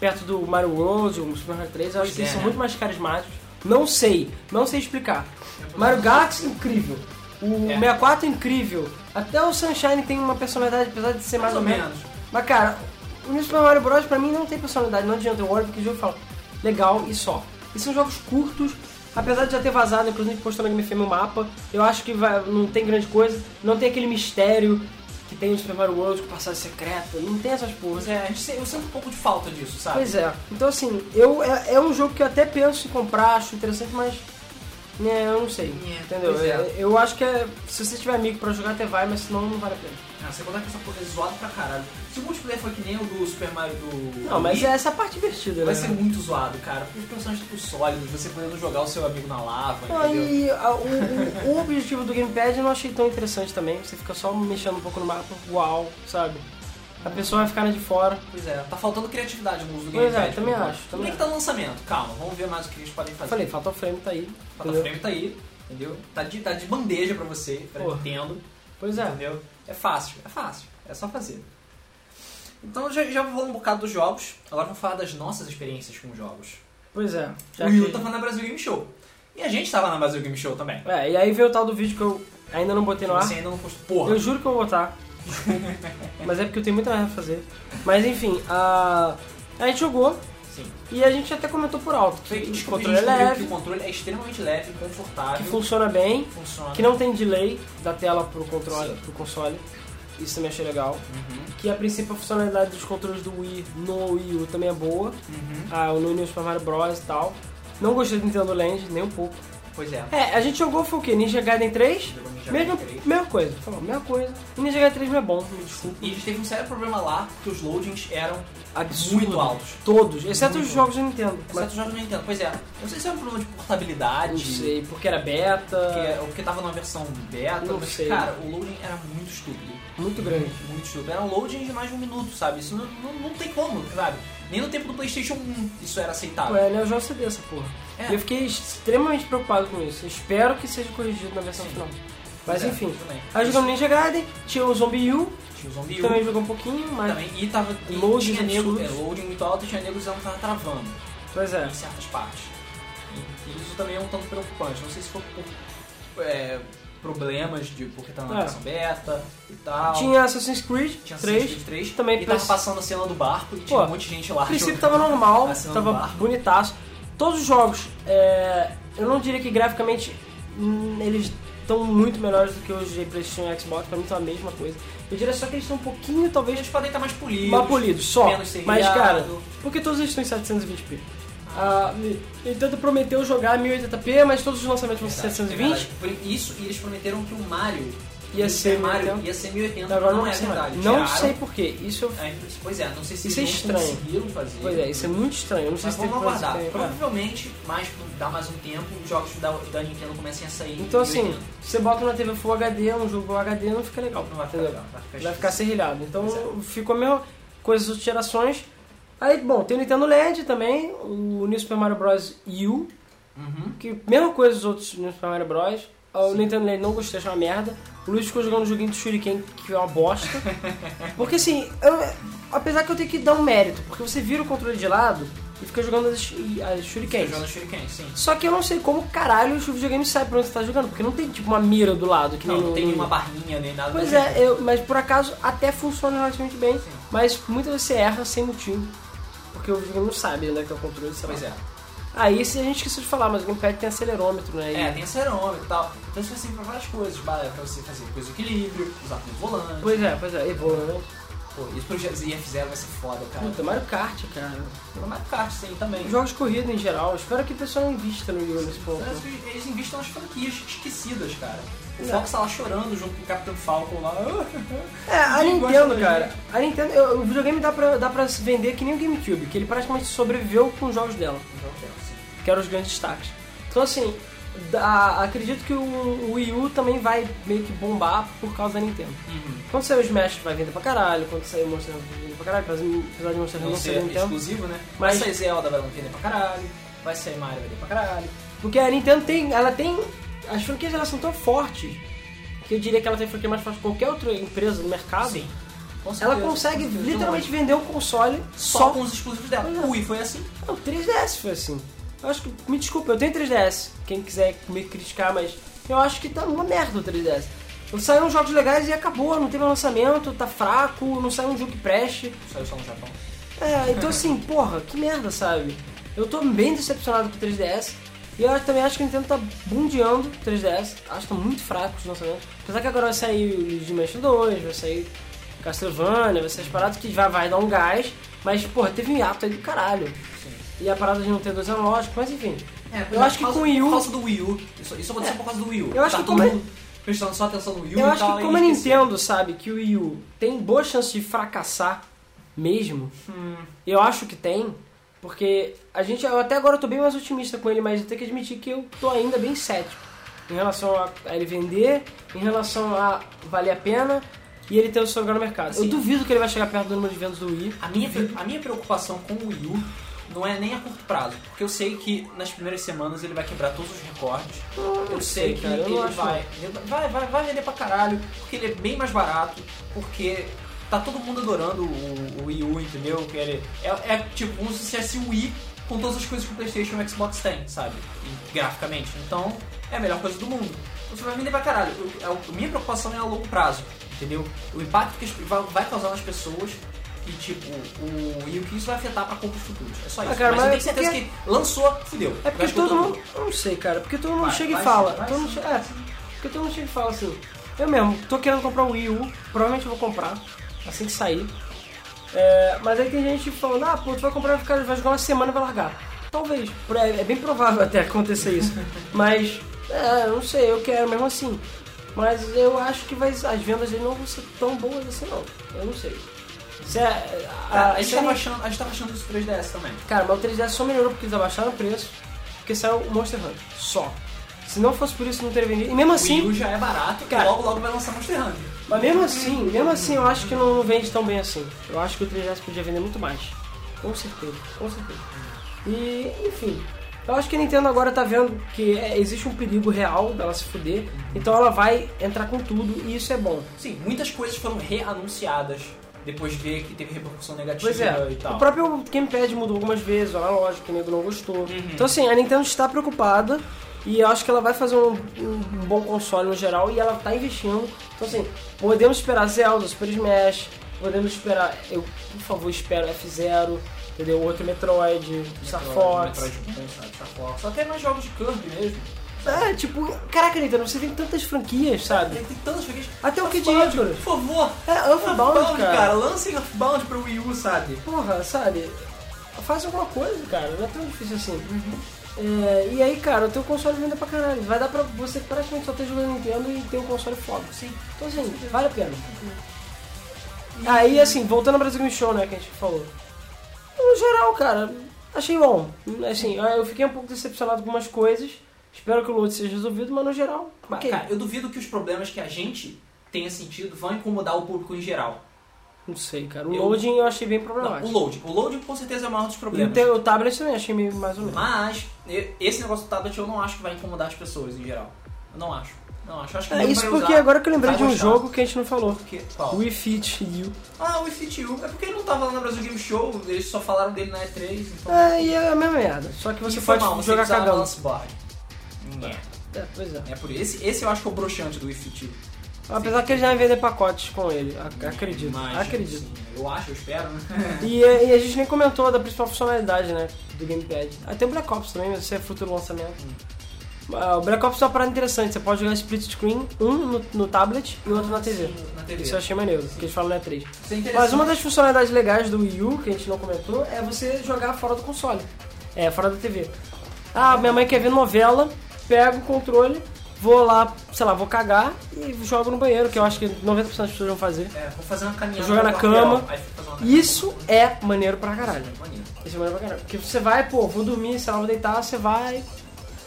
Speaker 2: Perto do Mario World, o Super Mario 3, eu acho
Speaker 1: Pois
Speaker 2: que eles
Speaker 1: é,
Speaker 2: são
Speaker 1: né?
Speaker 2: muito mais carismáticos. Não sei, não sei explicar. Mario Galaxy, incrível. O
Speaker 1: É.
Speaker 2: 64, incrível. Até o Sunshine tem uma personalidade, apesar de ser mais,
Speaker 1: Mais ou menos.
Speaker 2: Mas, cara, o New Super Mario Bros. pra mim não tem personalidade, não adianta. Eu olho porque o jogo fala legal e só. E são jogos curtos, apesar de já ter vazado, inclusive postou na Game FM o mapa. Eu acho que vai- não tem grande coisa, não tem aquele mistério que tem no Super Mario World com passagem secreta, não tem essas porras.
Speaker 1: Pois é, a gente se- eu sinto um pouco de falta disso, sabe?
Speaker 2: Pois é. Então, assim, eu, é, é um jogo que eu até penso em comprar, acho interessante, mas. Né, eu não sei.
Speaker 1: É,
Speaker 2: entendeu?
Speaker 1: pois é.
Speaker 2: Eu acho que é, se você tiver amigo pra jogar, até vai, mas senão não vale a pena.
Speaker 1: Ah, você contar que essa porra é zoada pra caralho. Se o multiplayer for que nem o do Super Mario do.
Speaker 2: Não,
Speaker 1: do
Speaker 2: mas
Speaker 1: Wii,
Speaker 2: é essa parte divertida,
Speaker 1: Vai
Speaker 2: né?
Speaker 1: ser muito zoado, cara. Porque os personagens tipo sólidos, você podendo jogar o seu amigo na lava,
Speaker 2: Não,
Speaker 1: entendeu?
Speaker 2: e a- o, o- o objetivo do gamepad eu não achei tão interessante também. Você fica só mexendo um pouco no mapa, uau, sabe? A pessoa vai ficar na de fora.
Speaker 1: Pois é, tá faltando criatividade no uso do
Speaker 2: Pois é,
Speaker 1: gamepad.
Speaker 2: também
Speaker 1: por
Speaker 2: acho,
Speaker 1: enquanto. Tudo
Speaker 2: também
Speaker 1: bem que tá no lançamento, calma, vamos ver mais o que eles podem
Speaker 2: Eu
Speaker 1: fazer.
Speaker 2: falei, Fatal Frame tá aí.
Speaker 1: Fatal
Speaker 2: entendeu?
Speaker 1: Frame tá aí, entendeu? Tá de, tá de bandeja pra você, pra
Speaker 2: Pô.
Speaker 1: Nintendo,
Speaker 2: Pois é.
Speaker 1: entendeu? É fácil, é fácil, é só fazer. Então já, já falou um bocado dos jogos, agora vamos falar das nossas experiências com os jogos.
Speaker 2: Pois é. Já
Speaker 1: o Will tá
Speaker 2: que-
Speaker 1: tava na Brasil Game Show. E a gente tava na Brasil Game Show também.
Speaker 2: É, e aí veio o tal do vídeo que eu ainda não botei no ar.
Speaker 1: Você ainda não postou. Porra,
Speaker 2: Eu juro que eu vou botar. Mas é porque eu tenho muita merda a fazer. Mas enfim, a... a gente jogou
Speaker 1: sim.
Speaker 2: e a gente até comentou por alto
Speaker 1: Foi
Speaker 2: que
Speaker 1: que
Speaker 2: o
Speaker 1: descobri-
Speaker 2: controle é
Speaker 1: descobriu que
Speaker 2: leve,
Speaker 1: o controle é extremamente leve, confortável,
Speaker 2: que funciona bem,
Speaker 1: funciona.
Speaker 2: que não tem delay da tela pro controle,
Speaker 1: Sim.
Speaker 2: pro console. Isso também achei legal.
Speaker 1: Uhum,
Speaker 2: Que a principal funcionalidade dos controles do Wii no Wii U também é boa.
Speaker 1: uhum.
Speaker 2: Ah, no New Super Mario Bros e tal. Não gostei do Nintendo Land, nem um pouco.
Speaker 1: Pois é.
Speaker 2: É, a gente jogou foi o quê? Ninja Gaiden 3?
Speaker 1: Jogou Ninja
Speaker 2: Mesma,
Speaker 1: Gaiden 3.
Speaker 2: mesma coisa, falou, mesma coisa. E Ninja Gaiden 3 não é bom, me desculpa.
Speaker 1: E a gente teve um sério problema lá, porque os loadings eram
Speaker 2: Absurdo.
Speaker 1: muito altos.
Speaker 2: Todos, exceto
Speaker 1: Muito.
Speaker 2: os jogos do Nintendo.
Speaker 1: Exceto os jogos do Nintendo. Pois é. Eu não sei se é um problema de portabilidade,
Speaker 2: não sei, porque era beta,
Speaker 1: porque, ou porque tava numa versão beta,
Speaker 2: Não
Speaker 1: mas
Speaker 2: sei.
Speaker 1: cara, o loading era muito estúpido.
Speaker 2: é muito grande.
Speaker 1: Muito estúpido. Era um loading de mais de um minuto, sabe? Isso não, não, não tem como, sabe? Nem no tempo do PlayStation 1 isso era aceitável.
Speaker 2: Ué, né, o jogo CD essa porra.
Speaker 1: Ah. É.
Speaker 2: E eu fiquei extremamente preocupado com isso. Espero que seja corrigido na versão
Speaker 1: Sim.
Speaker 2: final. Mas
Speaker 1: É,
Speaker 2: enfim,
Speaker 1: também.
Speaker 2: aí jogamos Ninja Gaiden, tinha o Zombie U,
Speaker 1: Tinha o Zombie U.
Speaker 2: também jogou um pouquinho, mas...
Speaker 1: Também, e tava. E
Speaker 2: Loading
Speaker 1: tinha nego, é,
Speaker 2: absurdos.
Speaker 1: loading muito alto e tinha nego que tava travando
Speaker 2: Pois é.
Speaker 1: em certas partes. E, e isso também é um tanto preocupante. Não sei se foi por é, problemas de porque tá na
Speaker 2: É.
Speaker 1: versão beta e tal.
Speaker 2: Tinha Assassin's Creed
Speaker 1: Tinha
Speaker 2: 3,
Speaker 1: 3
Speaker 2: também
Speaker 1: E tava
Speaker 2: pres-
Speaker 1: passando a cena do barco e tinha
Speaker 2: Pô,
Speaker 1: um monte de gente lá.
Speaker 2: A princípio
Speaker 1: jogando.
Speaker 2: tava normal,
Speaker 1: Assinando
Speaker 2: tava
Speaker 1: um barco.
Speaker 2: bonitaço. Todos os jogos, é, eu não diria que graficamente hum, eles estão muito melhores do que os de PlayStation e Xbox, pra mim tá a mesma coisa. Eu diria só que eles estão um pouquinho, talvez,
Speaker 1: Eles podem estar mais polidos.
Speaker 2: mais polidos, só.
Speaker 1: menos seriado.
Speaker 2: Mas, cara, porque todos eles estão em 720p. Ah, Nintendo prometeu jogar 1080p, mas todos os lançamentos vão ser
Speaker 1: Verdade,
Speaker 2: 720.
Speaker 1: verdade. Isso, e eles prometeram que o Mario
Speaker 2: Ia
Speaker 1: o
Speaker 2: ser
Speaker 1: Mario
Speaker 2: 1080.
Speaker 1: ia ser 1080.
Speaker 2: Agora
Speaker 1: não,
Speaker 2: não,
Speaker 1: é
Speaker 2: sei mais.
Speaker 1: verdade.
Speaker 2: Não
Speaker 1: tiraram.
Speaker 2: sei porquê. Isso eu...
Speaker 1: É, Pois é, não sei se
Speaker 2: Isso
Speaker 1: eles
Speaker 2: é
Speaker 1: não
Speaker 2: estranho.
Speaker 1: conseguiram fazer.
Speaker 2: Pois é, isso é muito estranho. Eu não sei
Speaker 1: Mas
Speaker 2: se tem
Speaker 1: vamos
Speaker 2: coisa
Speaker 1: aguardar.
Speaker 2: estranha. É.
Speaker 1: Provavelmente, mais, dá mais um tempo, os jogos da, da Nintendo comecem a sair.
Speaker 2: Então
Speaker 1: em
Speaker 2: assim,
Speaker 1: 1080.
Speaker 2: você bota na TV Full HD, um jogo HD não fica legal.
Speaker 1: não vai ficar
Speaker 2: entendeu?
Speaker 1: legal, vai ficar
Speaker 2: Vai ficar
Speaker 1: esquisito.
Speaker 2: serrilhado. Então
Speaker 1: Pois é.
Speaker 2: ficou a mesma coisa das outras gerações. Aí, bom, tem o Nintendo LED também, o New Super Mario Bros. U,
Speaker 1: Uhum.
Speaker 2: que mesma coisa dos outros New Super Mario Bros. O
Speaker 1: Sim.
Speaker 2: Nintendo LED não gostei, achei uma merda. O Luiz ficou jogando um joguinho de Shuriken, que é uma bosta. porque assim, eu- apesar que eu tenho que dar um mérito, porque você vira o controle de lado e fica jogando as, as
Speaker 1: Tá
Speaker 2: Shurikens.
Speaker 1: jogando Shuriken, sim.
Speaker 2: Só que eu não sei como caralho o videogame sabe pra onde você tá jogando, porque não tem tipo uma mira do lado que
Speaker 1: Não,
Speaker 2: nem
Speaker 1: não
Speaker 2: no-
Speaker 1: tem
Speaker 2: no-
Speaker 1: nenhuma barrinha nem nada.
Speaker 2: Pois
Speaker 1: do
Speaker 2: é, eu- mas por acaso até funciona relativamente bem,
Speaker 1: Sim.
Speaker 2: mas muitas vezes você erra sem motivo, porque o videogame não sabe onde é que tá o controle, sei lá.
Speaker 1: Pois é.
Speaker 2: Aí se a gente esqueceu de falar, mas o gamepad tem acelerômetro, né?
Speaker 1: É, tem cerômetro e tal. Então você serve pra várias coisas. ba- Pra você fazer coisa de equilíbrio, usar como volante.
Speaker 2: Pois é, pois é, evolui.
Speaker 1: Pô, isso pro IF0 vai ser foda, né, cara.
Speaker 2: Puta, Mario Kart, cara.
Speaker 1: Pro Mario Kart tem também.
Speaker 2: Jogos de corrida em geral, espero que o pessoal invista no Yu nesse ponto.
Speaker 1: Mas Eles investem nas franquias esquecidas, cara. O
Speaker 2: É.
Speaker 1: Fox tá lá chorando junto com o Capitão Falcon lá. Ah,
Speaker 2: É, a
Speaker 1: Ninguém gosta
Speaker 2: Nintendo,
Speaker 1: da
Speaker 2: cara. A Nintendo, eu- o videogame dá pra, dá pra se vender que nem o GameCube, que ele praticamente sobreviveu com os jogos dela.
Speaker 1: é
Speaker 2: que eram os grandes destaques. Então, assim, da- acredito que o, o Wii U também vai meio que bombar por causa da Nintendo.
Speaker 1: Uhum.
Speaker 2: Quando sair o Smash vai vender pra caralho, quando sair o Monster Hunter vai vender pra caralho, apesar- apesar de Monster Hunter
Speaker 1: Não
Speaker 2: não ser da
Speaker 1: Então, ser
Speaker 2: Nintendo.
Speaker 1: exclusivo, né? Vai
Speaker 2: Mas-
Speaker 1: sair Zelda, vai vender pra caralho. Vai sair Mario, vai vender pra caralho.
Speaker 2: Porque a Nintendo tem, ela tem, as franquias elas são tão fortes, que eu diria que ela tem a franquia mais forte que qualquer outra empresa no mercado.
Speaker 1: Sim. Com certeza,
Speaker 2: Ela consegue
Speaker 1: com certeza,
Speaker 2: literalmente vender um console
Speaker 1: só
Speaker 2: só
Speaker 1: com os exclusivos dela. O Wii foi assim.
Speaker 2: Não, O 3DS foi assim. Eu acho que. Me desculpa, eu tenho 3DS. Quem quiser me criticar, mas eu acho que tá uma merda o 3DS. Saíram jogos legais e acabou, não teve lançamento, tá fraco, não saiu um jogo que preste.
Speaker 1: Saiu só no Japão.
Speaker 2: É, então assim, porra, que merda, sabe? Eu tô bem decepcionado com o 3DS. E eu também acho que o Nintendo tá bundeando o 3DS. Acho que tá muito fraco os lançamentos. Apesar que agora vai sair o Luigi's Mansion 2, vai sair Castlevania, vai sair as paradas que vai, vai dar um gás. Mas, porra, teve um hiato aí do caralho.
Speaker 1: Sim.
Speaker 2: E a parada de não ter dois analógicos, mas enfim.
Speaker 1: É,
Speaker 2: Eu acho que
Speaker 1: por
Speaker 2: com o
Speaker 1: causa-
Speaker 2: Wii U-
Speaker 1: Por causa do Wii U. Isso, isso aconteceu por causa do Wii U.
Speaker 2: Eu acho
Speaker 1: tá
Speaker 2: que como-
Speaker 1: todo mundo prestando só atenção no Wii U
Speaker 2: Eu
Speaker 1: e é
Speaker 2: acho
Speaker 1: tal,
Speaker 2: que
Speaker 1: e
Speaker 2: como a
Speaker 1: esqueceu.
Speaker 2: Nintendo sabe que o Wii U tem boa chance de fracassar mesmo,
Speaker 1: Hum.
Speaker 2: eu acho que tem, porque a gente eu até agora eu tô bem mais otimista com ele, mas eu tenho que admitir que eu tô ainda bem cético em relação a, a ele vender, em relação a valer a pena e ele ter o seu lugar no mercado.
Speaker 1: Sim.
Speaker 2: Eu duvido que ele vai chegar perto do número de vendas do Wii.
Speaker 1: A minha, a minha preocupação com o Wii U não é nem a curto prazo, porque eu sei que nas primeiras semanas ele vai quebrar todos os recordes. Eu sei que
Speaker 2: cara, Ah, eu não
Speaker 1: ele
Speaker 2: acho
Speaker 1: vai, ele vai, vai, vai vender pra caralho, porque ele é bem mais barato, porque tá todo mundo adorando o, o Wii U, entendeu? Que ele é, é tipo como se fosse o Wii com todas as coisas que o Playstation e o Xbox tem, sabe? E graficamente. Então, é a melhor coisa do mundo. Você vai vender pra caralho. Eu- a- a minha preocupação é a longo prazo, entendeu? O impacto que as- vai, vai causar nas pessoas e tipo, o, e o que isso vai afetar pra compras futuras. É só
Speaker 2: Ah,
Speaker 1: isso.
Speaker 2: cara,
Speaker 1: mas, eu
Speaker 2: mas
Speaker 1: tenho certeza
Speaker 2: porque-
Speaker 1: que lançou, fudeu.
Speaker 2: É porque
Speaker 1: Vai
Speaker 2: todo
Speaker 1: explodir.
Speaker 2: mundo. Eu não sei, cara. Porque todo mundo
Speaker 1: Vai,
Speaker 2: chega e
Speaker 1: vai
Speaker 2: fala.
Speaker 1: sim, vai
Speaker 2: todo mundo
Speaker 1: sim,
Speaker 2: chega-
Speaker 1: vai
Speaker 2: é, porque todo mundo chega e fala assim. Eu mesmo, tô querendo comprar um Wii U. Provavelmente eu vou comprar assim que sair. É, mas aí tem gente falando: ah, pô, tu vai comprar e vai, ficar, vai jogar uma semana e vai largar. Talvez. por aí, É bem provável até acontecer isso. mas, é, eu não sei. Eu quero mesmo assim. Mas eu acho que vai- as vendas dele não vão ser tão boas assim, não. Eu não sei. Se a, é a,
Speaker 1: Cara, Ah, a, gente
Speaker 2: se
Speaker 1: tava
Speaker 2: a-
Speaker 1: achando, a gente tava achando isso 3DS também.
Speaker 2: Cara, mas o 3DS só melhorou porque eles abaixaram o preço, porque saiu o Monster Hunter. Só. Se não fosse por isso, não teria vendido. E mesmo
Speaker 1: O Wii
Speaker 2: assim,
Speaker 1: U já é barato
Speaker 2: Cara.
Speaker 1: e logo logo vai lançar Monster Hunter.
Speaker 2: mas mesmo assim, mesmo assim, eu acho que não vende tão bem assim. Eu acho que o 3DS podia vender muito mais. Com certeza, com certeza. E, enfim. Eu acho que a Nintendo agora tá vendo que é, existe um perigo real dela se fuder, então ela vai entrar com tudo e isso é bom.
Speaker 1: Sim, muitas coisas foram reanunciadas depois de ver que teve repercussão negativa
Speaker 2: Pois é,
Speaker 1: e tal.
Speaker 2: o próprio Gamepad mudou algumas vezes, o analógico, que o nego não gostou.
Speaker 1: Uhum.
Speaker 2: Então assim, a Nintendo está preocupada e eu acho que ela vai fazer um, um bom console no geral e ela está investindo. Então assim, podemos esperar Zelda, Super Smash, podemos esperar, eu por favor espero F0, entendeu? Outro Metroid, Star
Speaker 1: Metroid,
Speaker 2: Fox.
Speaker 1: Metroid Prime, sabe? Star Fox. Até mais jogos de Kirby mesmo.
Speaker 2: É, tipo, caraca Nintendo, você tem tantas franquias, sabe?
Speaker 1: Tem tem tantas franquias.
Speaker 2: Até o Kid
Speaker 1: Earth,
Speaker 2: Icarus.
Speaker 1: Por favor.
Speaker 2: É, Earthbound,
Speaker 1: Earthbound,
Speaker 2: cara.
Speaker 1: Lancem Earthbound pro Wii U, sabe?
Speaker 2: Porra, sabe? Faz alguma coisa, cara. Não é tão difícil assim. É, e aí, cara, o teu console vende pra caralho. Vai dar pra você praticamente só ter jogando Nintendo e ter um console foda.
Speaker 1: Sim.
Speaker 2: Então, assim, vale a pena. Aí, assim, voltando ao Brasil Game Show, né, que a gente falou. No geral, cara, achei bom. Assim, eu fiquei um pouco decepcionado com algumas coisas. Espero que o load seja resolvido, mas no geral, ok.
Speaker 1: Cara, eu duvido que os problemas que a gente tenha sentido vão incomodar o público em geral.
Speaker 2: Não sei, cara. O
Speaker 1: Eu-
Speaker 2: loading eu achei bem
Speaker 1: Não, o
Speaker 2: problemável.
Speaker 1: load. O load com certeza é o maior dos
Speaker 2: E o,
Speaker 1: problemas.
Speaker 2: teu, o tablet também achei meio mais ou menos.
Speaker 1: Mas e- esse negócio do tablet eu não acho que vai incomodar as pessoas em geral. Eu não acho. Não acho. Acho que
Speaker 2: É
Speaker 1: nego
Speaker 2: isso
Speaker 1: vai
Speaker 2: porque
Speaker 1: usar,
Speaker 2: agora que eu lembrei
Speaker 1: vai
Speaker 2: de um
Speaker 1: gostar.
Speaker 2: jogo que a gente não falou.
Speaker 1: Porque, qual?
Speaker 2: Wii Fit U.
Speaker 1: Ah, o Fit U. É porque ele não tava lá no Brasil Game Show, eles só falaram dele na E3, então.
Speaker 2: É, e é a mesma merda. Só que você
Speaker 1: E foi
Speaker 2: pode
Speaker 1: é mal, você
Speaker 2: jogar
Speaker 1: usava
Speaker 2: cagão.
Speaker 1: balance board.
Speaker 2: É, pois é.
Speaker 1: É por esse, esse eu acho que é o broxante do Wii Fit U.
Speaker 2: Apesar que eles já vender pacotes com ele. ac- Acredito.
Speaker 1: Mas,
Speaker 2: Acredito.
Speaker 1: assim, eu acho, eu espero, né?
Speaker 2: E, é, e a gente nem comentou da principal funcionalidade, né? Do Gamepad. Ah, tem o Black Ops também, mas isso é futuro lançamento.
Speaker 1: Hum.
Speaker 2: Ah, o Black Ops é uma parada interessante. Você pode jogar split screen, um no, no tablet e outro na TV.
Speaker 1: Na TV.
Speaker 2: Isso eu achei maneiro, porque eles falam na E3.
Speaker 1: Isso é interessante.
Speaker 2: Mas uma das funcionalidades legais do Wii U, que a gente não comentou, é você jogar fora do console. É, fora da TV. Ah, minha mãe quer ver novela, pego o controle, vou lá, sei lá, vou cagar e jogo no banheiro, que eu acho que 90% das pessoas vão fazer.
Speaker 1: É, vou fazer uma caminhada.
Speaker 2: Jogar
Speaker 1: no
Speaker 2: na
Speaker 1: quartel,
Speaker 2: cama.
Speaker 1: aí fui fazer uma caminhada.
Speaker 2: Isso é maneiro pra caralho.
Speaker 1: É maneiro.
Speaker 2: Isso é maneiro pra caralho. Porque você vai, pô, vou dormir, sei lá, vou deitar, você vai.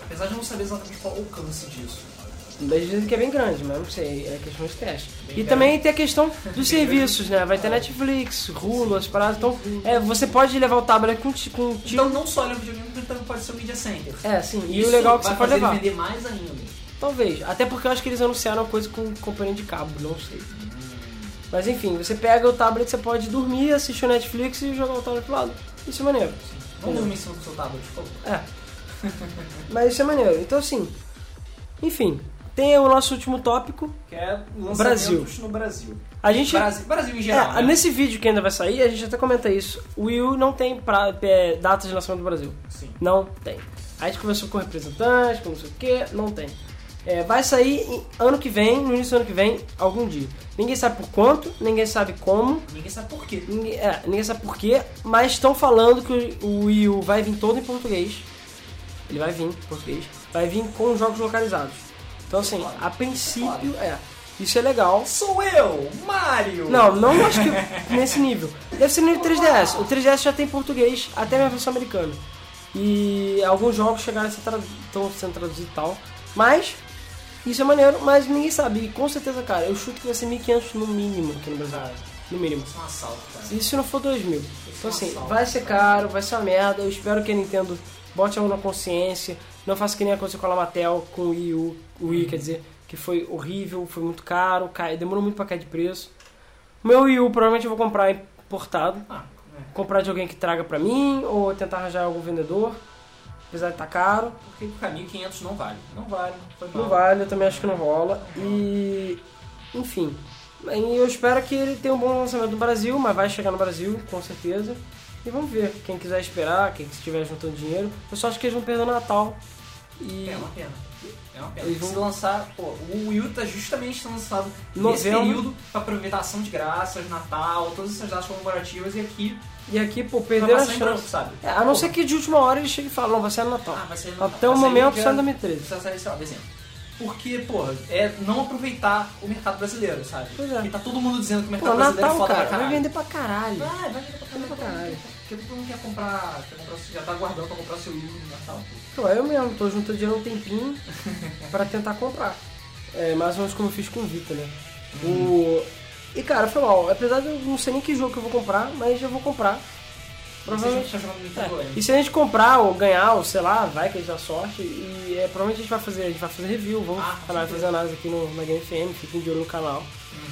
Speaker 1: Apesar de eu não saber exatamente qual é o alcance disso.
Speaker 2: Eles dizem que é bem grande, mas não sei, é questão de teste.
Speaker 1: Bem
Speaker 2: E
Speaker 1: grande.
Speaker 2: também tem a questão dos serviços, né? Vai ter Netflix, Hulu, as paradas. Então, é, você pode levar o tablet com, ti- com ti-
Speaker 1: Então não só ele é um videogame, mas também pode ser um media center.
Speaker 2: É, sim. E
Speaker 1: Isso
Speaker 2: o legal é que
Speaker 1: vai
Speaker 2: você pode
Speaker 1: fazer ele
Speaker 2: levar.
Speaker 1: vender mais ainda.
Speaker 2: Talvez. Até porque eu acho que eles anunciaram coisa com componente de cabo, não sei. Mas enfim, você pega o tablet, você pode dormir, assistir o Netflix e jogar o tablet pro lado. Isso é maneiro.
Speaker 1: Não dormir em cima do seu tablet, por favor.
Speaker 2: É. Mas isso é maneiro. Então, assim, enfim, tem o nosso último tópico.
Speaker 1: Que é lançamentos
Speaker 2: Brasil.
Speaker 1: no Brasil.
Speaker 2: A gente.
Speaker 1: Brasil. Brasil em
Speaker 2: É,
Speaker 1: geral. né?
Speaker 2: nesse vídeo que ainda vai sair, a gente até comenta isso. O Wii U não tem pra, é, data de lançamento do Brasil.
Speaker 1: Sim.
Speaker 2: Não tem. Aí a gente conversou com representantes, com não sei o que, não tem. É, vai sair em- ano que vem, no início do ano que vem, algum dia. Ninguém sabe por quanto, ninguém sabe como,
Speaker 1: Ninguém sabe por quê.
Speaker 2: ninguém, é, ninguém sabe por quê, mas estão falando que o o Wii U vai vir todo em português. Ele vai vir em português. Vai vir com jogos localizados. Então assim, a princípio é. Isso é legal.
Speaker 1: Sou eu, Mario!
Speaker 2: Não, não acho que nesse nível. Deve ser no nível 3DS. O 3DS já tem português, até na versão americana. E alguns jogos chegaram a ser tradu- estão sendo traduzidos e tal. Mas, isso é maneiro, mas ninguém sabe. E com certeza, cara, eu chuto que vai ser 1.500 no mínimo aqui no Brasil. No mínimo.
Speaker 1: Isso é um assalto, cara.
Speaker 2: E se não for 2.000? Então assim, vai ser caro, vai ser uma merda. Eu espero que a Nintendo bote a mão na consciência. Não faça que nem aconteceu com a Lamatel, com o Wii U. O Wii, quer dizer, que foi horrível, foi muito caro, cai, demorou muito pra cair de preço. O meu Wii U provavelmente eu vou comprar importado.
Speaker 1: Ah, é.
Speaker 2: Comprar de alguém que traga pra mim, ou tentar arranjar algum vendedor. Apesar de estar caro.
Speaker 1: Porque o caminho 500 não vale. Não vale, foi mal.
Speaker 2: Não vale, eu também acho que não rola. E. Enfim. E eu espero que ele tenha um bom lançamento no Brasil, mas vai chegar no Brasil, com certeza. E vamos ver. Quem quiser esperar, quem estiver juntando dinheiro. Eu só acho que eles vão perder o Natal. E.
Speaker 1: É uma pena. É uma pena.
Speaker 2: Eles
Speaker 1: Eles
Speaker 2: vão-
Speaker 1: vão lançar. Pô, o Wii U tá justamente sendo lançado nesse
Speaker 2: Novembro.
Speaker 1: período pra aproveitar a ação de graças, Natal, todas essas datas comemorativas e aqui
Speaker 2: E aqui, pô,
Speaker 1: vai
Speaker 2: perderam a
Speaker 1: passar em branco,
Speaker 2: chance.
Speaker 1: sabe?
Speaker 2: É, a não ser que de última hora eles cheguem e falem, não, vai ser no Natal.
Speaker 1: Ah, vai ser no Natal.
Speaker 2: Até o
Speaker 1: Vai sair
Speaker 2: momento,
Speaker 1: dia-
Speaker 2: só em 2013.
Speaker 1: Precisa sair, sei lá, dezembro. Porque, porra, é não aproveitar o mercado brasileiro, sabe?
Speaker 2: Pois é.
Speaker 1: Porque tá todo mundo dizendo que o mercado
Speaker 2: Pô,
Speaker 1: brasileiro é
Speaker 2: Natal,
Speaker 1: foda
Speaker 2: cara,
Speaker 1: pra
Speaker 2: vai
Speaker 1: caralho.
Speaker 2: vender pra caralho.
Speaker 1: Ah, vai vender pra
Speaker 2: Vender pra caralho.
Speaker 1: caralho. Porque todo mundo quer comprar, quer comprar, já tá guardando pra comprar seu Wii né, U no Natal. pô.
Speaker 2: Pô, eu mesmo, tô juntando dinheiro há um tempinho pra tentar comprar. É, mais ou menos como eu fiz com o Vita, né? O... E cara, foi mal, apesar de eu não sei nem que jogo que eu vou comprar, mas eu vou comprar.
Speaker 1: Provavelmente
Speaker 2: Provavelmente.
Speaker 1: tá jogando Nintendo
Speaker 2: É.
Speaker 1: ainda.
Speaker 2: E se a gente comprar ou ganhar, ou sei lá, vai que a gente dá sorte. E é, provavelmente a gente vai fazer, a gente vai fazer review, vamos
Speaker 1: Ah, com
Speaker 2: analisar- fazer análise aqui no, na Game FM, fiquem de olho no canal.
Speaker 1: Uhum.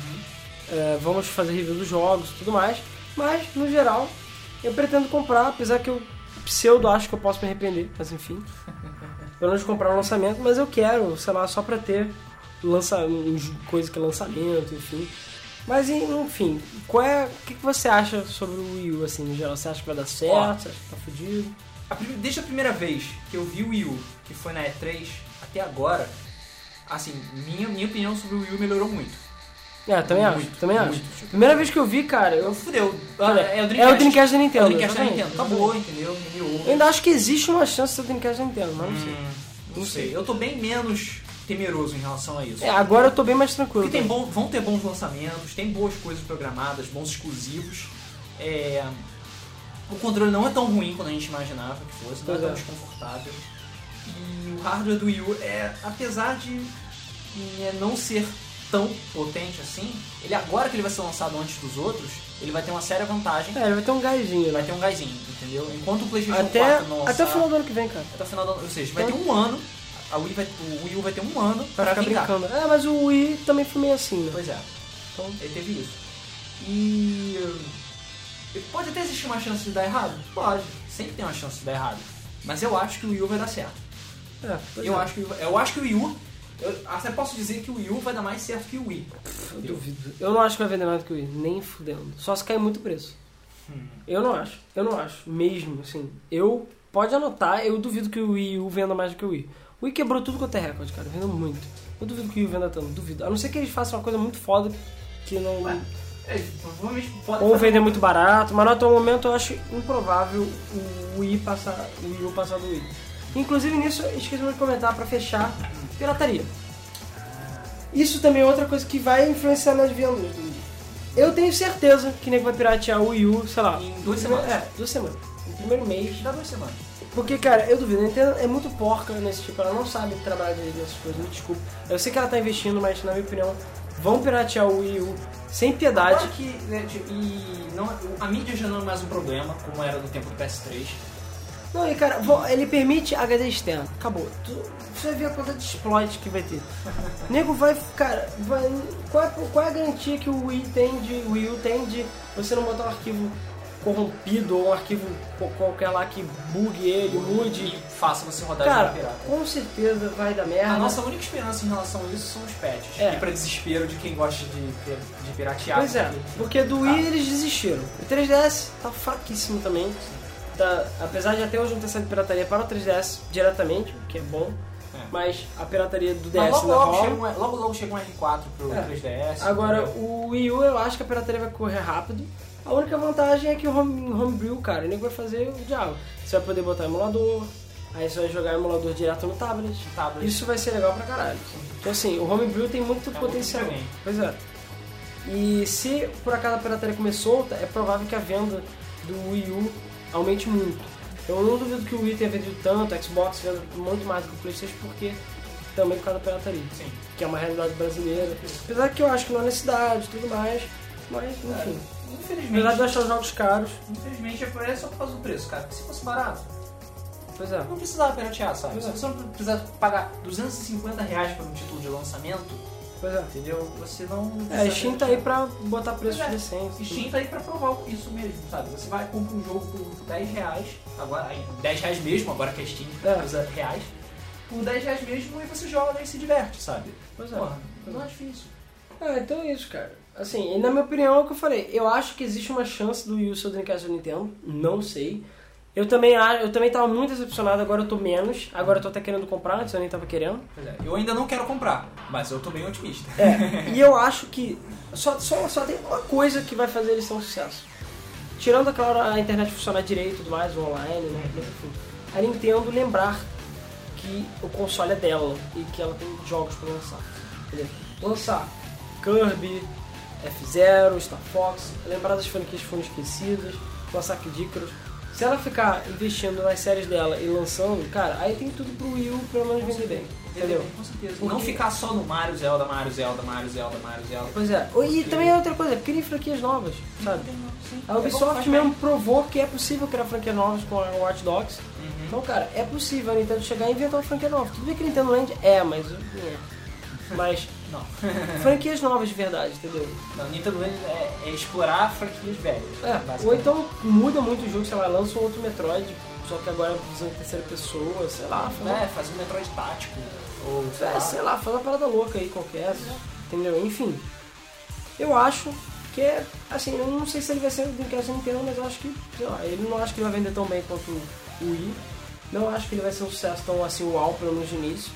Speaker 2: É, vamos fazer review dos jogos e tudo mais. Mas, no geral, eu pretendo comprar, apesar que eu pseudo acho que eu posso me arrepender, mas enfim. Pelo menos comprar o lançamento, mas eu quero, sei lá, só pra ter lança, um j- coisa que é lançamento, enfim. Mas enfim, qual é. O que, que você acha sobre o Wii U, assim, no geral? Você acha que vai dar certo?
Speaker 1: Ó.
Speaker 2: Você acha que tá fudido?
Speaker 1: A prim- Desde a primeira vez que eu vi o Wii U, que foi na E3, até agora, assim, minha, minha opinião sobre o Wii U melhorou muito.
Speaker 2: É, também acho,
Speaker 1: Muito,
Speaker 2: também
Speaker 1: muito,
Speaker 2: acho.
Speaker 1: tipo.
Speaker 2: Primeira vez que eu vi, cara, eu.
Speaker 1: Fudeu.
Speaker 2: Cara,
Speaker 1: é o
Speaker 2: É o Dreamcast da
Speaker 1: É
Speaker 2: Nintendo.
Speaker 1: o Dreamcast da
Speaker 2: exatamente.
Speaker 1: Nintendo. Acabou, entendeu? Entendeu?
Speaker 2: Eu ainda acho que existe uma chance de ser o Dreamcast da Nintendo, mas não sei.
Speaker 1: Hum, não sei. Eu tô bem menos temeroso em relação a isso.
Speaker 2: É, agora eu tô bem mais tranquilo.
Speaker 1: Porque tem
Speaker 2: cara.
Speaker 1: bom, vão ter bons lançamentos, tem boas coisas programadas, bons exclusivos. É, o controle não é tão ruim quanto a gente imaginava que fosse, não é
Speaker 2: Pois é.
Speaker 1: tão desconfortável. E o hardware do Wii U é, apesar de é, não ser tão potente assim, ele agora que ele vai ser lançado antes dos outros, ele vai ter uma séria vantagem,
Speaker 2: É, ele vai ter um gásinho,
Speaker 1: vai
Speaker 2: né?
Speaker 1: ter um gásinho, entendeu? Enquanto o PlayStation
Speaker 2: Até,
Speaker 1: 4 não
Speaker 2: até o
Speaker 1: lançar-
Speaker 2: final do ano que vem, cara.
Speaker 1: até o final do ano, ou seja, vai ter um ano, a Wii vai, o Wii U vai ter um ano
Speaker 2: Vai
Speaker 1: pra
Speaker 2: ficar
Speaker 1: vingar.
Speaker 2: brincando. É, mas o Wii também foi meio assim, né?
Speaker 1: Pois é.
Speaker 2: Então,
Speaker 1: Ele teve isso. E. eh, Pode até existir uma chance de dar errado? Pode. Sempre tem uma chance de dar errado. Mas eu acho que o Wii U vai dar certo.
Speaker 2: é, pois
Speaker 1: Eu
Speaker 2: é.
Speaker 1: acho, que, o Wii- eu acho que o Wii U. Eu até posso dizer que o Wii U vai dar mais certo que o Wii.
Speaker 2: Eu duvido. Eu não acho que vai vender mais do que o Wii, nem fudendo. Só se cair muito o preço.
Speaker 1: Hum.
Speaker 2: Eu não acho, eu não acho, mesmo, assim. Eu, pode anotar, eu duvido que o Wii U venda mais do que o Wii. O Wii quebrou tudo quanto é recorde, cara, vendeu muito. Eu duvido que o Wii venda tanto, duvido. A não ser que eles façam uma coisa muito foda que não...
Speaker 1: Ué, É, provavelmente pode.
Speaker 2: Ou vender muito barato, mas no atual momento eu acho improvável o Wii passar, o Wii U passar do Wii. Inclusive nisso, esquecemos de comentar pra fechar, pirataria. Isso também é outra coisa que vai influenciar nas vendas do Wii. Eu tenho certeza que nego vai piratear o Wii U, sei lá.
Speaker 1: Em duas
Speaker 2: no
Speaker 1: semanas.
Speaker 2: primeiro- É, duas semanas. No primeiro mês.
Speaker 1: Dá duas semanas.
Speaker 2: Porque, cara, eu duvido, a Nintendo é muito porca nesse tipo, ela não sabe trabalhar direito nessas coisas, me desculpa. Eu sei que ela tá investindo, mas na minha opinião, vão piratear o Wii U sem piedade.
Speaker 1: Claro que, né, tipo, e não, a mídia já não é mais um problema, como era no tempo do PS3.
Speaker 2: Não, e cara, vo- ele permite HD externo. Acabou. Tu, você vai ver a quantidade de exploit que vai ter. Nego vai. Cara, vai, qual, é, qual é a garantia que o Wii tem de. O Wii U tem de você não botar um arquivo corrompido ou um arquivo co- qualquer lá que bugue ele, mude.
Speaker 1: E faça você rodar
Speaker 2: Cara,
Speaker 1: de pirata.
Speaker 2: com certeza vai dar merda.
Speaker 1: Tá A nossa única esperança em relação a isso são os patches.
Speaker 2: É.
Speaker 1: E pra desespero de quem gosta de, de, de piratear.
Speaker 2: Pois é,
Speaker 1: porque-
Speaker 2: porque do
Speaker 1: Tá.
Speaker 2: Wii eles desistiram. O 3DS tá fraquíssimo também. Tá, apesar de até hoje não ter saído pirataria para o 3DS diretamente, o que é bom,
Speaker 1: É.
Speaker 2: mas a pirataria do DS
Speaker 1: Mas logo
Speaker 2: ainda
Speaker 1: logo,
Speaker 2: rola.
Speaker 1: chega um, logo logo chega um R4 pro
Speaker 2: É.
Speaker 1: 3DS.
Speaker 2: Agora,
Speaker 1: entendeu?
Speaker 2: o Wii U eu acho que a pirataria vai correr rápido. A única vantagem é que o home, homebrew, cara, ele vai fazer o diabo. Você vai poder botar emulador, aí você vai jogar emulador direto no tablet.
Speaker 1: tablet.
Speaker 2: Isso vai ser legal pra caralho. Então assim, o homebrew tem muito
Speaker 1: É muito
Speaker 2: potencial.
Speaker 1: diferente.
Speaker 2: pois é. E se por acaso a pirataria comer solta, é provável que a venda do Wii U aumente muito. Então, Eu não duvido que o Wii tenha vendido tanto, a Xbox venda muito mais do que o Playstation, porque também por causa da pirataria
Speaker 1: Sim.
Speaker 2: que é uma realidade brasileira. Apesar que eu acho que não é necessidade e tudo mais, mas enfim. Apesar de eu
Speaker 1: Infelizmente,
Speaker 2: achar os jogos caros,
Speaker 1: infelizmente é só por causa do preço, cara. Porque se fosse barato,
Speaker 2: pois é.
Speaker 1: não precisava piratear, sabe?
Speaker 2: Pois é.
Speaker 1: Se você não precisar pagar 250 reais por um título de lançamento,
Speaker 2: Pois é.
Speaker 1: entendeu? Você não.
Speaker 2: É, a Steam tá aí
Speaker 1: piratear.
Speaker 2: pra botar preços
Speaker 1: Pois é.
Speaker 2: decentes.
Speaker 1: Steam tá aí pra provar isso mesmo, sabe? Você vai comprar um jogo por 10 reais, agora, aí, 10 reais mesmo, agora que a Steam
Speaker 2: É.
Speaker 1: usa reais, por 10 reais mesmo e você joga né, e se diverte, sabe?
Speaker 2: Pois é.
Speaker 1: Porra, não é difícil.
Speaker 2: Ah, então é isso, cara. Assim, e na minha opinião é o que eu falei. Eu acho que existe uma chance do Wii U ser o Dreamcast do Nintendo. Não sei. Eu também, a- eu também tava muito decepcionado, agora eu tô menos. Agora eu tô até querendo comprar, antes eu nem tava querendo.
Speaker 1: Pois é, eu ainda não quero comprar, mas eu tô bem otimista.
Speaker 2: É, e eu acho que só, só, só tem uma coisa que vai fazer ele ser um sucesso. Tirando, é claro, a internet funcionar direito e tudo mais, o online, né? enfim. A Nintendo lembrar que o console é dela e que ela tem jogos pra lançar. Entendeu? Lançar Kirby, F-Zero, Star Fox, lembrar das franquias que foram esquecidas, lançar Kid Icarus. Se ela ficar investindo nas séries dela e lançando, cara, aí tem tudo pro Wii U pelo menos vender bem. Entendeu?
Speaker 1: Com certeza.
Speaker 2: Porque-
Speaker 1: Não ficar só no Mario, Zelda, Mario, Zelda, Mario, Zelda, Mario, Zelda.
Speaker 2: Pois é. E também é outra coisa, criem franquias novas, sabe? A Ubisoft mesmo provou que é possível criar franquias novas com a Watch Dogs.
Speaker 1: Uhum.
Speaker 2: Então, cara, é possível a Nintendo chegar e inventar uma franquia nova. Tudo bem que Nintendo Land é, mas... é. Mas
Speaker 1: Não.
Speaker 2: franquias novas de verdade, entendeu?
Speaker 1: Não, Nintendo Land é, é explorar franquias velhas.
Speaker 2: É, ou
Speaker 1: basicamente.
Speaker 2: então muda muito o jogo, sei lá, lança um outro Metroid, só que agora é visão em terceira pessoa, sei lá. faz uma-
Speaker 1: É, fazer um Metroid tático. Ou sei
Speaker 2: né? É,
Speaker 1: lá.
Speaker 2: sei lá, faz uma parada louca aí qualquer, entendeu? Enfim, eu acho que é, assim, eu não sei se ele vai ser o Dreamcast inteiro, mas eu acho que, sei lá, ele não acho que ele vai vender tão bem quanto o Wii. Não acho que ele vai ser um sucesso tão assim, uau, pelo menos de início.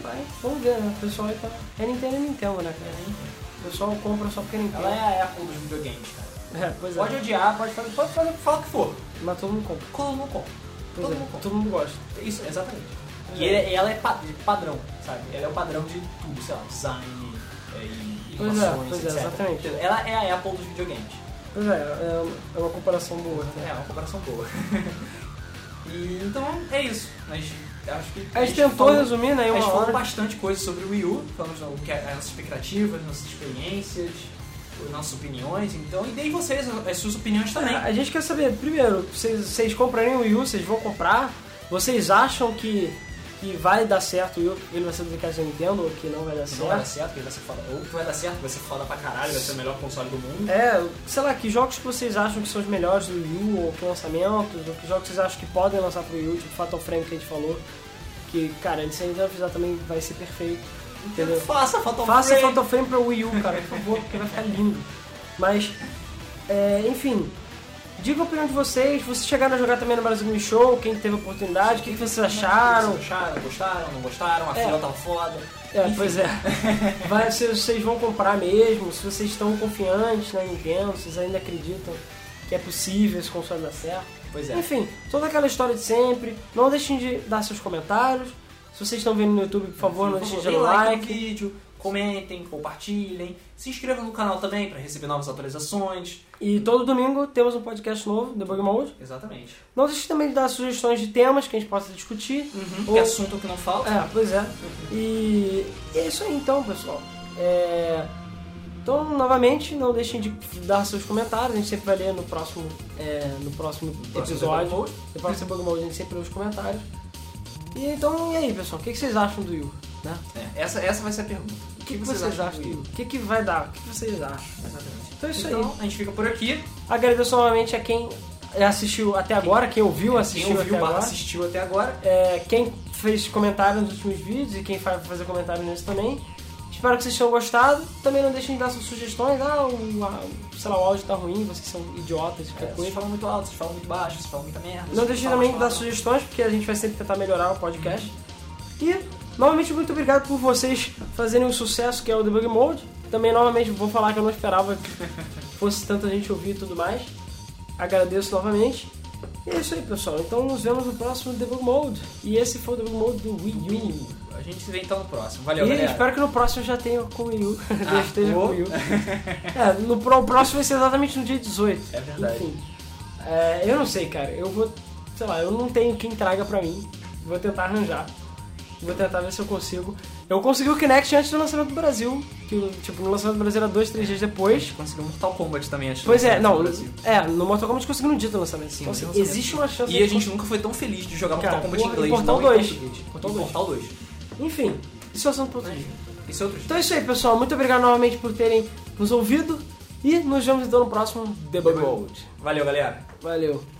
Speaker 2: Mas vamos ver, né? O pessoal aí tá... É Nintendo e Nintendo, né, cara? O pessoal compra só porque é Nintendo.
Speaker 1: Ela é a Apple dos videogames, cara.
Speaker 2: É, pois
Speaker 1: Pode
Speaker 2: é.
Speaker 1: odiar, pode fazer, pode fazer, fala o que for.
Speaker 2: Mas todo mundo compra.
Speaker 1: Como não compra.
Speaker 2: Pois
Speaker 1: Todo
Speaker 2: é,
Speaker 1: mundo compra.
Speaker 2: todo mundo gosta.
Speaker 1: Isso, exatamente.
Speaker 2: Pois
Speaker 1: E
Speaker 2: é.
Speaker 1: ele- ela é pa- padrão, sabe? Ela é o padrão de tudo, sei lá, design, é, e
Speaker 2: Pois é,
Speaker 1: inovações,
Speaker 2: pois é,
Speaker 1: etc.
Speaker 2: exatamente.
Speaker 1: Ela é a Apple dos videogames.
Speaker 2: Pois é, é- é uma comparação boa.
Speaker 1: É,
Speaker 2: Né?
Speaker 1: uma comparação boa. e, então, é isso. Mas acho que...
Speaker 2: A gente tentou
Speaker 1: falou-
Speaker 2: resumir, né, em
Speaker 1: A gente
Speaker 2: uma
Speaker 1: falou
Speaker 2: hora.
Speaker 1: bastante coisa sobre o Wii U. Falamos o que é- as nossas expectativas, nossas experiências, as nossas opiniões. Então, e deem vocês as suas opiniões também.
Speaker 2: A gente quer saber, primeiro, vocês, vocês comprariam o Wii U? Vocês vão comprar? Vocês acham que, que vai dar certo o Wii U? Ele vai ser do Dreamcast da Nintendo ou que não vai dar
Speaker 1: Se não vai dar
Speaker 2: certo?
Speaker 1: certo, que vai ser foda. Ou que vai dar certo, vai ser foda pra caralho, vai ser o melhor console do mundo.
Speaker 2: É, sei lá, que jogos que vocês acham que são os melhores do Wii U ou que lançamentos? Ou que jogos vocês acham que podem lançar pro Wii U? Tipo Fatal Frame que a gente falou. Que, cara, se a Nintendo fizer também vai ser perfeito. Entendeu?
Speaker 1: Faça Fatal
Speaker 2: Faça
Speaker 1: Frame.
Speaker 2: Fatal Frame pra Wii U, cara, por favor, porque vai ficar lindo. Mas, é, enfim, diga a opinião de vocês. Vocês chegaram a jogar também no Brasil Game Show, quem teve oportunidade, o que, que vocês
Speaker 1: Vocês
Speaker 2: acharam?
Speaker 1: Acharam, gostaram, não gostaram, a
Speaker 2: É.
Speaker 1: fila tava foda.
Speaker 2: É, pois é. Vai, se vocês vão comprar mesmo, se vocês estão confiantes na Nintendo, se vocês ainda acreditam que é possível esse console dar certo.
Speaker 1: Pois é.
Speaker 2: Enfim, toda aquela história de sempre. Não deixem de dar seus comentários. Se vocês estão vendo no YouTube, por favor, não
Speaker 1: Por
Speaker 2: deixem
Speaker 1: favor,
Speaker 2: de dar
Speaker 1: deem
Speaker 2: o
Speaker 1: like no
Speaker 2: like.
Speaker 1: vídeo, comentem, compartilhem, se inscrevam no canal também pra receber novas atualizações.
Speaker 2: E todo domingo temos um podcast novo, Debug Mode.
Speaker 1: Exatamente.
Speaker 2: Não deixe também de dar sugestões de temas que a gente possa discutir.
Speaker 1: Uhum.
Speaker 2: Ou-
Speaker 1: Que assunto que não falta. né?
Speaker 2: É, pois é. E é isso aí então, pessoal. É, Então, novamente, não deixem de dar seus comentários. A gente sempre vai ler no próximo, é, no próximo
Speaker 1: Próximo
Speaker 2: episódio.
Speaker 1: Debug Mode.
Speaker 2: No próximo Debug Mode, a gente sempre lê os comentários. E então, e aí, pessoal? O que que vocês acham do Yu? Né?
Speaker 1: É, Essa, essa vai ser a pergunta.
Speaker 2: O que que, que vocês, acham?
Speaker 3: do Wii?
Speaker 2: O que, que vai dar? O que, que vocês acham?
Speaker 3: Exatamente.
Speaker 2: Então é isso
Speaker 3: Então, a gente fica por aqui.
Speaker 2: aí. Agradeço novamente a quem assistiu até agora, quem ouviu,
Speaker 3: Quem
Speaker 2: assistiu
Speaker 3: ouviu
Speaker 2: até
Speaker 3: barra
Speaker 2: agora.
Speaker 3: assistiu até agora.
Speaker 2: É, quem fez comentário nos últimos vídeos e quem vai fazer comentário nesse também. Espero que vocês tenham gostado. Também não deixem de dar suas sugestões. Ah, o, a- sei lá, o áudio tá ruim, vocês são idiotas, qualquer
Speaker 3: É, vocês
Speaker 2: coisa.
Speaker 3: falam muito alto, vocês falam muito baixo, vocês falam muita merda.
Speaker 2: Não
Speaker 3: vocês
Speaker 2: deixem
Speaker 3: falam
Speaker 2: também de dar
Speaker 3: alto.
Speaker 2: sugestões, porque a gente vai sempre tentar melhorar o podcast. E, novamente, muito obrigado por vocês fazerem o sucesso que é o Debug Mode. Também, novamente, vou falar que eu não esperava que fosse tanta gente ouvir e tudo mais. Agradeço novamente. E é isso aí, pessoal. Então, nos vemos no próximo Debug Mode. E esse foi o Debug Mode do Wii U.
Speaker 3: A gente se vê então no próximo. Valeu,
Speaker 2: e
Speaker 3: galera.
Speaker 2: espero que no próximo eu já tenha com o Wii U.
Speaker 3: Ah,
Speaker 2: já esteja com o
Speaker 3: boa.
Speaker 2: Wii U. É, no pro- o próximo vai ser exatamente no dia 18.
Speaker 3: É verdade.
Speaker 2: Enfim, é, eu não sei, cara. Eu vou, sei lá, eu não tenho quem traga pra mim. Vou tentar arranjar. Vou tentar ver se eu consigo. Eu consegui o Kinect antes do lançamento do Brasil. Que, o- tipo, no lançamento do Brasil era dois, três dias
Speaker 1: A
Speaker 2: depois.
Speaker 1: gente conseguiu Mortal Kombat também, acho.
Speaker 2: Pois é,
Speaker 1: lançamento
Speaker 2: não.
Speaker 1: no Brasil.
Speaker 2: É, no Mortal Kombat conseguiu no dia do lançamento.
Speaker 1: Sim, no
Speaker 2: então, assim,
Speaker 1: dia do lançamento.
Speaker 2: existe uma chance
Speaker 3: E a gente nunca foi tão feliz de jogar
Speaker 2: Cara,
Speaker 3: Mortal Kombat em
Speaker 2: porra,
Speaker 3: inglês,
Speaker 2: Portal
Speaker 3: não é em
Speaker 2: 2.
Speaker 3: português.
Speaker 2: Portal
Speaker 3: Em
Speaker 2: 2.
Speaker 3: Portal 2.
Speaker 2: Enfim, isso é assunto pra outro dia.
Speaker 3: Esse é outro
Speaker 2: Então é isso aí, pessoal. Muito obrigado novamente por terem nos ouvido. E nos vemos então no próximo Debug
Speaker 3: Debug
Speaker 2: World.
Speaker 3: Valeu, galera.
Speaker 2: Valeu.